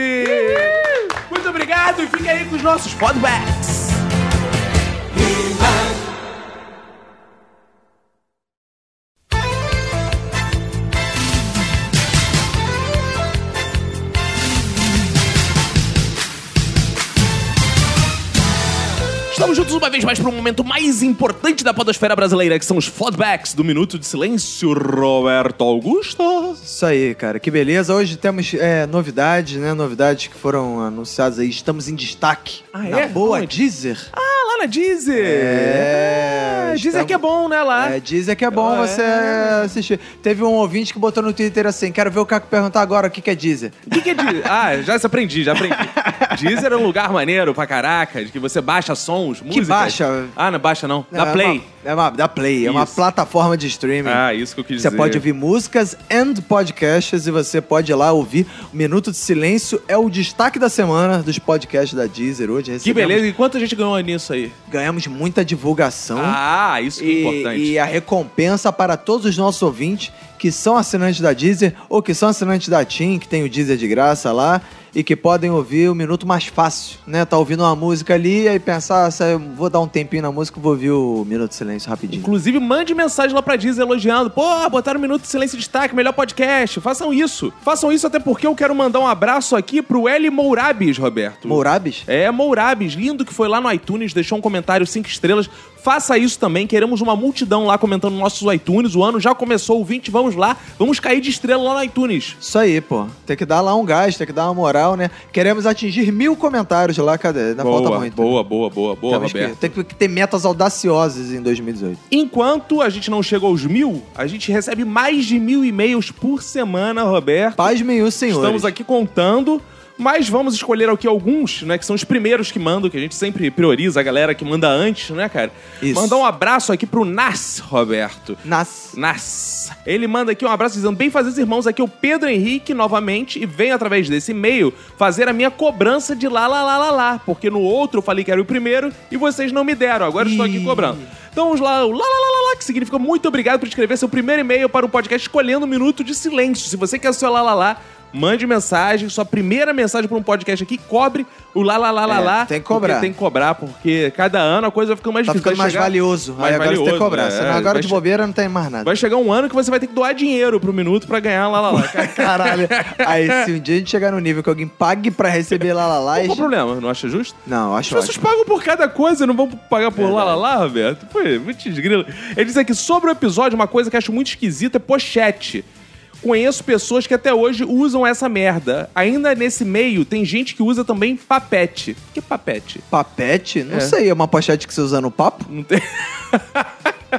Speaker 1: Muito obrigado e fique aí com os nossos feedbacks. Estamos juntos uma vez mais para o momento mais importante da podosfera brasileira, que são os feedbacks do Minuto de Silêncio, Roberto Augusto.
Speaker 2: Isso aí, cara, que beleza. Hoje temos é, novidades, né? Novidades que foram anunciadas aí. Estamos em destaque.
Speaker 1: Ah,
Speaker 2: na
Speaker 1: é?
Speaker 2: boa,
Speaker 1: Onde?
Speaker 2: Deezer.
Speaker 1: Ah, lá na Deezer.
Speaker 2: É,
Speaker 1: Ah, Deezer
Speaker 2: estamos-
Speaker 1: que é bom, né, lá?
Speaker 2: É, Deezer que é bom
Speaker 1: Ah,
Speaker 2: você
Speaker 1: é.
Speaker 2: assistir. Teve um ouvinte que botou no Twitter assim: quero ver o Caco perguntar agora o que, que é Deezer.
Speaker 1: O que, que é Deezer? Ah, já se aprendi, já aprendi. Deezer é um lugar maneiro pra caraca, de que você baixa sons, músicas.
Speaker 2: baixa?
Speaker 1: Ah, não baixa não.
Speaker 2: É
Speaker 1: Dá
Speaker 2: uma-
Speaker 1: play.
Speaker 2: É uma, da Play, é uma
Speaker 1: Isso.
Speaker 2: plataforma de streaming.
Speaker 1: Ah, isso que eu quis
Speaker 2: Você
Speaker 1: dizer.
Speaker 2: pode ouvir músicas and podcasts e você pode ir lá ouvir. O Minuto de Silêncio é o destaque da semana dos podcasts da Deezer hoje.
Speaker 1: Que
Speaker 2: recebemos-
Speaker 1: beleza. E quanto a gente ganhou nisso aí?
Speaker 2: Ganhamos muita divulgação.
Speaker 1: Ah, isso que é
Speaker 2: Hum? E-
Speaker 1: importante.
Speaker 2: E a recompensa para todos os nossos ouvintes que são assinantes da Deezer ou que são assinantes da TIM, que tem o Deezer de graça lá, e que podem ouvir o minuto mais fácil, né? Tá ouvindo uma música ali e aí pensar, "Ah, eu vou dar um tempinho na música e vou ouvir o Minuto de Silêncio rapidinho.
Speaker 1: Inclusive, mande mensagem lá pra Disney elogiando. Pô, botaram um minuto de silêncio e destaque, melhor podcast. Façam isso. Façam isso até porque eu quero mandar um abraço aqui pro L Mourabes, Roberto.
Speaker 2: Mourabes?
Speaker 1: É, Mourabes. Lindo que foi lá no iTunes, deixou um comentário cinco estrelas. Faça isso também. Queremos uma multidão lá comentando nossos iTunes. O ano já começou, o 20, vamos lá. Vamos cair de estrela lá no iTunes.
Speaker 2: Isso aí, pô. Tem que dar lá um gás, tem que dar uma moral, né? Queremos atingir mil comentários lá, cadê? Ainda
Speaker 1: boa,
Speaker 2: falta muito.
Speaker 1: boa, boa, boa, boa,
Speaker 2: Temos que-
Speaker 1: Roberto.
Speaker 2: tem que ter metas audaciosas em 2018.
Speaker 1: Enquanto a gente não chega aos mil, a gente recebe mais de mil e-mails por semana, Roberto.
Speaker 2: Paz mil, senhores.
Speaker 1: Estamos aqui contando, mas vamos escolher aqui alguns, né? Que são os primeiros que mandam, que a gente sempre prioriza a galera que manda antes, né, cara?
Speaker 2: Isso.
Speaker 1: Mandar um abraço aqui pro Nas, Roberto.
Speaker 2: Nas.
Speaker 1: Nas. Ele manda aqui um abraço dizendo: bem fazer irmãos, aqui é o Pedro Henrique novamente, e venho através desse e-mail fazer a minha cobrança de lá, lá, lá, lá, lá. Porque no outro eu falei que era o primeiro e vocês não me deram. Agora eu estou aqui cobrando. Então vamos lá, o lá, lá, lá, lá, lá, que significa muito obrigado por escrever seu primeiro e-mail para o podcast escolhendo um minuto de silêncio. Se você quer seu lá, lá, lá, mande mensagem, sua primeira mensagem para um podcast aqui, cobre o lá, lá, lá, lá,
Speaker 2: É,
Speaker 1: lá.
Speaker 2: tem que cobrar.
Speaker 1: porque Tem que cobrar, porque cada ano a coisa vai ficando mais
Speaker 2: Tá
Speaker 1: difícil.
Speaker 2: ficando
Speaker 1: vai
Speaker 2: mais
Speaker 1: chegar-
Speaker 2: valioso.
Speaker 1: mais
Speaker 2: aí agora você tem que
Speaker 1: valioso,
Speaker 2: cobrar.
Speaker 1: é,
Speaker 2: Senão
Speaker 1: vai
Speaker 2: agora de
Speaker 1: che-
Speaker 2: bobeira não tem mais nada.
Speaker 1: Vai chegar um ano que você vai ter que doar dinheiro pro minuto pra ganhar lá lá lá.
Speaker 2: Caralho. Aí se um dia a gente chegar no nível que alguém pague pra receber lá lá lá.
Speaker 1: Qual o problema? Não acha justo?
Speaker 2: Não, acho
Speaker 1: As pessoas
Speaker 2: ótimo.
Speaker 1: pagam por cada coisa, não vão pagar por lá, lá, lá, Roberto? Pô, é muito esgrilo. Ele diz aqui, sobre o episódio, uma coisa que acho muito esquisita é pochete. Conheço pessoas que até hoje usam essa merda. Ainda nesse meio, tem gente que usa também papete. Que papete?
Speaker 2: Papete? Não
Speaker 1: É.
Speaker 2: sei, é uma pochete que você usa no papo?
Speaker 1: Não tem.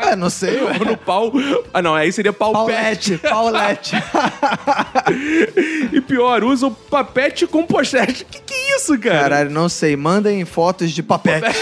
Speaker 2: É, não sei. ué.
Speaker 1: Ou no pau... Ah, não, aí seria paupete.
Speaker 2: Paulette, Paulette.
Speaker 1: e pior, usam papete com pochete. Que que é isso, cara?
Speaker 2: Caralho, não sei. Mandem fotos de papete.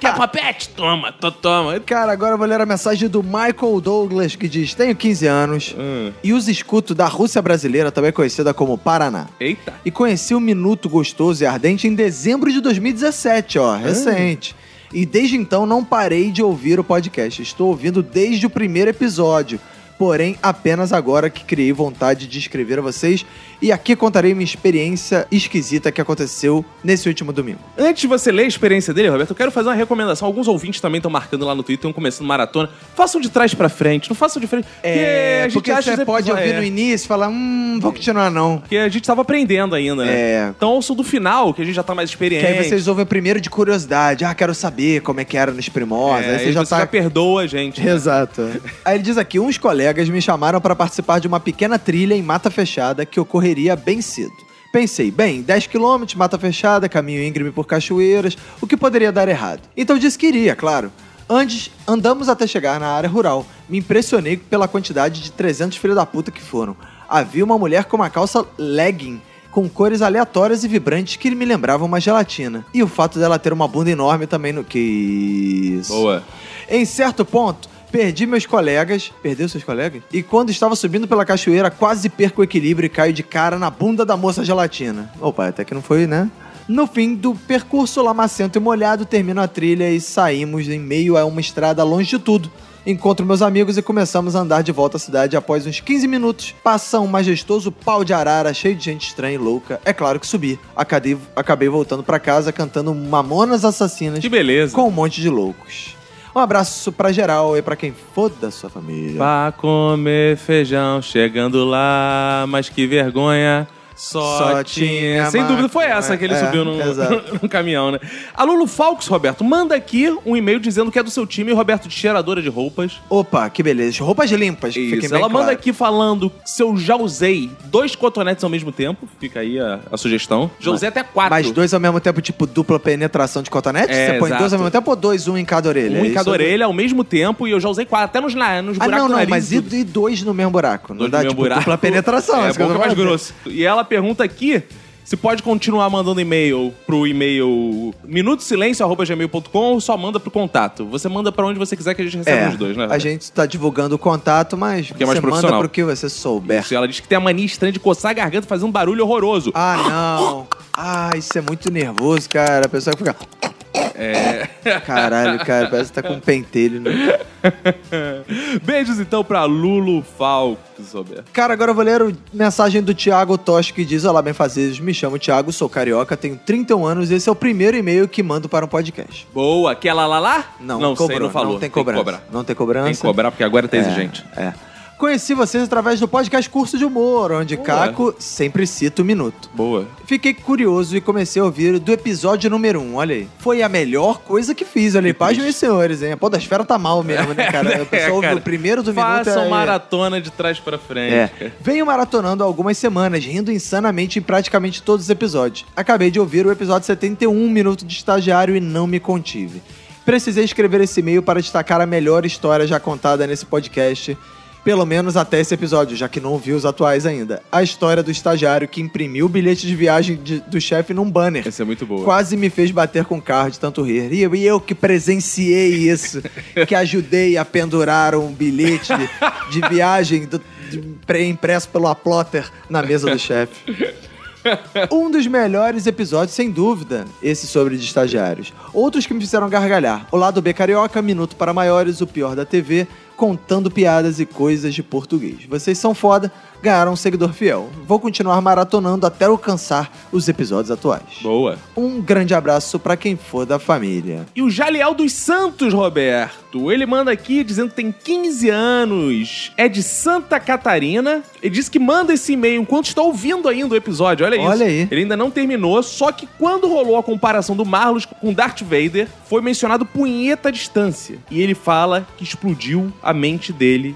Speaker 1: Quer papete? Toma, to- toma.
Speaker 2: Cara, agora eu vou ler a mensagem do Michael Douglas que diz: Tenho 15 anos e os escuto da Rússia brasileira, também conhecida como Paraná.
Speaker 1: Eita.
Speaker 2: E conheci o Minuto Gostoso e Ardente em dezembro de 2017, ó, recente. E desde então não parei de ouvir o podcast. Estou ouvindo desde o primeiro episódio. Porém, apenas agora que criei vontade de escrever a vocês. E aqui contarei minha experiência esquisita que aconteceu nesse último domingo.
Speaker 1: Antes de você ler a experiência dele, Roberto, eu quero fazer uma recomendação. Alguns ouvintes também estão marcando lá no Twitter, estão começando maratona. Façam de trás pra frente, não façam de frente.
Speaker 2: É, porque
Speaker 1: acha
Speaker 2: você
Speaker 1: que-
Speaker 2: pode ouvir
Speaker 1: é,
Speaker 2: no início e falar, hum, vou continuar não.
Speaker 1: Porque a gente tava aprendendo ainda, né?
Speaker 2: É.
Speaker 1: Então ouçam do final, que a gente já tá mais
Speaker 2: Que
Speaker 1: experiente.
Speaker 2: aí vocês ouvem primeiro de curiosidade. Ah, quero saber como é que era nos primórdios.
Speaker 1: É,
Speaker 2: aí você já tá...
Speaker 1: perdoa a gente. né?
Speaker 2: Exato. Aí ele diz aqui: uns colegas me chamaram para participar de uma pequena trilha em mata fechada que ocorreria bem cedo. Pensei, bem, 10 quilômetros, mata fechada, caminho íngreme por cachoeiras, o que poderia dar errado? Então disse que iria, claro. Antes, andamos até chegar na área rural. Me impressionei pela quantidade de 300 filhos da puta que foram. Havia uma mulher com uma calça legging, com cores aleatórias e vibrantes que me lembravam uma gelatina. E o fato dela ter uma bunda enorme também no... Que isso.
Speaker 1: Boa.
Speaker 2: Em certo ponto, perdi meus colegas. Perdeu seus colegas? E quando estava subindo pela cachoeira, quase perco o equilíbrio e caio de cara na bunda da moça gelatina. Opa, até que não foi, né? No fim do percurso lamacento e molhado, termino a trilha e saímos em meio a uma estrada longe de tudo. Encontro meus amigos e começamos a andar de volta à cidade. Após uns 15 minutos, passa um majestoso pau de arara cheio de gente estranha e louca. É claro que subi. Acabei, acabei voltando pra casa cantando Mamonas Assassinas.
Speaker 1: Que beleza.
Speaker 2: Com um monte de loucos. Um abraço pra geral e pra quem for da sua família.
Speaker 1: Pra comer feijão chegando lá, mas que vergonha. Só,
Speaker 2: Só
Speaker 1: tinha.
Speaker 2: tinha
Speaker 1: Sem
Speaker 2: maconha.
Speaker 1: dúvida foi essa que ele
Speaker 2: É,
Speaker 1: subiu num,
Speaker 2: exato.
Speaker 1: num caminhão, né? Aluno Falcos, Roberto, manda aqui um e-mail dizendo que é do seu time, Roberto, de cheiradora de roupas.
Speaker 2: Opa, que beleza. Roupas limpas, que fiquem
Speaker 1: Isso.
Speaker 2: bem
Speaker 1: Ela manda
Speaker 2: claro.
Speaker 1: aqui falando se eu já usei dois cotonetes ao mesmo tempo. Fica aí a, a sugestão. Já usei até quatro.
Speaker 2: Mas dois ao mesmo tempo, tipo dupla penetração de cotonete?
Speaker 1: É,
Speaker 2: Você põe
Speaker 1: exato.
Speaker 2: dois ao mesmo tempo ou dois, um em cada orelha?
Speaker 1: um
Speaker 2: É
Speaker 1: em cada
Speaker 2: isso?
Speaker 1: orelha ao mesmo tempo e eu já usei quatro. Até nos, na- nos
Speaker 2: Ah,
Speaker 1: buracos
Speaker 2: não,
Speaker 1: do
Speaker 2: não,
Speaker 1: nariz.
Speaker 2: mas e, e dois no mesmo buraco? Não
Speaker 1: Dois
Speaker 2: dá,
Speaker 1: mil
Speaker 2: tipo,
Speaker 1: é um buraco.
Speaker 2: dupla penetração.
Speaker 1: É,
Speaker 2: isso que eu
Speaker 1: boca
Speaker 2: tô
Speaker 1: mais
Speaker 2: falando.
Speaker 1: grosso. E ela pergunta aqui se pode continuar mandando e-mail pro e-mail minutosilencio.gmail.com ou só manda pro contato. Você manda pra onde você quiser que a gente receba
Speaker 2: É,
Speaker 1: os dois, né?
Speaker 2: a gente tá divulgando o contato,
Speaker 1: é mais
Speaker 2: mas você manda
Speaker 1: profissional.
Speaker 2: pro que você souber.
Speaker 1: Isso, ela diz que é tem a mania estranha de coçar a garganta e fazer um barulho horroroso.
Speaker 2: Ah, não. Ah, isso é muito nervoso, cara. A pessoa fica...
Speaker 1: É.
Speaker 2: Caralho, cara, parece que tá com um pentelho. Né?
Speaker 1: É. Beijos então pra Lulu Falques, Roberto.
Speaker 2: Cara, agora eu vou ler a mensagem do Thiago Tosh que diz: Olá, bem-fazejos, me chamo Thiago, sou carioca, tenho 31 anos e esse é o primeiro e-mail que mando para um podcast.
Speaker 1: Boa, aquela lá lá?
Speaker 2: Não,
Speaker 1: não
Speaker 2: cobrou,
Speaker 1: sei, não falou.
Speaker 2: não tem cobrança.
Speaker 1: que cobrar.
Speaker 2: Não tem cobrança.
Speaker 1: Tem que cobrar porque agora tá exigente.
Speaker 2: É. Conheci vocês através do podcast Curso de Humor, onde Caco sempre cita o minuto.
Speaker 1: Boa.
Speaker 2: Fiquei curioso e comecei a ouvir do episódio número 1, olha aí. Foi a melhor coisa que fiz, olha aí. Paz, meus senhores, hein? A Podosfera tá mal mesmo, né, cara? O pessoal ouve o primeiro do minuto. é,
Speaker 1: Façam
Speaker 2: aí-
Speaker 1: maratona de trás pra frente.
Speaker 2: É.
Speaker 1: cara.
Speaker 2: Venho maratonando há algumas semanas, rindo insanamente em praticamente todos os episódios. Acabei de ouvir o episódio 71 Minuto de Estagiário e não me contive. Precisei escrever esse e-mail para destacar a melhor história já contada nesse podcast, pelo menos até esse episódio, já que não ouvi os atuais ainda. A história do estagiário que imprimiu o bilhete de viagem de- do chefe num banner.
Speaker 1: Essa é muito boa.
Speaker 2: Quase me fez bater com o carro de tanto rir. E eu, e eu que presenciei isso, que ajudei a pendurar um bilhete de, de viagem do- de- pre- impresso pelo Aplotter na mesa do chefe. Um dos melhores episódios, sem dúvida, esse sobre de estagiários. Outros que me fizeram gargalhar. O lado B Carioca, Minuto para Maiores, o pior da TV, contando piadas e coisas de português. Vocês são foda, ganharam um seguidor fiel. Vou continuar maratonando até alcançar os episódios atuais.
Speaker 1: Boa.
Speaker 2: Um grande abraço pra quem for da família.
Speaker 1: E o Jaliel dos Santos, Roberto. Ele manda aqui dizendo que tem 15 anos, é de Santa Catarina. Ele diz que manda esse e-mail enquanto está ouvindo ainda o episódio. Olha isso.
Speaker 2: Olha aí.
Speaker 1: Ele ainda não terminou, só que quando rolou a comparação do Marlos com Darth Vader, foi mencionado punheta à distância. E ele fala que explodiu a mente dele.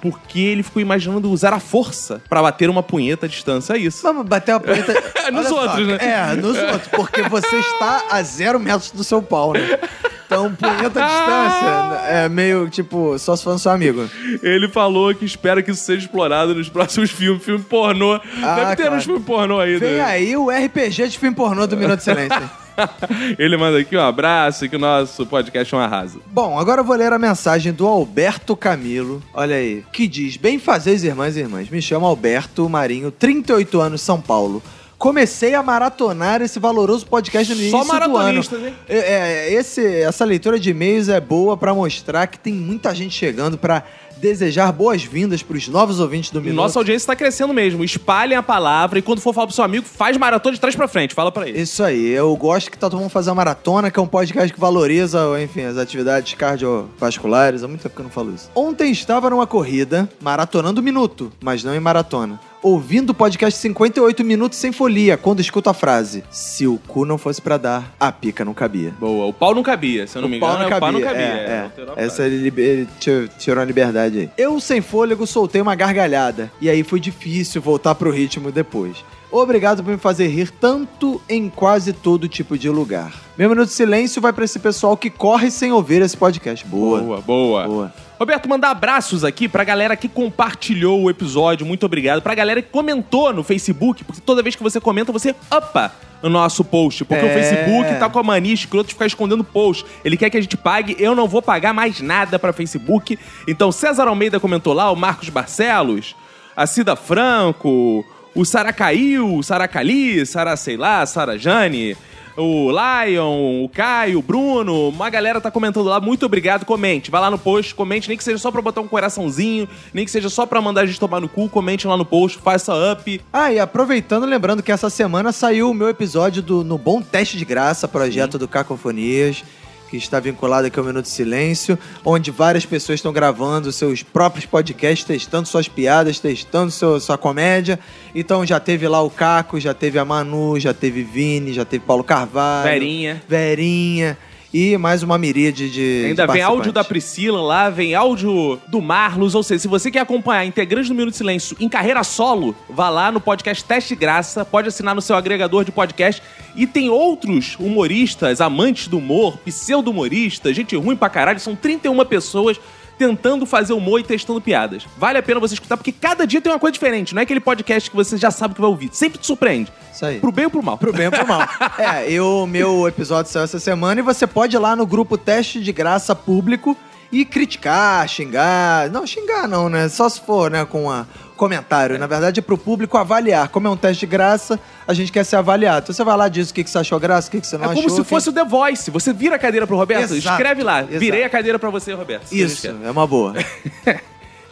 Speaker 1: Porque ele ficou imaginando usar a força pra bater uma punheta à distância, é isso.
Speaker 2: Vamos bater uma punheta.
Speaker 1: nos
Speaker 2: Olha só,
Speaker 1: outros, né?
Speaker 2: É, nos outros, porque você está a zero metros do seu pau, né? Então, punheta à
Speaker 1: Ah!
Speaker 2: distância é meio tipo, só se for seu amigo.
Speaker 1: Ele falou que espera que isso seja explorado nos próximos filmes, filme pornô. Deve ter
Speaker 2: cara.
Speaker 1: uns filmes pornô aí,
Speaker 2: Vem
Speaker 1: né?
Speaker 2: aí o RPG de filme pornô do Minuto de Silêncio.
Speaker 1: Ele manda aqui um abraço e que o nosso podcast é um arraso.
Speaker 2: Bom, agora eu vou ler a mensagem do Alberto Camilo, olha aí, que diz: Bem fazeres, irmãs e irmãs. Me chamo Alberto Marinho, 38 anos, São Paulo. Comecei a maratonar esse valoroso podcast no
Speaker 1: Só
Speaker 2: início do ano.
Speaker 1: maratonistas, hein?
Speaker 2: É, é, esse- essa leitura de e-mails é boa pra mostrar que tem muita gente chegando pra desejar boas-vindas pros novos ouvintes do Minuto.
Speaker 1: Nossa audiência tá crescendo mesmo. Espalhem a palavra e quando for falar pro seu amigo, faz maratona de trás pra frente. Fala pra ele.
Speaker 2: Isso aí, eu gosto que tá todo mundo fazendo maratona, que é um podcast que valoriza, enfim, as atividades cardiovasculares. Há muito tempo que eu não falo isso. Ontem estava numa corrida, maratonando um minuto, mas não em maratona. Ouvindo o podcast 58 Minutos Sem Folia, quando escuto a frase: Se o cu não fosse pra dar, a pica não cabia.
Speaker 1: Boa, o pau não cabia, se eu não me engano. é, O pau não cabia.
Speaker 2: é, é.
Speaker 1: alterou a frase.
Speaker 2: Essa ele, liber- ele tirou- tirou a liberdade aí. Eu, sem fôlego, soltei uma gargalhada. E aí foi difícil voltar pro ritmo depois. Obrigado por me fazer rir tanto em quase todo tipo de lugar. Meu minuto de silêncio vai pra esse pessoal que corre sem ouvir esse podcast. Boa.
Speaker 1: Boa, boa. Roberto, mandar abraços aqui pra galera que compartilhou o episódio, muito obrigado. Pra galera que comentou no Facebook, porque toda vez que você comenta, você upa o nosso post. Porque o
Speaker 2: É.
Speaker 1: Facebook tá com a mania escrota de ficar escondendo post. Ele quer que a gente pague, eu não vou pagar mais nada pra Facebook. Então, César Almeida comentou lá, o Marcos Barcelos, a Cida Franco, o Saracaiu, o Saracali, Sara sei lá, Sara Jane, o Lion, o Caio, o Bruno, uma galera tá comentando lá, muito obrigado, comente, vai lá no post, comente, nem que seja só pra botar um coraçãozinho, nem que seja só pra mandar a gente tomar no cu, comente lá no post, faça up.
Speaker 2: Ah, e aproveitando, lembrando que essa semana saiu o meu episódio do No Bom Teste de Graça, projeto do Cacofonias, que está vinculado aqui ao Minuto de Silêncio, onde várias pessoas estão gravando seus próprios podcasts, testando suas piadas, testando seu- sua comédia. Então já teve lá o Caco, já teve a Manu, já teve Vini, já teve Paulo Carvalho.
Speaker 1: Verinha.
Speaker 2: Verinha. E mais uma miríade de.
Speaker 1: Ainda
Speaker 2: de
Speaker 1: vem
Speaker 2: participantes.
Speaker 1: áudio da Priscila lá, vem áudio do Marlos, ou seja, se você quer acompanhar Integrante do Minuto de Silêncio em carreira solo, vá lá no podcast Teste Graça, pode assinar no seu agregador de podcast e tem outros humoristas, amantes do humor, pseudo-humoristas, gente ruim pra caralho, são 31 pessoas tentando fazer humor e testando piadas. Vale a pena você escutar, porque cada dia tem uma coisa diferente, não é aquele podcast que você já sabe que vai ouvir, sempre te surpreende.
Speaker 2: Isso aí.
Speaker 1: Pro bem ou pro mal?
Speaker 2: Pro bem ou pro mal. É, eu, meu episódio saiu essa semana e você pode ir lá no grupo Teste de Graça Público e criticar, xingar. Não, xingar não, né? Só se for, né, com a comentário. Na verdade, é pro público avaliar. Como é um teste de graça, a gente quer ser avaliado. Então você vai lá, diz o que, que você achou graça, o que, que você não
Speaker 1: É
Speaker 2: achou.
Speaker 1: como se
Speaker 2: quem-
Speaker 1: fosse o The Voice. Você vira a cadeira pro Roberto,
Speaker 2: Exato,
Speaker 1: escreve lá.
Speaker 2: exato.
Speaker 1: Virei a cadeira pra você, Roberto. Se
Speaker 2: Isso,
Speaker 1: Deus quiser.
Speaker 2: é uma boa.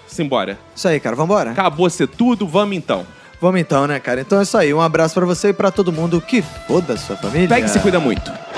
Speaker 1: Simbora.
Speaker 2: Isso aí, cara, vambora?
Speaker 1: Acabou ser tudo, vamos então.
Speaker 2: Vamos então, né, cara? Então é isso aí. Um abraço pra você e pra todo mundo que foda a sua família.
Speaker 1: Pega e se cuida muito.